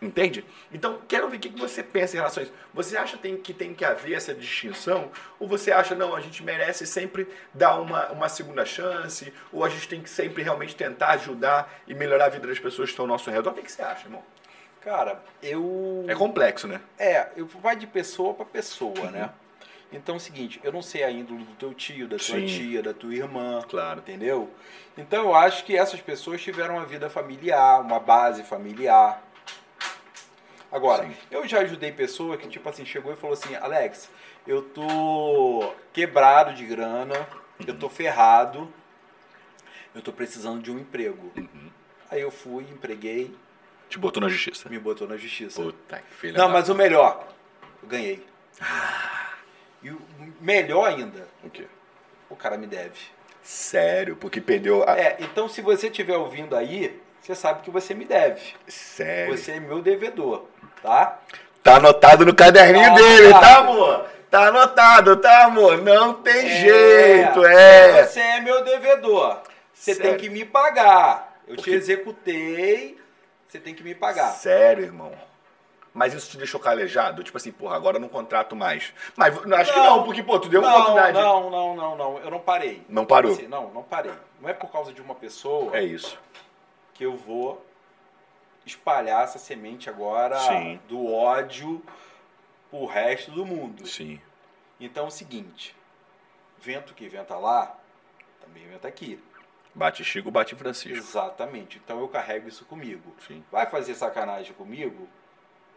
Entende? Então, quero ver o que que você pensa em relação a isso. Você acha tem- que tem que haver essa distinção? Ou você acha, não, a gente merece sempre dar uma, uma segunda chance? Ou a gente tem que sempre realmente tentar ajudar e melhorar a vida das pessoas que estão ao nosso redor? O que, que você acha, irmão?
Cara, eu.
É complexo, né?
É, eu vai de pessoa pra pessoa, né? Então é o seguinte, eu não sei a índole do teu tio, da tua
Sim.
tia, da tua irmã,
Claro.
entendeu? Então eu acho que essas pessoas tiveram uma vida familiar, uma base familiar. Agora,
Sim.
eu já ajudei pessoa que, tipo assim, chegou e falou assim, Alex, eu tô quebrado de grana, eu
Uhum.
tô ferrado, eu tô precisando de um emprego.
Uhum.
Aí eu fui, empreguei,
Te botou na justiça.
me botou na justiça.
Puta que filha.
Não,
da-
mas o melhor, eu ganhei. Ah. E o melhor ainda,
O quê?
o cara me deve.
Sério, porque perdeu a.
É, então se você estiver ouvindo aí, você sabe que você me deve.
Sério.
Você é meu devedor, tá?
Tá anotado no caderninho
Tá
dele, tá,
anotado.
amor? Tá anotado, tá, amor? Não tem
É,
jeito, é.
Você é meu devedor. Você
Sério.
tem que me pagar. Eu
Porque-
te executei, você tem que me pagar.
Sério, irmão? Mas isso te deixou calejado? Tipo assim, porra, agora eu não contrato mais. Mas vo- acho que
Não.
não, porque, pô, tu deu uma
não,
oportunidade.
não, não, não, não. Eu não parei.
Não parou.
Assim, não, não parei. Não é por causa de uma pessoa.
É isso.
que eu vou espalhar essa semente agora
Sim.
do ódio pro resto do mundo.
Sim.
Então é o seguinte, vento que venta lá, também venta aqui.
Bate Chico, bate Francisco.
Exatamente. Então eu carrego isso comigo.
Sim,
Vai fazer sacanagem comigo?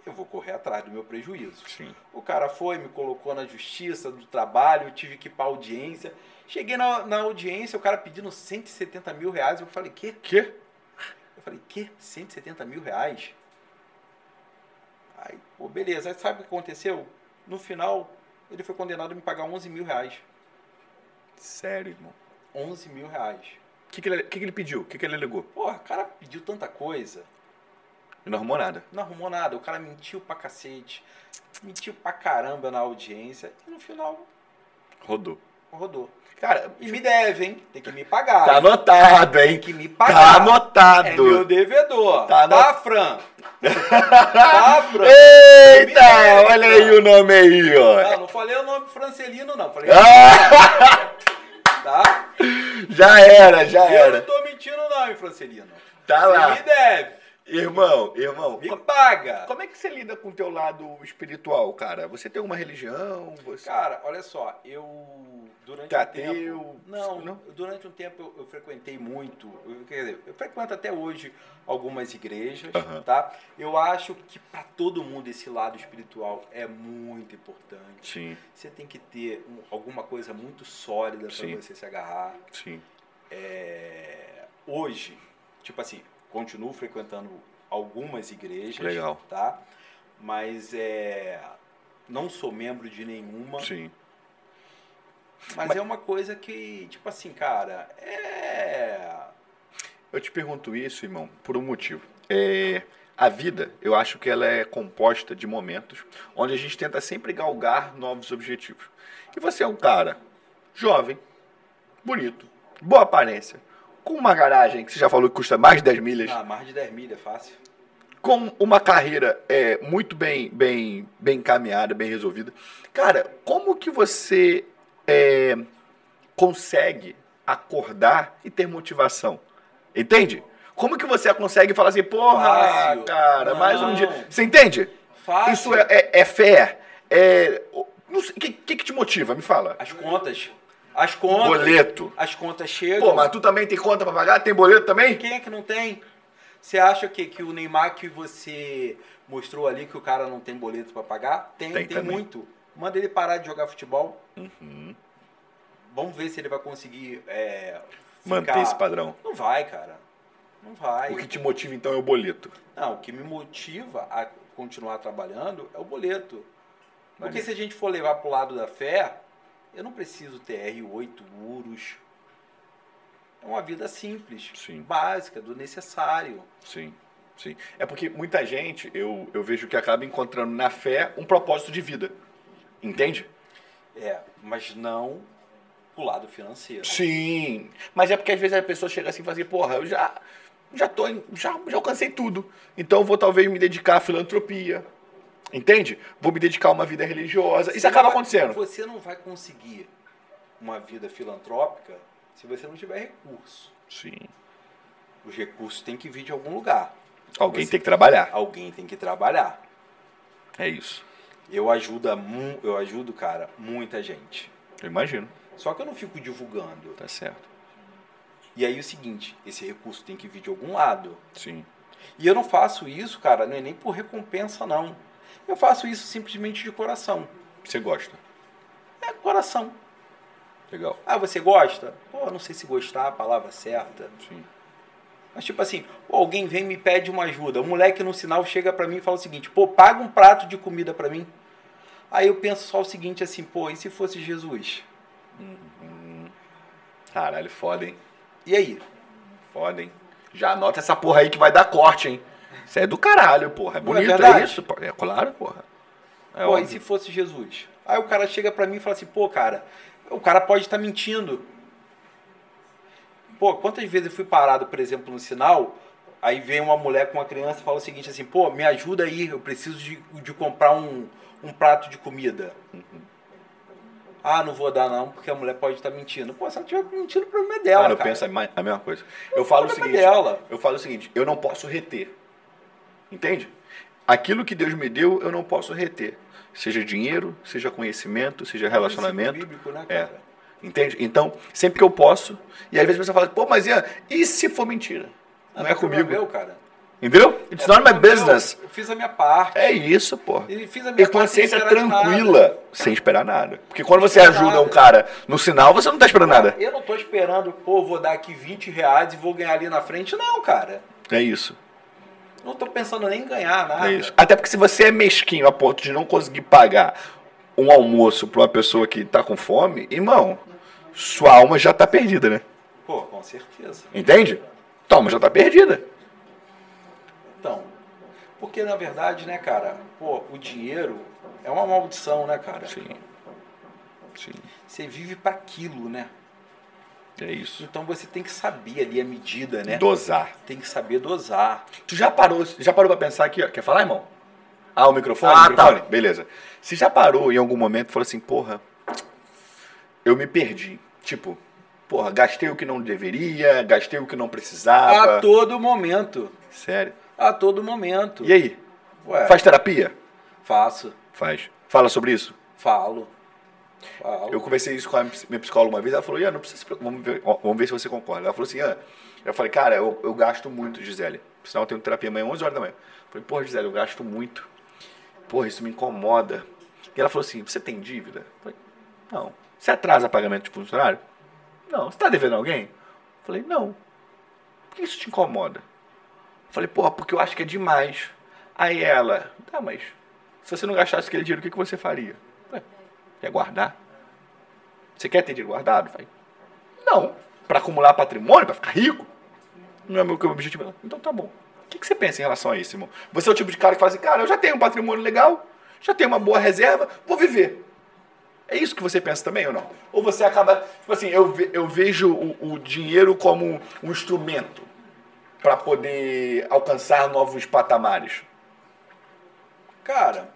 Eu vou correr atrás do meu prejuízo.
sim.
O cara foi, me colocou na justiça do trabalho, eu tive que ir pra audiência. Cheguei na, na audiência, o cara pedindo 170 mil reais. Eu falei, que?
Quê?
Eu falei, que? 170 mil reais? Aí, pô, beleza. Aí sabe o que aconteceu? No final, ele foi condenado a me pagar 11 mil reais.
Sério, irmão.
11 mil reais.
O que, que, ele, que que ele pediu? O que, que ele ligou?
Porra, o cara pediu tanta coisa,
Ele não arrumou nada.
não arrumou nada. O cara mentiu pra cacete, mentiu pra caramba na audiência. E no final,
Rodou.
rodou.
Cara,
E me deve, hein? Tem que me pagar.
tá anotado, hein?
Tem que me
Tá
pagar. é meu
anotado.
devedor.
Tá
Tá,
anot-
Fran? tá, Fran?
<laughs> É, Eita, olha aí o nome aí, ó.
Não, não falei o nome Francelino, não. Falei,
Ah,
<laughs> tá?
já era, já
Eu não
era.
tô mentindo, não, hein, Francelino.
Tá
Você
lá.
me deve.
Irmão, irmão,
Me
como-
paga.
como é que você lida com o teu lado espiritual, cara? Você tem uma religião? Você...
Cara, olha só, eu durante
Tá
um tempo.
teu-
Não,
não?
durante um tempo eu, eu frequentei muito. Eu, quer dizer, eu frequento até hoje algumas igrejas,
Aham.
tá? Eu acho que pra todo mundo esse lado espiritual é muito importante.
Sim,
Você tem que ter um- alguma coisa muito sólida
Sim.
pra você se agarrar.
sim.
É, hoje, tipo assim, continuo frequentando algumas igrejas,
Legal.
tá? Mas é, não sou membro de nenhuma,
Sim.
mas, é uma coisa que, tipo assim, cara, é...
Eu te pergunto isso, irmão, por um motivo. É, a vida, eu acho que ela é composta de momentos onde a gente tenta sempre galgar novos objetivos. E você é um cara jovem, bonito, boa aparência, com uma garagem que você já falou que custa mais de 10 milhas.
Ah, mais de 10 milhas, é fácil.
com uma carreira é, muito bem, bem, bem encaminhada, bem resolvida. Cara, como que você é, consegue acordar e ter motivação? Entende? Como que você consegue falar assim, porra,
Fácil.
cara, mais um
Não.
dia. Você entende?
Fácil.
Isso é, é- é fé. É. O que, que, que te motiva? Me fala.
As contas, as contas,
Boleto.
as contas chegam.
Pô, mas tu também tem conta pra pagar? Tem boleto também?
Quem é que não tem? Você acha que, que o Neymar que você mostrou ali que o cara não tem boleto pra pagar? Tem,
Tem
tem,
também.
muito. Manda ele parar de jogar futebol.
Uhum.
Vamos ver se ele vai conseguir é, ficar.
manter esse padrão?
Não vai, cara. Não vai.
O que te motiva então é o boleto.
Não, o que me motiva a continuar trabalhando é o boleto. Porque
Maneiro.
se a gente for levar pro lado da fé, eu não preciso ter R8 urus. É uma vida simples,
Sim.
básica, do necessário.
Sim, sim. É porque muita gente, eu, eu vejo que acaba encontrando na fé um propósito de vida. Entende?
É, mas não pro lado financeiro.
Sim. Mas é porque às vezes a pessoa chega assim e fala assim, porra, eu já, já, tô, em- já, já alcancei tudo. Então eu vou talvez me dedicar à filantropia. Entende? Vou me dedicar a uma vida religiosa. Isso
Você
acaba
não vai-
acontecendo.
Você não vai conseguir uma vida filantrópica se você não tiver recurso.
Sim.
Os recursos têm que vir de algum lugar.
Alguém
Você-
tem que trabalhar.
Alguém tem que trabalhar.
É isso.
Eu ajudo, a mu- eu ajudo, cara, muita gente.
Eu imagino.
Só que eu não fico divulgando.
Tá certo.
E aí é o seguinte, esse recurso tem que vir de algum lado.
Sim.
E eu não faço isso, cara, não é nem por recompensa, não. Eu faço isso simplesmente de coração.
Você gosta.
É coração.
Legal.
Ah, você gosta? Pô, não sei se gostar é a palavra certa.
Sim.
Mas tipo assim, pô, alguém vem e me pede uma ajuda. Um moleque no sinal chega pra mim e fala o seguinte, pô, paga um prato de comida pra mim. Aí eu penso só o seguinte assim, pô, e se fosse Jesus?
Caralho, foda, hein?
E aí?
Foda, hein? Já anota essa porra aí que vai dar corte, hein? Isso é do caralho, porra. É
Não é
bonito, é,
verdade?
isso, pô. É claro, porra. É
pô, e
óbvio.
se fosse Jesus? Aí o cara chega pra mim e fala assim, pô, cara, o cara pode estar mentindo. Pô, quantas vezes eu fui parado, por exemplo, no sinal, aí vem uma mulher com uma criança e fala o seguinte assim, pô, me ajuda aí, eu preciso de, de comprar um, um prato de comida. Ah, não vou dar não, porque a mulher pode estar mentindo. Pô, se ela estiver mentindo, o problema é dela,
Cara, eu
cara.
penso a ma- a mesma coisa. Eu falo o
problema é
seguinte,
dela.
eu falo o seguinte, eu não posso reter. Entende? Aquilo que Deus me deu, eu não posso reter. Seja dinheiro, seja conhecimento, seja relacionamento.
Princípio bíblico, né,
É.
cara?
Entende? Então, sempre que eu posso, e às vezes a pessoa fala, pô, mas Ian, e se for mentira? Não é
problema
comigo.
Meu, cara.
Entendeu? It's
É
not my
problema meu.
business.
Eu fiz a minha parte.
É isso, porra.
E fiz a minha
E
parte sem
consciência
esperar de nada.
tranquila, sem esperar nada. Porque quando você
Sem esperar
ajuda
nada.
um cara no sinal, você não tá esperando nada.
Eu não tô esperando, pô, vou dar aqui 20 reais e vou ganhar ali na frente, não, cara.
É isso.
Não tô pensando nem em ganhar nada.
É isso. Até porque se você é mesquinho a ponto de não conseguir pagar um almoço pra uma pessoa que tá com fome, irmão, sua alma já tá perdida, né?
Pô, com certeza.
Entende? Tua alma já tá perdida.
Então, porque na verdade, né, cara, pô, o dinheiro é uma maldição, né, cara?
Sim. Sim.
Você vive pra aquilo, né?
É isso.
Então você tem que saber ali a medida, né?
Dosar.
Tem que saber dosar.
Tu já parou, já parou pra pensar aqui, ó. Quer falar, irmão? Ah, o microfone?
Ah,
o microfone? Beleza. Você já parou em algum momento e falou assim, porra, eu me perdi. Tipo, porra, gastei o que não deveria, gastei o que não precisava.
A todo momento.
Sério.
A todo momento.
E aí?
Ué,
Faz terapia?
faço.
Faz. Fala sobre isso?
Falo. Falo.
Eu conversei isso com a minha psicóloga uma vez, ela falou, Ian, não precisa se preocupar, vamos ver, ó, vamos ver se você concorda. Ela falou assim, Ian, eu falei, cara, eu, eu gasto muito, Gisele. Por Sinal, eu tenho terapia amanhã, 11 horas da manhã. Eu falei, porra, Gisele, eu gasto muito. Porra, isso me incomoda. E ela falou assim, você tem dívida? Eu falei, não. Você atrasa pagamento de funcionário? Não. Você tá devendo a alguém? Eu falei, não. Por que isso te incomoda? Eu falei, porra, porque eu acho que é demais. Aí ela, tá, mas se você não gastasse aquele dinheiro, o que, que você faria? Eu falei, ia guardar. Você quer ter dinheiro guardado? Falei, não. Pra acumular patrimônio, pra ficar rico? Não é meu que é o objetivo. Ela, Então tá bom. O que, que você pensa em relação a isso, irmão? Você é o tipo de cara que fala assim, cara, eu já tenho um patrimônio legal, já tenho uma boa reserva, vou viver. É isso que você pensa também ou não? Ou você acaba, tipo assim, eu, ve- eu vejo o, o dinheiro como um instrumento pra poder alcançar novos patamares.
Cara,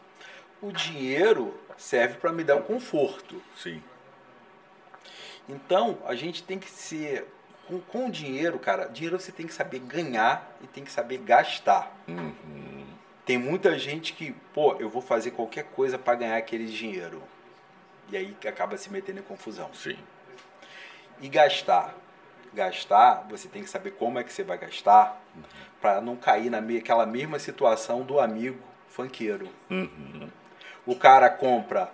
o dinheiro serve para me dar um conforto.
Sim.
Então, a gente tem que ser. Com, com o dinheiro, cara, dinheiro você tem que saber ganhar e tem que saber gastar. Tem muita gente que, pô, eu vou fazer qualquer coisa para ganhar aquele dinheiro. E aí que acaba se metendo em confusão.
Sim.
E gastar. Gastar, você tem que saber como é que você vai gastar para não cair naquela mesma situação do amigo funkeiro. O cara compra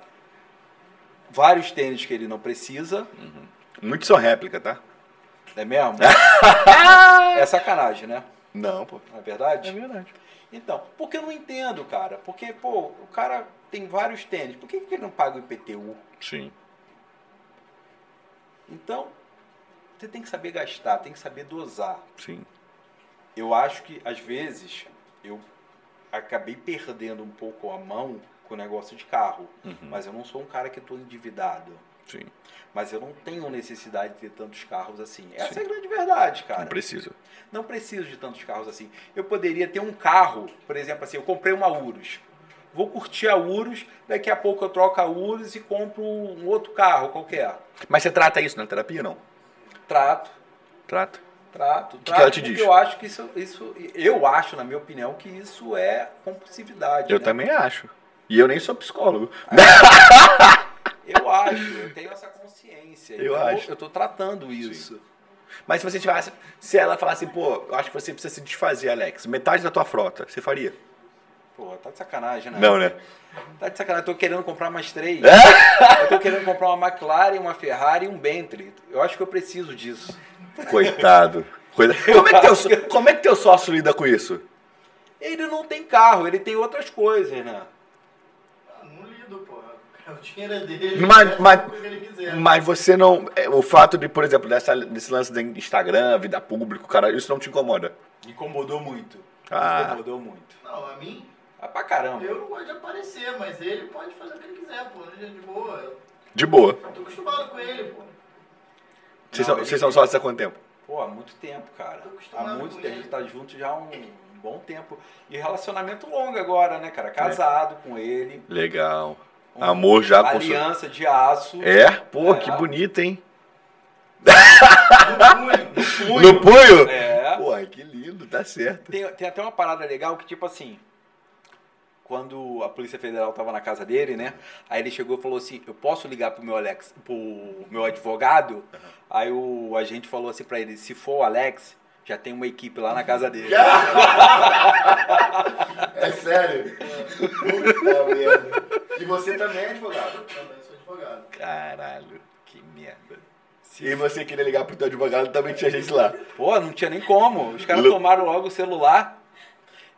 vários tênis que ele não precisa,
Muito só réplica, tá?
É mesmo? é sacanagem, né?
Não, pô.
Não é verdade?
verdade.
Então, porque eu não entendo, cara. Porque, pô, o cara tem vários tênis. Por que, que ele não paga o IPTU?
Sim.
Então, você tem que saber gastar, tem que saber dosar.
Sim.
Eu acho que, às vezes, eu acabei perdendo um pouco a mão com o negócio de carro.
Uhum.
Mas eu não sou um cara que estou endividado.
Sim.
Mas eu não tenho necessidade de ter tantos carros assim. Essa
Sim.
é a grande verdade,
Não
cara.
precisa.
Não preciso de tantos carros assim. Eu poderia ter um carro, por exemplo, assim, eu comprei uma Urus. Vou curtir a Urus, daqui a pouco eu troco a Urus e compro um outro carro qualquer.
Mas você trata isso na terapia, não?
Trato,
Trata.
trato, trato.
que ela te
porque
diz?
Eu acho que isso, isso, eu acho, na minha opinião, que isso é compulsividade.
Eu
né?
também acho. Ah, E eu nem sou psicólogo.
Eu acho, eu tenho essa consciência.
Eu
Então,
acho.
Eu tô tratando isso.
<laughs> Mas se você tivesse. Se ela falasse, pô, eu acho que você precisa se desfazer, Alex. Metade da tua frota, você faria?
Pô, tá de sacanagem, né?
Não, né?
Tá de sacanagem, eu tô querendo comprar mais três.
É?
eu tô querendo comprar uma McLaren, uma Ferrari e um Bentley. Eu acho que eu preciso disso.
<laughs> Coitado. Coisa- Como, é que teu, só- como é que teu sócio lida com isso?
Ele não tem carro, ele tem outras coisas, né?
Ah, Não lido, pô. <laughs> O dinheiro é dele.
Mas-
ele
mas-
faz o que ele quiser.
Mas você não. é, O fato de, por exemplo, dessa, desse lance do Instagram, vida pública, cara, isso não te incomoda.
Incomodou muito.
Ah.
Incomodou muito.
Não, a mim,
Ah, pra caramba.
eu não gosto de aparecer, mas ele pode fazer o que ele quiser, pô. Ele é de boa. Eu
De boa.
tô acostumado com ele, pô.
Vocês,
Não,
são,
ele-
vocês são sócios há quanto tempo?
Pô, há muito tempo, cara.
Tô acostumado
Há muito
com
tempo. A
ele.
gente tá junto já há um bom tempo. E relacionamento longo agora, né, cara? Casado com ele.
Legal.
Um-
Amor já construído.
Aliança de aço.
É? Pô,
É.
que bonito, hein?
é
punho.
No punho?
É.
Pô, que lindo, tá certo.
Tem, tem até uma parada legal que, tipo assim, quando a Polícia Federal tava na casa dele, né? Aí ele chegou e falou assim: Eu posso ligar pro meu Alex, pro meu advogado? Aí o agente falou assim pra ele: Se for o Alex, já tem uma equipe lá na casa dele.
É sério? Puta merda. E você também é advogado?
Também sou advogado.
Caralho, que merda. Se você queria ligar pro teu advogado, também tinha gente lá.
Pô, não tinha nem como. Os caras
Lu-
tomaram logo o celular.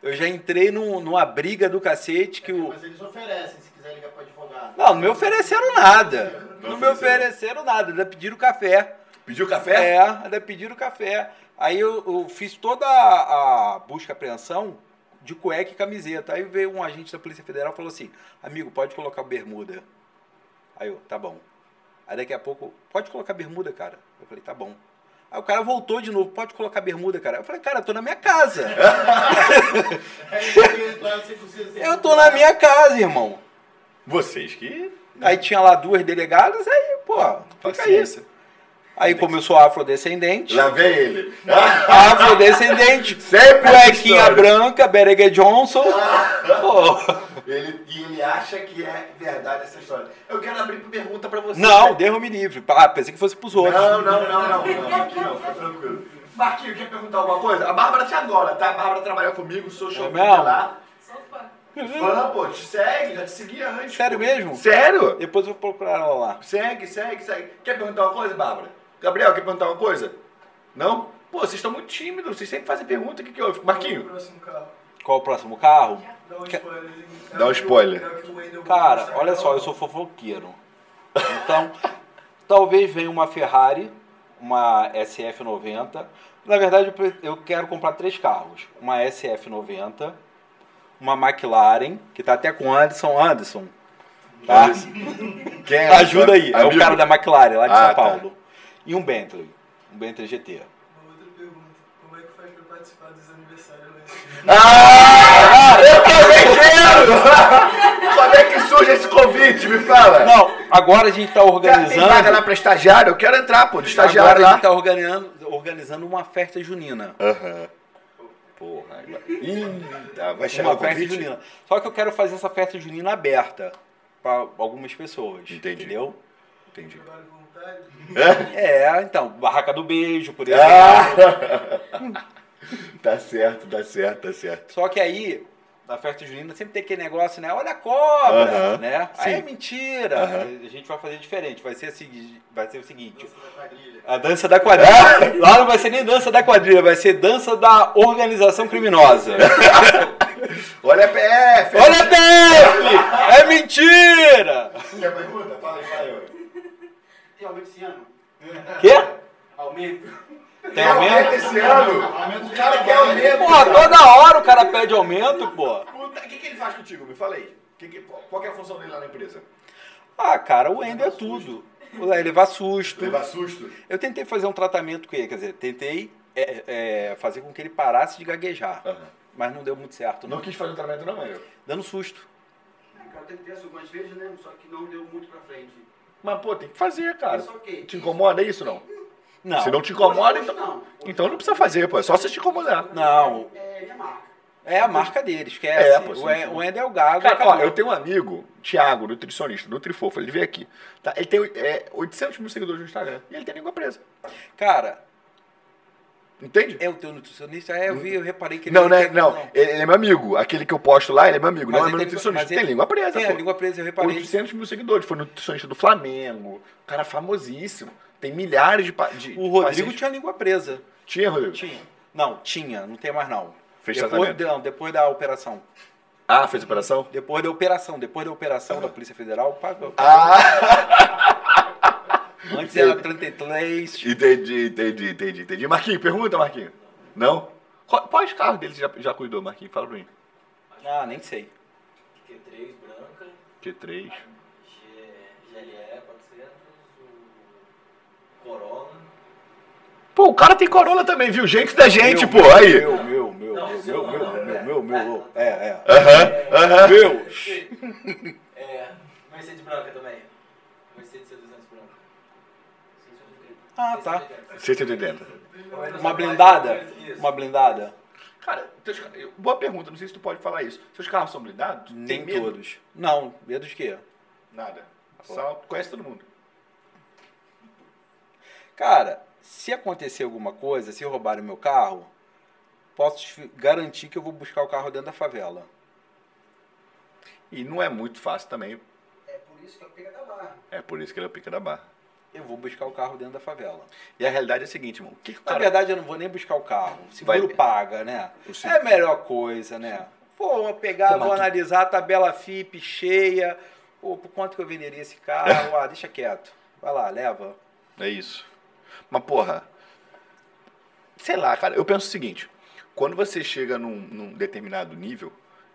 Eu já entrei num, numa briga do cacete que o.
Mas eles oferecem, se quiser ligar pro advogado.
<laughs>
Não, não me ofereceram nada.
Não
Não, me
ofereceram.
ofereceram nada, ainda pediram café.
Pediu
É, ainda pediram café. Aí eu, eu fiz toda a, a busca e apreensão de cueca e camiseta. Aí veio um agente da Polícia Federal e falou assim: amigo, pode colocar bermuda. Aí eu, tá bom. Aí daqui a pouco, pode colocar bermuda, cara. Eu falei, tá bom. Aí o cara voltou de novo, pode colocar bermuda, cara. Eu falei, cara, eu tô na minha casa.
Aí ele quer É, entrar sem você, sem
Eu tô na minha casa, irmão.
Vocês que.
Aí tinha lá duas delegadas, aí, pô, fica
Paciência.
isso. Aí, como eu sou afrodescendente,
Lá vem ele.
afrodescendente,
Sempre essa
cuequinha
história. Ah.
branca, Berega Johnson. Pô,
Ele, e ele acha que é verdade essa história. Eu quero abrir pergunta pra você.
Não, derro me livre. Ah, pensei que fosse pros outros.
Não, não, não, não, não. Aqui não, fica tranquilo. Marquinhos, quer perguntar alguma coisa? A Bárbara te adora, tá? A Bárbara trabalhou comigo, sou showbiz
É mesmo?
lá.
Sou fã.
Fã, pô, te segue, já te seguia antes.
Sério
pô.
mesmo?
Sério?
Depois eu vou procurar ela lá.
Segue, segue, segue. Quer perguntar uma coisa, Bárbara? Gabriel, quer perguntar uma coisa? Não? Pô, vocês estão muito tímidos, vocês sempre fazem pergunta. O que, que houve?
O
Marquinho?
um próximo carro.
Qual o próximo carro?
Dá um
Que-
spoiler. hein?
Dá um
É o que o-
spoiler.
é o que o Wendel
Cara,
gosta,
olha
não.
só, eu sou fofoqueiro. Então, talvez venha uma Ferrari, uma SF90. Na verdade, eu pre- eu quero comprar três carros. Uma SF90, uma McLaren, que tá até com o Anderson. Anderson, tá?
Quem é?
ajuda aí. É o
Amigo?
cara da McLaren, lá de
Ah,
São
tá.
Paulo. E um Bentley, um Bentley GT.
Uma outra pergunta. Como é que faz pra participar dos aniversários lá em cima?
Ah, eu também <laughs> quero! Como é que surge esse convite? Me fala.
Não, agora a gente tá
Tem- Tem vaga lá
organizando.
pra estagiário? Eu quero entrar, pô, de estagiário
Agora a
lá. Ah,
gente tá organizando, organizando uma festa junina.
Aham. Porra. agora- Ih, tá, vai chegar
Uma
o
festa
convite?
junina. Só que eu quero fazer essa festa junina aberta para algumas pessoas.
Entendi.
Entendeu?
Entendi.
Trabalho voluntário?
É, então, barraca do beijo, por exemplo.
<laughs> Ah! tá certo, tá certo, tá certo.
Só que aí na festa junina sempre tem aquele negócio, né? Olha a cobra,
Aham.
né? Aí é
Sim.
mentira.
Aham.
A gente vai fazer diferente, vai ser, a segui- vai ser o seguinte.
Dança da quadrilha.
A dança da
É.
quadrilha. Lá não vai ser nem dança da quadrilha, vai ser dança da organização criminosa.
Olha a PF!
Olha a PF! É mentira!
Quer pergunta? Fala aí, fala aí. Yuri.
Tem aumento esse ano?
Quê?
Aumento?
Tem aumento?
esse ano!
Aumento de
O cara quer
trabalho.
aumento!
Porra, toda hora o cara pede aumento, pô.
Puta, o que, que ele faz contigo? Me fala aí. Que que- qual, qual que é a função dele lá na empresa?
Ah, cara, o Ender é tudo. Ele levar susto.
Levar susto?
Eu tentei fazer um tratamento com ele, quer dizer, tentei é, é, fazer com que ele parasse de gaguejar.
Aham.
Mas não deu muito certo,
Ah, Não
não.
quis fazer o tratamento não, eu.
Dando susto.
Cara, eu tentei isso algumas vezes, né? Só que não deu muito pra frente.
Mas, pô, tem que fazer, cara.
Mas só que...
Te incomoda isso, não?
Não.
Se não te incomoda,
Hoje
então...
não.
Então não precisa fazer, pô. É só você te incomodar.
Não.
É minha marca.
É a marca dele, esquece.
É, pô, sim,
o, E-
sim.
o Ender é o gago.
Cara,
acabou.
ó, eu tenho um amigo, Thiago, nutricionista, Nutrifofo, ele veio aqui. Tá? Ele tem é, 800 mil seguidores no Instagram e ele tem língua presa.
Cara,
Entende?
é o teu nutricionista? É, eu vi, eu reparei que ele...
Não, né?
tem-
Não, ele, ele é meu amigo. Aquele que eu posto lá, ele é meu amigo.
Mas
não é
ele
meu
tem-
nutricionista.
mas
Tem
ele-
língua presa,
Tem a
pô.
língua presa, eu reparei.
800 mil seguidores. Foi nutricionista do Flamengo. Cara famosíssimo. Tem milhares de. pa- de
O Rodrigo
pacientes.
tinha a língua presa.
tinha, Rodrigo?
Tinha. Não, tinha, não tem mais não.
Fez
depois,
tratamento.
não, depois da operação.
Ah, fez operação?
Depois da operação, depois da operação da Polícia Federal, pagou.
Ah!
Antes era 33.
<laughs> Entendi, entendi, entendi, entendi. Marquinho, pergunta, Marquinho. Não? Qual- Quais carros dele você já, já cuidou, Marquinho? Fala pra mim.
Ah, nem sei.
Q3 branca,
Q3.
G- GLE 400, o Corolla.
Pô, o cara tem Corolla também, viu? Gente da gente,
Meu,
pô.
meu,
Aí.
Meu, meu, meu, meu, meu, meu, meu, meu, meu. É, é.
Aham, aham.
Meu.
É, Mercedes branca também. Mercedes C200 branca.
Ah, tá.
680.
680.
Uma blindada?
Isso.
Uma blendada?
Cara, teus ca- eu- boa pergunta, não sei se tu pode falar isso. Seus carros são blindados?
Nem
medo?
todos. Não, medo de quê?
Nada. Só conhece todo mundo.
Cara, se acontecer alguma coisa, se roubarem meu carro, posso te garantir que eu vou buscar o carro dentro da favela.
E não é muito fácil também.
É por isso que eu pego da barra.
É por isso que ele é o pica da barra.
Eu vou buscar o carro dentro da favela.
E a realidade é a seguinte, irmão. O que que o
Na
cara-
verdade, eu não vou nem buscar o carro. O seguro
Vai-
paga, né?
O seguro-
É a melhor coisa, né? Pô, eu vou pegar,
Pô, mas
vou
tu-
analisar a tabela FIP cheia. Pô, por quanto que eu venderia esse carro? ah, deixa quieto. Vai lá, leva.
É isso. Mas, porra, sei lá, cara, eu penso o seguinte: quando você chega num, num determinado nível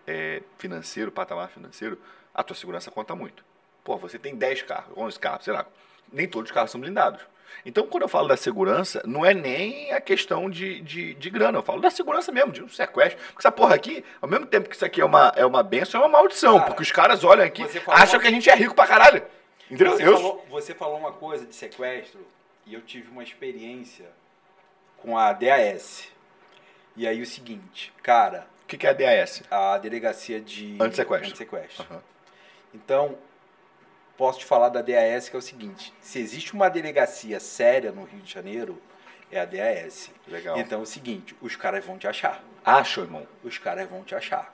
é, financeiro, patamar financeiro, a tua segurança conta muito. Pô, você tem 10 carros, 11 carros, sei lá. Nem todos os carros são blindados. Então, quando eu falo da segurança, não é nem a questão de, de, de grana, eu falo da segurança mesmo, de um sequestro. Porque essa porra aqui, ao mesmo tempo que isso aqui é uma, é uma benção, é uma maldição.
Cara,
porque os caras olham aqui,
você falou
acham
uma-
que a gente é rico pra caralho. Entendeu?
Você
Eu-
falou, você falou uma coisa de sequestro e eu tive uma experiência com a DAS. E aí o seguinte, cara,
O que, que é a DAS?
a delegacia de
Antissequestro.
antissequestro.
Aham.
Então, posso te falar da DAS que é o seguinte: se existe uma delegacia séria no Rio de Janeiro, é a DAS.
Legal.
Então é o seguinte: os caras vão te achar.
Acho, irmão.
Os caras vão te achar.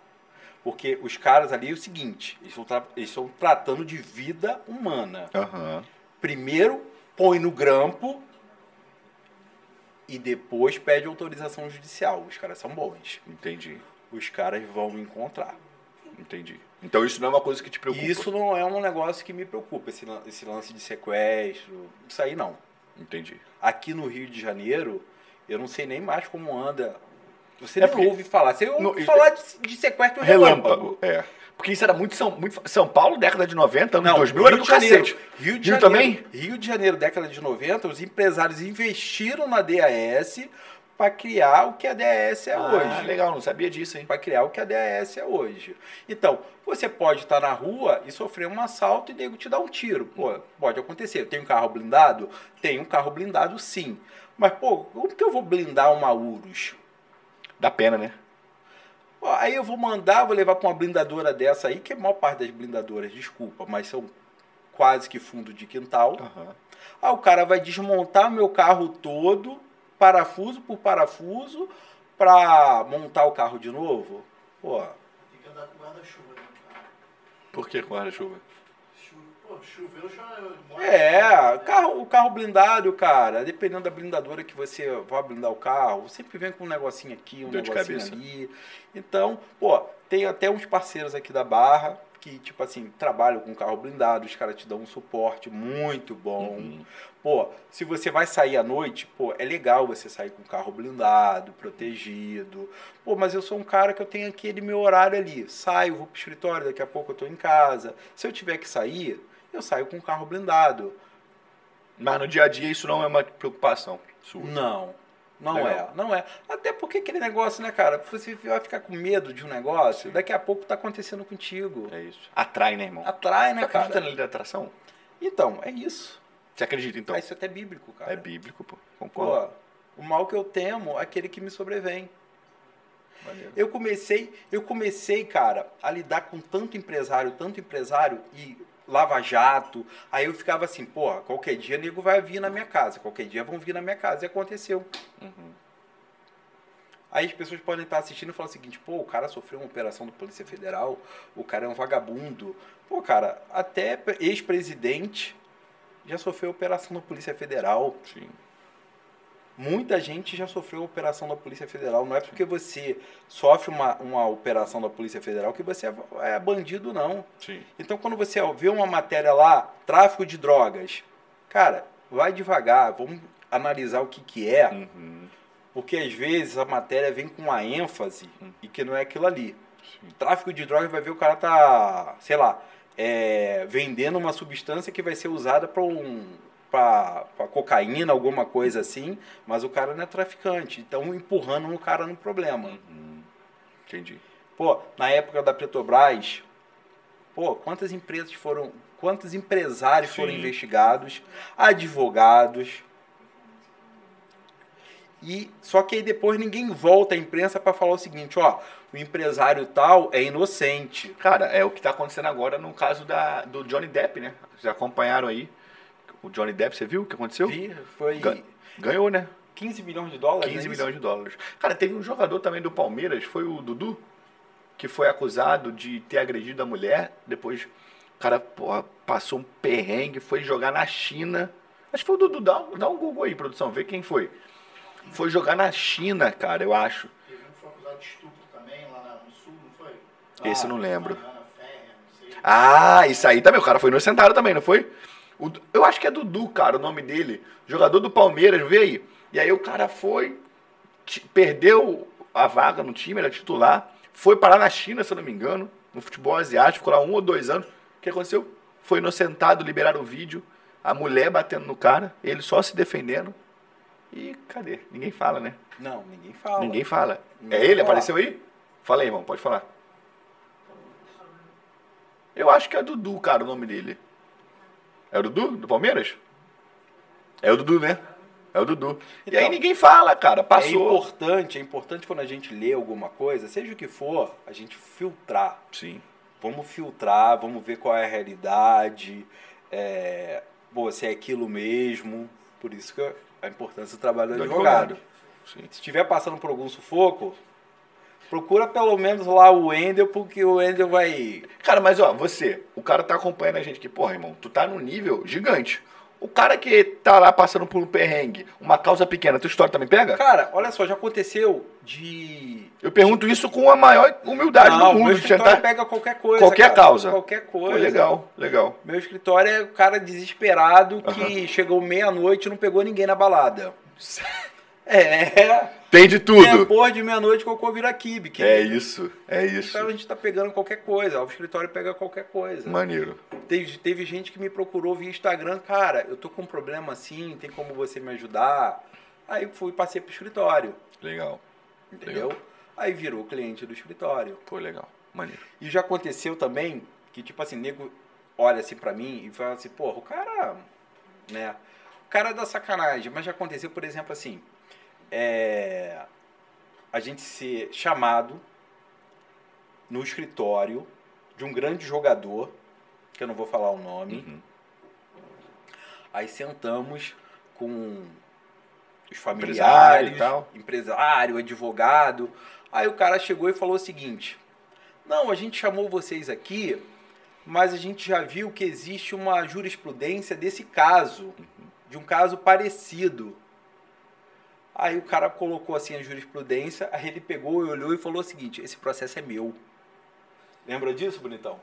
Porque os caras ali é o seguinte: eles estão tra- eles estão tratando de vida humana.
Aham.
Primeiro põe no grampo e depois pede autorização judicial. Os caras são bons.
Entendi,
Os caras vão encontrar.
entendi. Então isso não é uma coisa que te preocupa.
Isso não é um negócio que me preocupa, esse, lan- esse lance de sequestro, isso aí não.
Entendi.
Aqui no Rio de Janeiro, eu não sei nem mais como anda. Você
É
nem
porque-
ouve falar. Você ouve
No- isso-
falar de, de sequestro relâmpago.
um Relâmpago. É. Porque isso era muito São, muito São Paulo, década de 90, anos
Não,
2000, era
Rio
do
de Janeiro.
cacete.
Rio de
Rio
Janeiro,
também?
Rio de Janeiro, década de 90, os empresários investiram na DAS para criar o que a DAS é
Ah,
hoje.
legal, não sabia disso, hein?
Para criar o que a DAS é hoje. Então, você pode estar na rua e sofrer um assalto e nego te dar um tiro. Pô, pode acontecer. Tem um carro blindado? Tem um carro blindado, sim. Mas, pô, como que eu vou blindar uma Urus?
Dá pena, né?
Ó, Aí eu vou mandar, vou levar para uma blindadora dessa aí, que é a maior parte das blindadoras, desculpa, mas são quase que fundo de quintal.
Aham.
Aí o cara vai desmontar meu carro todo, parafuso por parafuso, pra montar o carro de novo. Pô,
Fica andar com guarda-chuva, né, cara?
Por que com guarda-chuva?
Chu- Pô, choveu, já molha.
É, carro, o carro blindado, cara, dependendo da blindadora que você vai blindar o carro, sempre vem com um negocinho aqui, um
Dor de
negocinho
cabeça.
ali. Então, pô, tem até uns parceiros aqui da Barra que, tipo assim, trabalham com carro blindado, os caras te dão um suporte muito bom.
Uhum.
Pô, se você vai sair à noite, pô, é legal você sair com o carro blindado, protegido. Pô, mas eu sou um cara que eu tenho aquele meu horário ali. Saio, vou pro escritório, daqui a pouco eu tô em casa. Se eu tiver que sair, eu saio com o carro blindado.
Mas no dia a dia isso não é uma preocupação sua.
Não. Não
Legal.
é, não é. Até porque aquele negócio, né, cara? Você vai ficar com medo de um negócio, daqui a pouco tá acontecendo contigo.
É isso. Atrai, né, irmão?
Atrai,
Você
né,
acredita
cara?
na lei da atração?
Então, é isso.
Você acredita, então?
Ah, isso é até bíblico, cara.
É bíblico, pô. Concordo.
Pô, o mal que eu temo é aquele que me sobrevém.
Maneiro.
Eu comecei, eu comecei, cara, a lidar com tanto empresário, tanto empresário e Lava Jato. Aí eu ficava assim, porra, qualquer dia nego vai vir na minha casa, qualquer dia vão vir na minha casa. E aconteceu. Aí as pessoas podem estar assistindo e falar o seguinte, pô, o cara sofreu uma operação do Polícia Federal, o cara é um vagabundo. Pô, cara, até ex-presidente já sofreu operação da Polícia Federal.
Sim.
Muita gente já sofreu operação da Polícia Federal. Não é porque você sofre uma, uma operação da Polícia Federal que você é, é bandido, não.
Sim.
Então, quando você vê uma matéria lá, tráfico de drogas, cara, vai devagar, vamos analisar o que, que é,
Uhum.
porque às vezes a matéria vem com uma ênfase e que não é aquilo ali.
Sim.
Tráfico de drogas vai ver o cara tá, sei lá, é, vendendo uma substância que vai ser usada para um pra, pra cocaína, alguma coisa assim, mas o cara não é traficante, então empurrando o cara no problema.
Uhum. Entendi.
Pô, na época da Petrobras, pô, quantas empresas foram, quantos empresários foram
Sim.
investigados, advogados. E só que aí depois ninguém volta à imprensa para falar o seguinte, ó, o empresário tal é inocente.
Cara, é o que tá acontecendo agora no caso da, do Johnny Depp, né? Vocês acompanharam aí. O Johnny Depp, você viu o que aconteceu?
Vi, foi
Ga- Ganhou, né?
15 milhões de dólares.
15
né,
milhões de dólares. Cara, teve um jogador também do Palmeiras, foi o Dudu, que foi acusado de ter agredido a mulher. Depois o cara porra, passou um perrengue, foi jogar na China. Acho que foi o Dudu. Dá, um- dá um Google aí, produção, vê quem foi. Foi jogar na China, cara, eu acho.
Teve um que foi acusado de estupro também, lá na- no sul, não foi? Ah,
Esse eu não lembro.
Mariana Ferrer, não sei.
Ah, isso aí também. O cara foi inocentado também, não foi? O- eu acho que é Dudu, cara, o nome dele. Jogador do Palmeiras, vê aí. E aí o cara foi, ti- perdeu a vaga no time, era titular. Foi parar na China, se eu não me engano, no futebol asiático, ficou lá um ou dois anos. O que aconteceu? Foi inocentado, liberaram o vídeo. A mulher batendo no cara, ele só se defendendo. E cadê? Ninguém fala, né?
isso? Não, ninguém fala.
Ninguém fala.
Não
É
vou
ele?
falar.
Apareceu aí? Fala aí, irmão, pode falar. Eu acho que é Dudu, cara, o nome dele. É o Dudu? Do Palmeiras? É o Dudu, né? É o Dudu. e
Então,
aí ninguém fala, cara.
É
Passou.
importante, é importante quando a gente lê alguma coisa, seja o que for, a gente filtrar.
Sim.
Vamos filtrar, vamos ver qual é a realidade, é, pô, se é aquilo mesmo. Por isso que a importância do trabalho do,
Do
advogado.
advogado. Sim.
Se estiver passando por algum sufoco, procura pelo menos lá o Wendel, porque o Wendel vai.
Cara, mas ó, você, o cara tá acompanhando a gente aqui, porra, irmão, tu tá num nível gigante. O cara que tá lá passando por um perrengue, uma causa pequena, tua história também pega?
Cara, olha só, já aconteceu de.
Eu pergunto isso com a maior humildade
Não,
do
Ah, meu
mundo.
escritório
Tá...
pega qualquer coisa.
Qualquer
cara.
causa.
Qualquer
Pô,
coisa.
legal, legal.
Meu escritório é o cara desesperado que
Aham.
chegou meia-noite e não pegou ninguém na balada. É.
Tem de tudo.
Depois de meia-noite, cocô vira kibe. Que
É isso, é isso.
Então a gente tá pegando qualquer coisa, o escritório pega qualquer coisa.
Maneiro.
Teve, teve gente que me procurou via Instagram, cara, eu tô com um problema assim, tem como você me ajudar? Aí eu fui, passei pro escritório,
Legal.
entendeu? Aí virou cliente do escritório.
Pô, legal. Maneiro.
E já aconteceu também que, tipo assim, nego olha assim pra mim e fala assim, porra, o cara. né? O cara é da sacanagem, mas já aconteceu, por exemplo, assim. é, a gente ser chamado no escritório de um grande jogador, que eu não vou falar o nome.
Uhum.
Aí sentamos com os
Empresário
familiares,
e tal.
empresário, advogado. Aí o cara chegou e falou o seguinte: Não, a gente chamou vocês aqui, mas a gente já viu que existe uma jurisprudência desse caso, de um caso parecido. Aí o cara colocou assim a jurisprudência, aí ele pegou e olhou e falou o seguinte: esse processo é meu. Lembra disso, bonitão?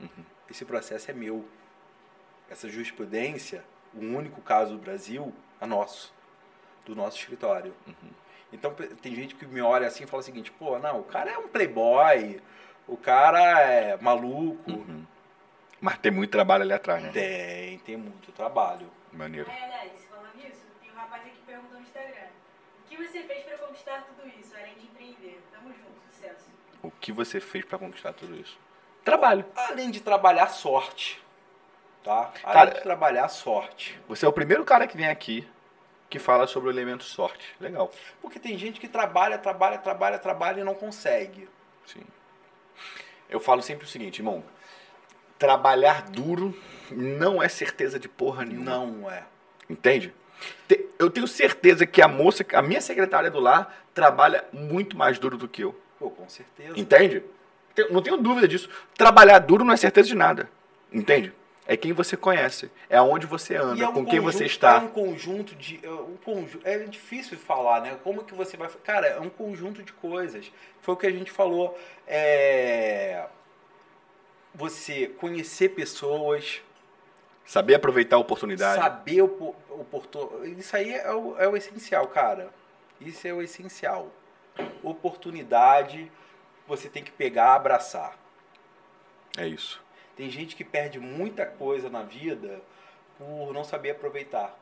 Uhum. Esse processo é meu. Essa jurisprudência, o único caso do Brasil, é nosso, do nosso escritório. Então pe- tem gente que me olha assim e fala o seguinte, pô, não, o cara é um playboy, o cara é maluco.
Mas tem muito trabalho ali atrás, né?
Tem, tem muito trabalho.
Maneiro.
Aí, aliás, é, falando nisso, tem um rapaz aqui que perguntou no Instagram. O que você fez pra conquistar tudo isso, além de empreender? Tamo junto, sucesso.
O que você fez pra conquistar tudo isso? Trabalho.
Além de trabalhar sorte. Tá? Além
Cara,
de trabalhar sorte.
Você é o primeiro cara que vem aqui que fala sobre o elemento sorte. Legal.
Porque tem gente que trabalha, trabalha, trabalha, trabalha e não consegue.
Sim. Eu falo sempre o seguinte, irmão. Trabalhar duro não é certeza de porra nenhuma.
Não é.
Entende? Te- Eu tenho certeza que a moça, a minha secretária do lar, trabalha muito mais duro do que eu.
Pô, com certeza.
Entende? Te- Não tenho dúvida disso. Trabalhar duro não é certeza de nada. Entende? É quem você conhece, é onde você anda,
E é um
com quem
conjunto-
você está.
É um conjunto de. É, um conju- é difícil falar, né? Como que você vai. Cara, é um conjunto de coisas. Foi o que a gente falou. É, Você conhecer pessoas,
Saber aproveitar a oportunidade.
saber o, po- o porto- Isso aí é o, é o essencial, cara. Isso é o essencial. Oportunidade, você tem que pegar, abraçar.
É isso.
Tem gente que perde muita coisa na vida por não saber aproveitar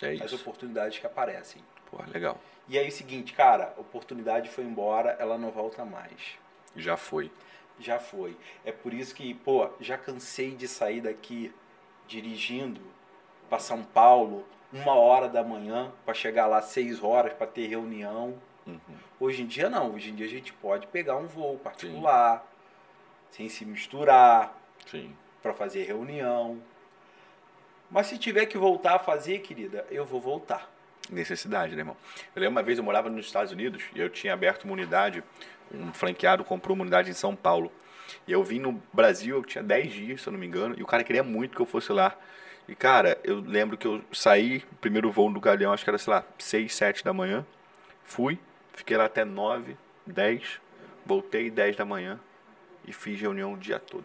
É
as
isso.
oportunidades que aparecem.
Pô, legal.
E aí o seguinte, cara, a oportunidade foi embora, ela não volta mais.
Já foi.
Já foi. É por isso que, pô, já cansei de sair daqui dirigindo para São Paulo uma hora da manhã para chegar lá seis horas para ter reunião. Uhum. Hoje em dia não. Hoje em dia a gente pode pegar um voo particular sem se misturar
Sim.
para fazer reunião. Mas se tiver que voltar a fazer, querida, eu vou voltar.
Necessidade, né, irmão? Eu lembro uma vez eu morava nos Estados Unidos e eu tinha aberto uma unidade, um franqueado comprou uma unidade em São Paulo. E eu vim no Brasil, eu tinha 10 dias, se eu não me engano, e o cara queria muito que eu fosse lá. E, cara, eu lembro que eu saí, primeiro voo do Galeão, acho que era, sei lá, 6, 7 da manhã. Fui, fiquei lá até 9, 10, voltei 10 da manhã e fiz reunião o dia todo.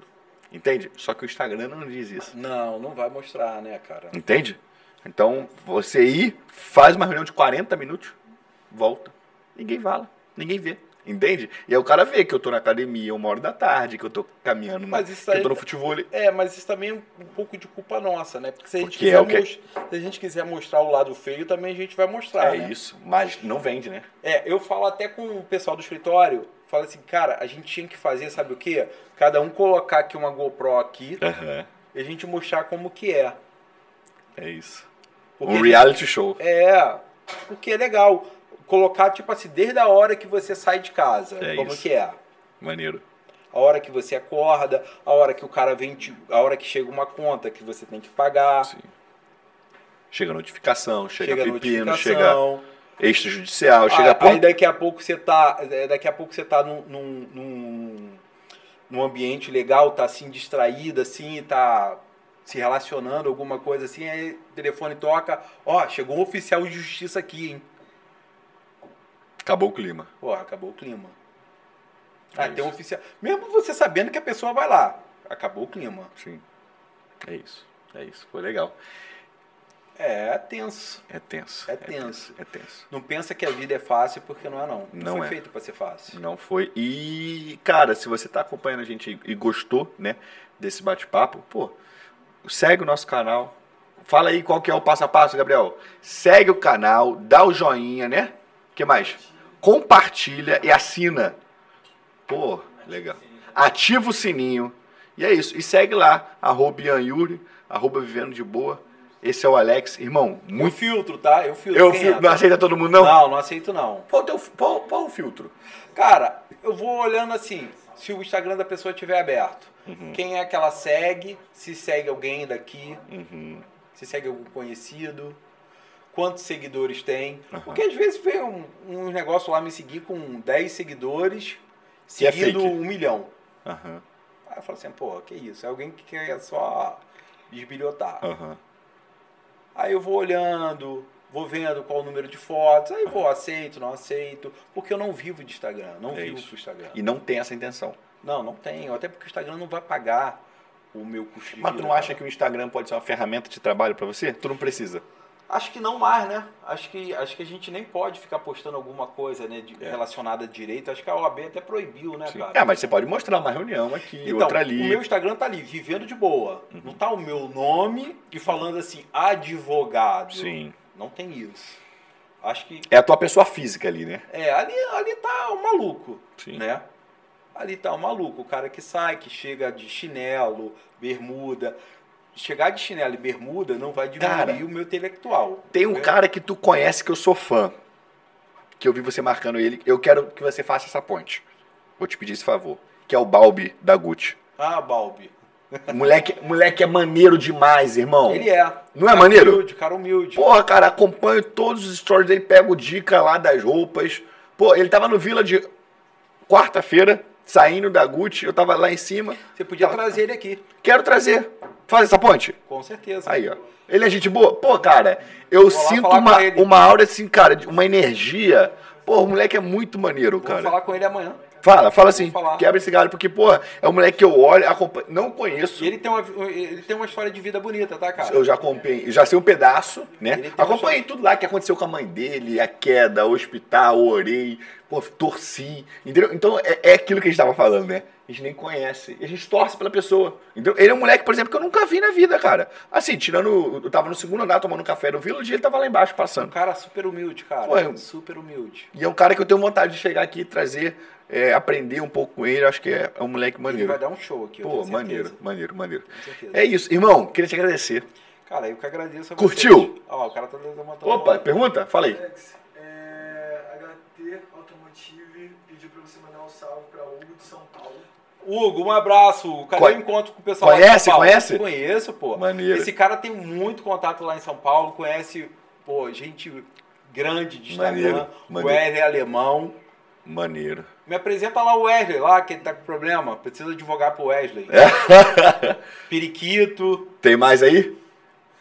Entende? Só que o Instagram não diz isso.
Não, não vai mostrar, né, cara?
Entende? Então, você ir, faz uma reunião de 40 minutos, volta. Ninguém fala, ninguém vê. Entende? E aí o cara vê que eu tô na academia uma hora da tarde, que eu tô caminhando,
Mas isso
que eu
aí-
tô no futebol.
É, mas isso também é um um pouco de culpa nossa, né? Porque se a gente,
Porque
quiser,
é o que-
mos- se a gente quiser mostrar o lado feio, também a gente vai mostrar,
é
né?
isso, mas não vende, né?
É, eu falo até com o pessoal do escritório, falo assim, cara, a gente tinha que fazer, sabe o quê? Cada um colocar aqui uma GoPro aqui e a gente mostrar como que é.
É isso.
Porque
um
a gente-
reality show.
É, porque é legal. Colocar, tipo assim, desde a hora que você sai de casa,
É
como
isso.
que é.
Maneiro.
A hora que você acorda, a hora que o cara vem, te- a hora que chega uma conta que você tem que pagar,
Sim. Chega notificação, chega,
Ah. chega, a
pepino, chega
notificação.
extrajudicial,
Ah,
chega
aí,
por...
daqui a pouco você tá, é, daqui a pouco você tá num, num, num- num ambiente legal, tá assim distraída, assim, tá se relacionando, alguma coisa assim, aí o telefone toca, ó, chegou um oficial de justiça aqui, hein?
Acabou o clima.
Porra, acabou o clima.
É
Ah, tem um
isso.
oficial. Mesmo você sabendo que a pessoa vai lá, acabou o clima.
Sim. É isso. É isso. Foi legal.
É tenso.
É tenso.
É tenso.
É tenso.
Não pensa que a vida é fácil porque não é não.
Não
foi
é.
feito pra ser fácil.
Não foi. E, cara, se você tá acompanhando a gente e gostou, né, desse bate-papo, pô, segue o nosso canal. Fala aí qual que é o passo a passo, Gabriel. Segue o canal, dá o joinha, né? que mais? Compartilha e assina. Pô, legal. Ativa o sininho. E é isso. E segue lá, arroba Ian Yuri, arroba Vivendo de Boa. Esse é o Alex. Irmão,
Eu
muito...
filtro, tá? Eu filtro.
Eu
quem
fi-
entra.
Não aceita todo mundo, não?
Não, não aceito não.
Qual, o é? teu- qual- qual o filtro?
Cara, eu vou olhando assim, se o Instagram da pessoa estiver aberto.
Uhum.
Quem é que ela segue, se segue alguém daqui,
Uhum.
se segue algum conhecido, quantos seguidores tem. Porque às vezes vem um, um negócio lá me seguir com 10 seguidores
Que é
seguido
fake.
um milhão.
Aham,
Aí eu falo assim, pô, que isso? É alguém que quer só desbilhotar.
aham.
Aí eu vou olhando, vou vendo qual o número de fotos, aí vou, aceito, não aceito, porque eu não vivo de Instagram, não
Ah. É
vivo
isso.
pro Instagram.
E não tem essa intenção.
Não, não tenho, até porque o Instagram não vai pagar o meu custo de
Mas tu
vida,
não
cara.
acha que o Instagram pode ser uma ferramenta de trabalho pra você? Tu não precisa.
Acho que não mais, né? Acho que, acho que a gente nem pode ficar postando alguma coisa né, de-
É.
relacionada a direito. Acho que a OAB até proibiu, né,
Sim.
cara?
É, mas você pode mostrar uma reunião aqui,
Então,
outra
o
ali.
meu Instagram tá ali, vivendo de boa. Não tá o meu nome e falando assim, advogado.
Sim.
Não tem isso. Acho que.
É a tua pessoa física ali, né?
É, ali, ali tá o maluco,
Sim.
né? Ali tá o maluco, o cara que sai, que chega de chinelo, bermuda. Chegar de chinelo e bermuda não vai diminuir
Cara,
o meu intelectual.
Tem um
entendeu?
cara que tu conhece que eu sou fã. Que eu vi você marcando ele. Eu quero que você faça essa ponte. Vou te pedir esse favor. Que é o Balbi da Gucci.
Ah, Balbi.
Moleque, moleque é maneiro demais, irmão.
Ele é.
Não é maneiro?
Humilde, cara humilde.
Porra, cara, acompanho todos os stories dele, pego dica lá das roupas. Pô, ele tava no Vila de quarta-feira, saindo da Gucci, eu tava lá em cima.
Você podia
Tá.
trazer ele aqui,
Quero trazer. Faz essa ponte.
com certeza.
Aí, ó. Ele é gente boa. Pô, cara, eu
lá
sinto
falar
uma,
com ele.
uma aura assim, cara, de- uma energia. Pô, o moleque é muito maneiro,
Vou
cara.
falar com ele amanhã.
Fala, fala assim,
Vou falar.
quebra esse galho, porque, pô, é um moleque que eu olho, acompanho, não conheço.
E ele tem, uma, ele tem uma história de vida bonita, tá, cara?
Eu já acompanhei, já sei um pedaço,
Ele
né?
tem um
Acompanhei tudo lá que aconteceu com a mãe dele, a queda, o hospital, orei, pô, torci, entendeu? Então é, é aquilo que a gente tava falando, né? A gente nem conhece, a gente torce pela pessoa, entendeu? Ele é um moleque, por exemplo, que eu nunca vi na vida, cara. Assim, tirando, eu tava no segundo andar tomando um café no Village, ele tava lá embaixo
Um
passando.
cara super humilde, cara.
Pô, é eu-
Super humilde.
E é um cara que eu tenho vontade de chegar aqui e trazer, é, aprender um pouco com ele, acho que é, é um moleque
Ele vai
maneiro.
dar um show aqui, eu
Pô,
tenho
maneiro,
certeza.
maneiro, maneiro.
Tenho certeza.
É isso, irmão, queria te agradecer.
Tá Cara, eu que agradeço a
Curtiu?
vocês. Ó, o cara tá levantando.
Opa, pergunta? Fala aí.
Alex, é, HT Automotive pediu pra você mandar um salve pra Hugo de São Paulo.
Hugo, um abraço. Hugo. Cadê
Conhe-
o encontro com o pessoal lá
Conhece,
de São Paulo?
conhece?
Conheço, pô.
Maneiro.
Esse cara tem muito contato lá em São Paulo, conhece, pô, gente grande de Instagram.
Maneiro,
O
maneiro.
Wesley Alemão.
Maneiro.
Me apresenta lá o Wesley, lá, que ele tá com problema. Precisa advogar pro Wesley.
É. <laughs>
Periquito.
Tem mais aí?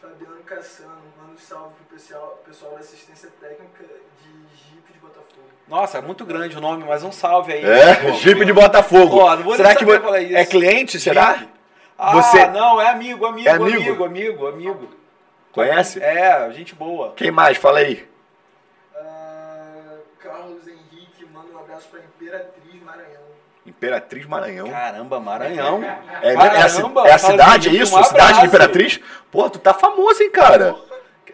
Fabiano Cassano, manda um salve pro pessoal, pessoal da assistência técnica de Jeep de Botafogo.
Nossa, é muito grande o nome, mas um salve aí.
É,
Pô,
Jeep de
pô.
Botafogo.
Ó, não vou nem
será que
saber
vo-
falar isso.
é cliente, será?
Jeep. Ah,
<laughs> Você-
não, é amigo, amigo,
É amigo?
amigo, amigo, amigo.
Conhece?
É, gente boa.
Quem mais? Fala aí.
Ah, Carlos Henrique, manda um abraço pra Imperatriz Maranhão.
Imperatriz Maranhão.
Caramba,
<laughs>
Maranhão.
É, mesmo? É a ci-
Caramba,
é a,
fala
cidade, é
assim,
isso?
um
cidade de
abraço.
Imperatriz? Pô, tu tá famoso, hein, cara?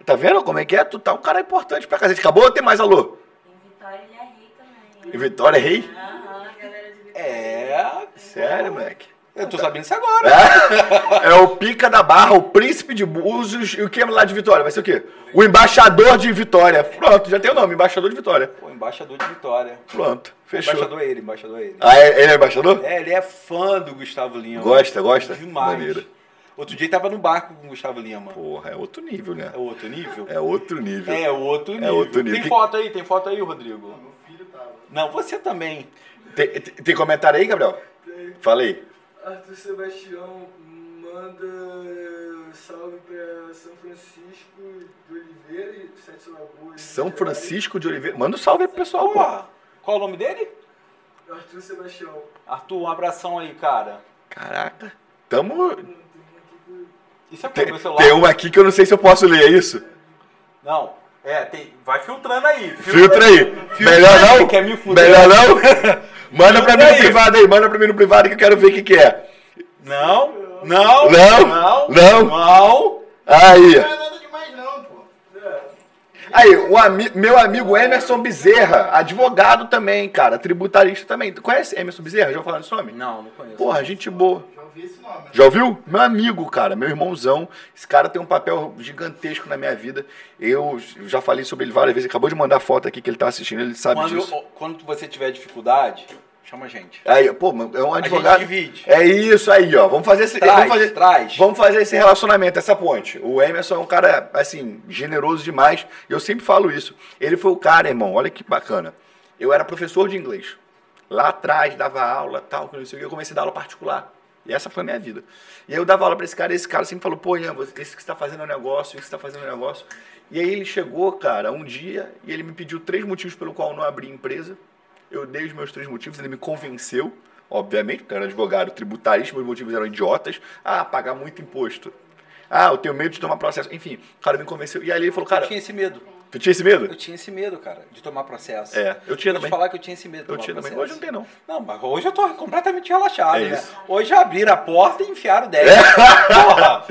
Tá vendo como é que é? Tu tá um cara importante pra cacete. Acabou ou tem mais alô?
Em Vitória ele é rei também. né?
E Vitória é rei?
Aham, galera de Vitória.
É.
Sério, moleque?
Eu tô sabendo isso agora.
É, é o Pica da Barra, o Príncipe de Búzios e o que é lá de Vitória? Vai ser o quê? O Embaixador de Vitória. Pronto, já tem o nome, Embaixador de Vitória.
Pô, embaixador de Vitória.
Pronto, fechou.
Embaixador é ele, embaixador é ele.
Ah, é- ele é embaixador?
É, ele é fã do Gustavo Lima.
Gosta, gosta?
Demais.
Maneiro.
Outro dia ele tava no barco com o Gustavo Lima.
Porra, é outro nível, né?
É outro nível?
É outro nível.
É outro nível.
outro nível.
Tem
Que-
foto aí, tem foto aí, Rodrigo.
Meu filho tava.
Não, você também.
Tem, tem- tem comentário aí, Gabriel?
Tem.
Fala aí.
Arthur Sebastião manda salve pra São Francisco de Oliveira e Sete Lagoas.
São
Minas
Francisco de Oliveira. Manda um salve aí pro pessoal, pô.
Porra, qual o nome dele?
Gerais. Arthur Sebastião.
Arthur, um abração aí, cara.
Caraca. Tamo.
Hum, tem um aqui que-
Isso é o quê?
Tem,
Meu celular?
tem um aqui que eu não sei se eu posso ler, é isso?
Não. É, tem... vai filtrando aí.
Filtra aí.
Filtra
Melhor
aí,
não?
quer me fuder.
Melhor
<laughs>
não? Manda pra mim
Filtra
no
aí.
privado aí, manda pra mim no privado que eu quero ver o que, que é.
Não,
Não,
não, não,
não.
não.
Aí.
Não é nada demais não, pô. É.
Aí, o ami- meu amigo Emerson Bezerra, advogado também, cara, tributarista também. Tu conhece Emerson Bezerra? Já ouviu falar desse nome?
Não, não conheço.
Porra, gente boa.
Já ouvi esse nome.
Já ouviu? Meu amigo, cara, meu irmãozão. Esse cara tem um papel gigantesco na minha vida. Eu já falei sobre ele várias vezes. Acabou de mandar foto aqui que ele tá assistindo, ele sabe
quando,
disso.
quando você tiver dificuldade, chama a gente.
Aí, pô, mano, é um
A
advogado.
gente divide.
É isso aí, ó. Vamos fazer esse.
Traz,
vamos fazer...
traz.
Vamos fazer esse relacionamento, essa ponte. O Emerson é um cara, assim, generoso demais. Eu sempre falo isso. Ele foi o cara, irmão, olha que bacana. Eu era professor de inglês. Lá atrás, dava aula, tal, que não sei o que. Eu comecei a dar aula particular. E essa foi a minha vida. E aí eu dava aula pra esse cara, e esse cara sempre falou, pô, Ian, você- isso que você tá fazendo é um negócio, isso que você tá fazendo é um negócio. E aí ele chegou, cara, um dia, e ele me pediu três motivos pelo qual eu não abri empresa. Eu dei os meus três motivos, ele me convenceu, obviamente, porque eu era advogado tributarista, meus motivos eram idiotas. Ah, pagar muito imposto. Ah, eu tenho medo de tomar processo. Enfim, o cara me convenceu. E aí ele falou,
eu
cara,
tinha esse medo.
tu tinha esse medo?
Eu tinha esse medo, cara, de tomar processo.
É, eu tinha
Vou te
também.
falar que eu tinha esse medo. de
Eu
tomar
tinha também.
processo.
Hoje não tem, não.
Não, mas hoje eu tô completamente relaxado,
É
né?
isso. É?
Hoje abriram a porta e enfiaram 10. Porra!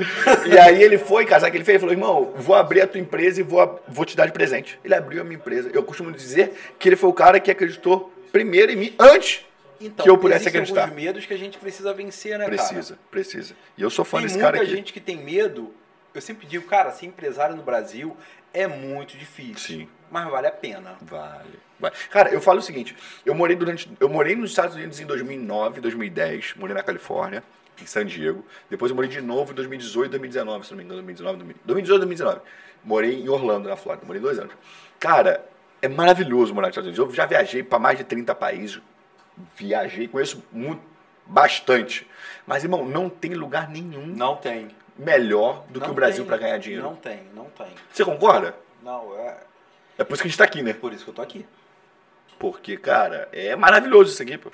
E aí ele foi, casar que ele fez, ele falou, irmão, vou abrir a tua empresa e vou, ab- vou te dar de presente. Ele abriu a minha empresa. Eu costumo dizer que ele foi o cara que acreditou primeiro em mim, antes.
Então,
Que eu pudesse
existem
acreditar.
alguns medos que a gente precisa vencer, né, cara?
Precisa, precisa. E eu sou fã
Tem
desse
muita
cara aqui.
gente que tem medo. Eu sempre digo, cara, ser empresário no Brasil é muito difícil.
Sim,
Mas vale a pena.
vale. vale. Cara, eu falo o seguinte, eu morei durante, eu morei nos Estados Unidos em 2009, 2010, morei na Califórnia, em San Diego. Depois eu morei de novo em 2018, 2019, se não me engano, 2019, 2018, 2019. Morei em Orlando, na Flórida, morei dois anos. Cara, é maravilhoso morar nos Estados Unidos. Eu já viajei para mais de 30 países, viajei, conheço muito, bastante. Mas, irmão, não tem lugar nenhum
Não tem.
melhor do
Não
que o Brasil
tem.
para ganhar dinheiro.
Não tem, não tem.
Você concorda?
Não, é
É por isso que a gente tá aqui, né?
por isso que eu tô aqui.
Porque, cara, é maravilhoso isso aqui, pô.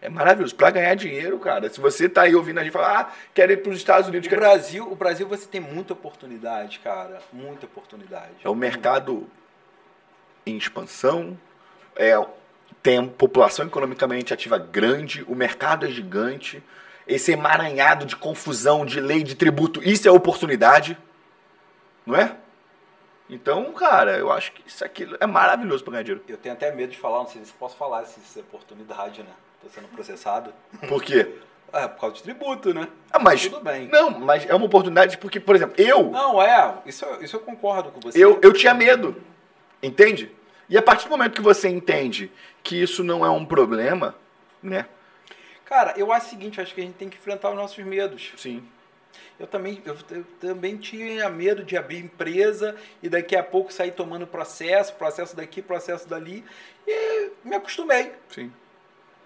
É maravilhoso. Pra ganhar dinheiro, cara. Se você tá aí ouvindo a gente falar, ah, quero ir pros Estados Unidos.
O
Quero...
Brasil, o Brasil você tem muita oportunidade, cara. Muita oportunidade.
É um mercado em expansão. É, tem uma população economicamente ativa grande. O mercado é gigante. Esse emaranhado de confusão, de lei, de tributo. Isso é oportunidade. Não é? Então, cara, eu acho que isso aqui é maravilhoso pra ganhar dinheiro.
Eu tenho até medo de falar, não sei se eu posso falar se isso é oportunidade, né? Tô sendo processado.
Por quê?
É, por causa de tributo, né?
Ah, mas.
Tudo bem.
Não, mas é uma oportunidade porque, por exemplo, eu.
Não, é, isso, isso eu concordo com você.
Eu, eu tinha medo, entende? E a partir do momento que você entende que isso não é um problema, né?
Cara, eu acho o seguinte, eu acho que a gente tem que enfrentar os nossos medos.
Sim.
Eu também, eu, eu também tinha medo de abrir empresa e daqui a pouco sair tomando processo, processo daqui, processo dali. E me acostumei.
Sim.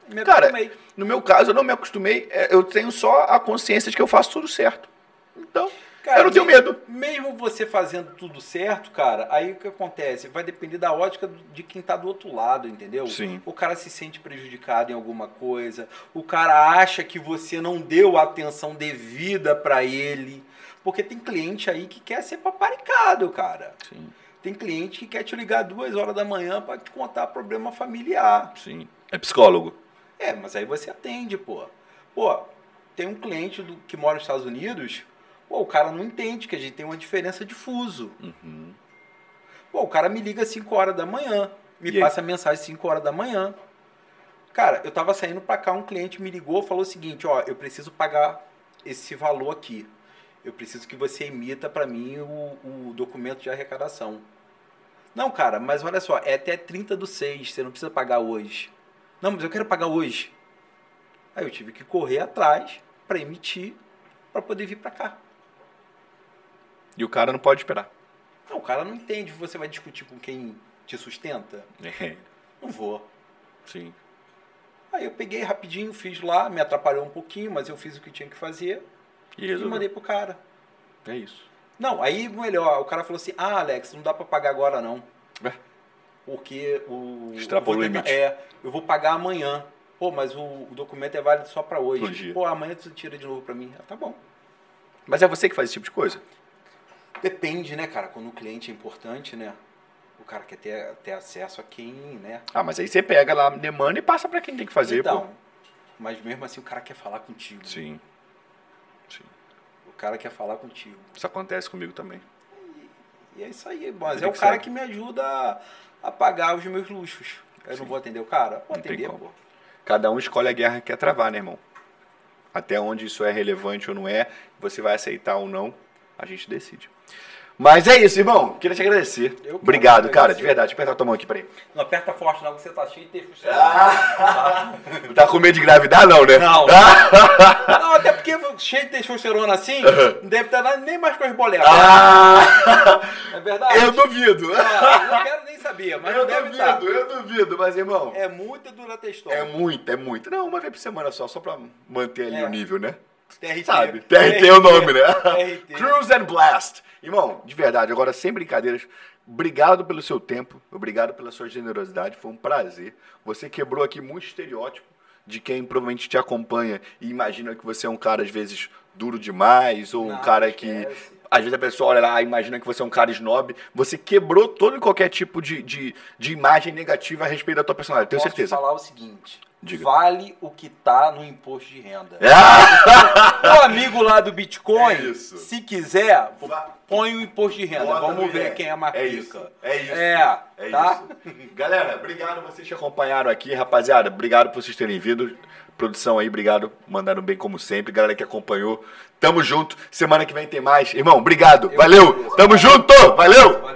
Me
Cara,
acostumei.
No meu caso, eu não me acostumei, é, eu tenho só a consciência de que eu faço tudo certo. Então, eu não tenho
me-
medo.
Mesmo você fazendo tudo certo, cara, aí o que acontece? Vai depender da ótica do- de quem tá do outro lado, entendeu?
Sim.
O cara se sente prejudicado em alguma coisa, o cara acha que você não deu a atenção devida pra ele. Porque tem cliente aí que quer ser paparicado, cara.
Sim,
Tem cliente que quer te ligar duas horas da manhã pra te contar problema familiar.
sim. É psicólogo.
É, mas aí você atende, pô. Pô, tem um cliente do- que mora nos Estados Unidos, pô, o cara não entende que a gente tem uma diferença de fuso.
Uhum.
Pô, o cara me liga às 5 horas da manhã, me
E aí?
passa mensagem às 5 horas da manhã. Cara, eu tava saindo pra cá, um cliente me ligou, falou o seguinte, ó, eu preciso pagar esse valor aqui. Eu preciso que você emita pra mim o, o documento de arrecadação. Não, cara, mas olha só, é até 30 do 6, você não precisa pagar hoje. Não, mas eu quero pagar hoje. Aí eu tive que correr atrás pra emitir, pra poder vir pra cá.
E o cara não pode esperar.
Não, o cara não entende, você vai discutir com quem te sustenta? Não vou.
É, sim.
Aí eu peguei rapidinho, fiz lá, me atrapalhou um pouquinho, mas eu fiz o que tinha que fazer
E
e mandei pro cara.
É isso.
Não, aí melhor, o cara falou assim: "Ah, Alex, não dá pra pagar agora não".
Ué?
Porque o
Extrapolou
eu vou
o limite.
É, eu vou pagar amanhã. Pô, mas o, o documento é válido só pra hoje.
Pro dia.
Pô, amanhã tu tira de novo pra mim. Ah, tá bom.
Mas é você que faz esse tipo de coisa?
Depende, né, cara, quando o cliente é importante, né? O cara quer ter, ter acesso a quem, né?
Ah, mas aí você pega lá, demanda e passa pra quem tem que fazer,
então, mas mesmo assim o cara quer falar contigo.
pô. Sim.
O cara quer falar contigo.
Isso acontece comigo também.
E é isso aí, mas
Vida
é o
que
cara
segue.
que me ajuda a, a pagar os meus luxos. Eu
Sim.
não vou atender o cara? Vou
Não tem
atender,
como.
pô.
Cada um escolhe a guerra que quer travar, né, irmão? Até onde isso é relevante ou não é, você vai aceitar ou não, a gente decide. Mas é isso, irmão. Queria te agradecer.
Eu que
Obrigado,
agradeço.
cara, de verdade. Apertar tua mão aqui, peraí.
Não aperta forte não, que você tá cheio de texto.
Tá com medo de engravidar, não, né?
Não. Não, até porque cheio de testosterona assim,
Aham.
não deve estar nada- nem mais com as boletas.
Ah!
é verdade?
Eu <laughs> duvido.
Não, eu não quero nem saber, mas
eu
não deve
duvido,
estar.
eu duvido, mas, irmão.
É muita dura textona.
É muito, é muito. Não, uma vez por semana só, só pra manter ali
É.
o nível, né?
TRT.
Sabe? TRT é o nome,
<laughs>
né?
TRT.
Cruise and Blast. Irmão, de verdade, agora sem brincadeiras, obrigado pelo seu tempo, obrigado pela sua generosidade, foi um prazer. Você quebrou aqui muito estereótipo de quem provavelmente te acompanha e imagina que você é um cara, às vezes, duro demais, ou um
Não, é,
cara que.
esquece.
Às vezes a pessoa olha lá e imagina que você é um cara snob. Você quebrou todo e qualquer tipo de, de, de imagem negativa a respeito da tua personalidade, tenho
Posso
certeza.
te falar o seguinte.
Diga.
Vale o que tá no imposto de renda.
Ah!
O amigo lá do Bitcoin,
É isso.
se quiser,
Va-
põe o imposto de renda.
Bota
Vamos
no
ver
IR.
quem é mais
É isso.
rica.
É isso.
É,
É
tá?
isso. <laughs> Galera, obrigado vocês que acompanharam aqui, rapaziada. Obrigado por vocês terem vindo. Produção aí, obrigado. Mandaram bem como sempre. Galera que acompanhou. Tamo junto. Semana que vem tem mais. Irmão, obrigado. Valeu. Tamo junto. Valeu.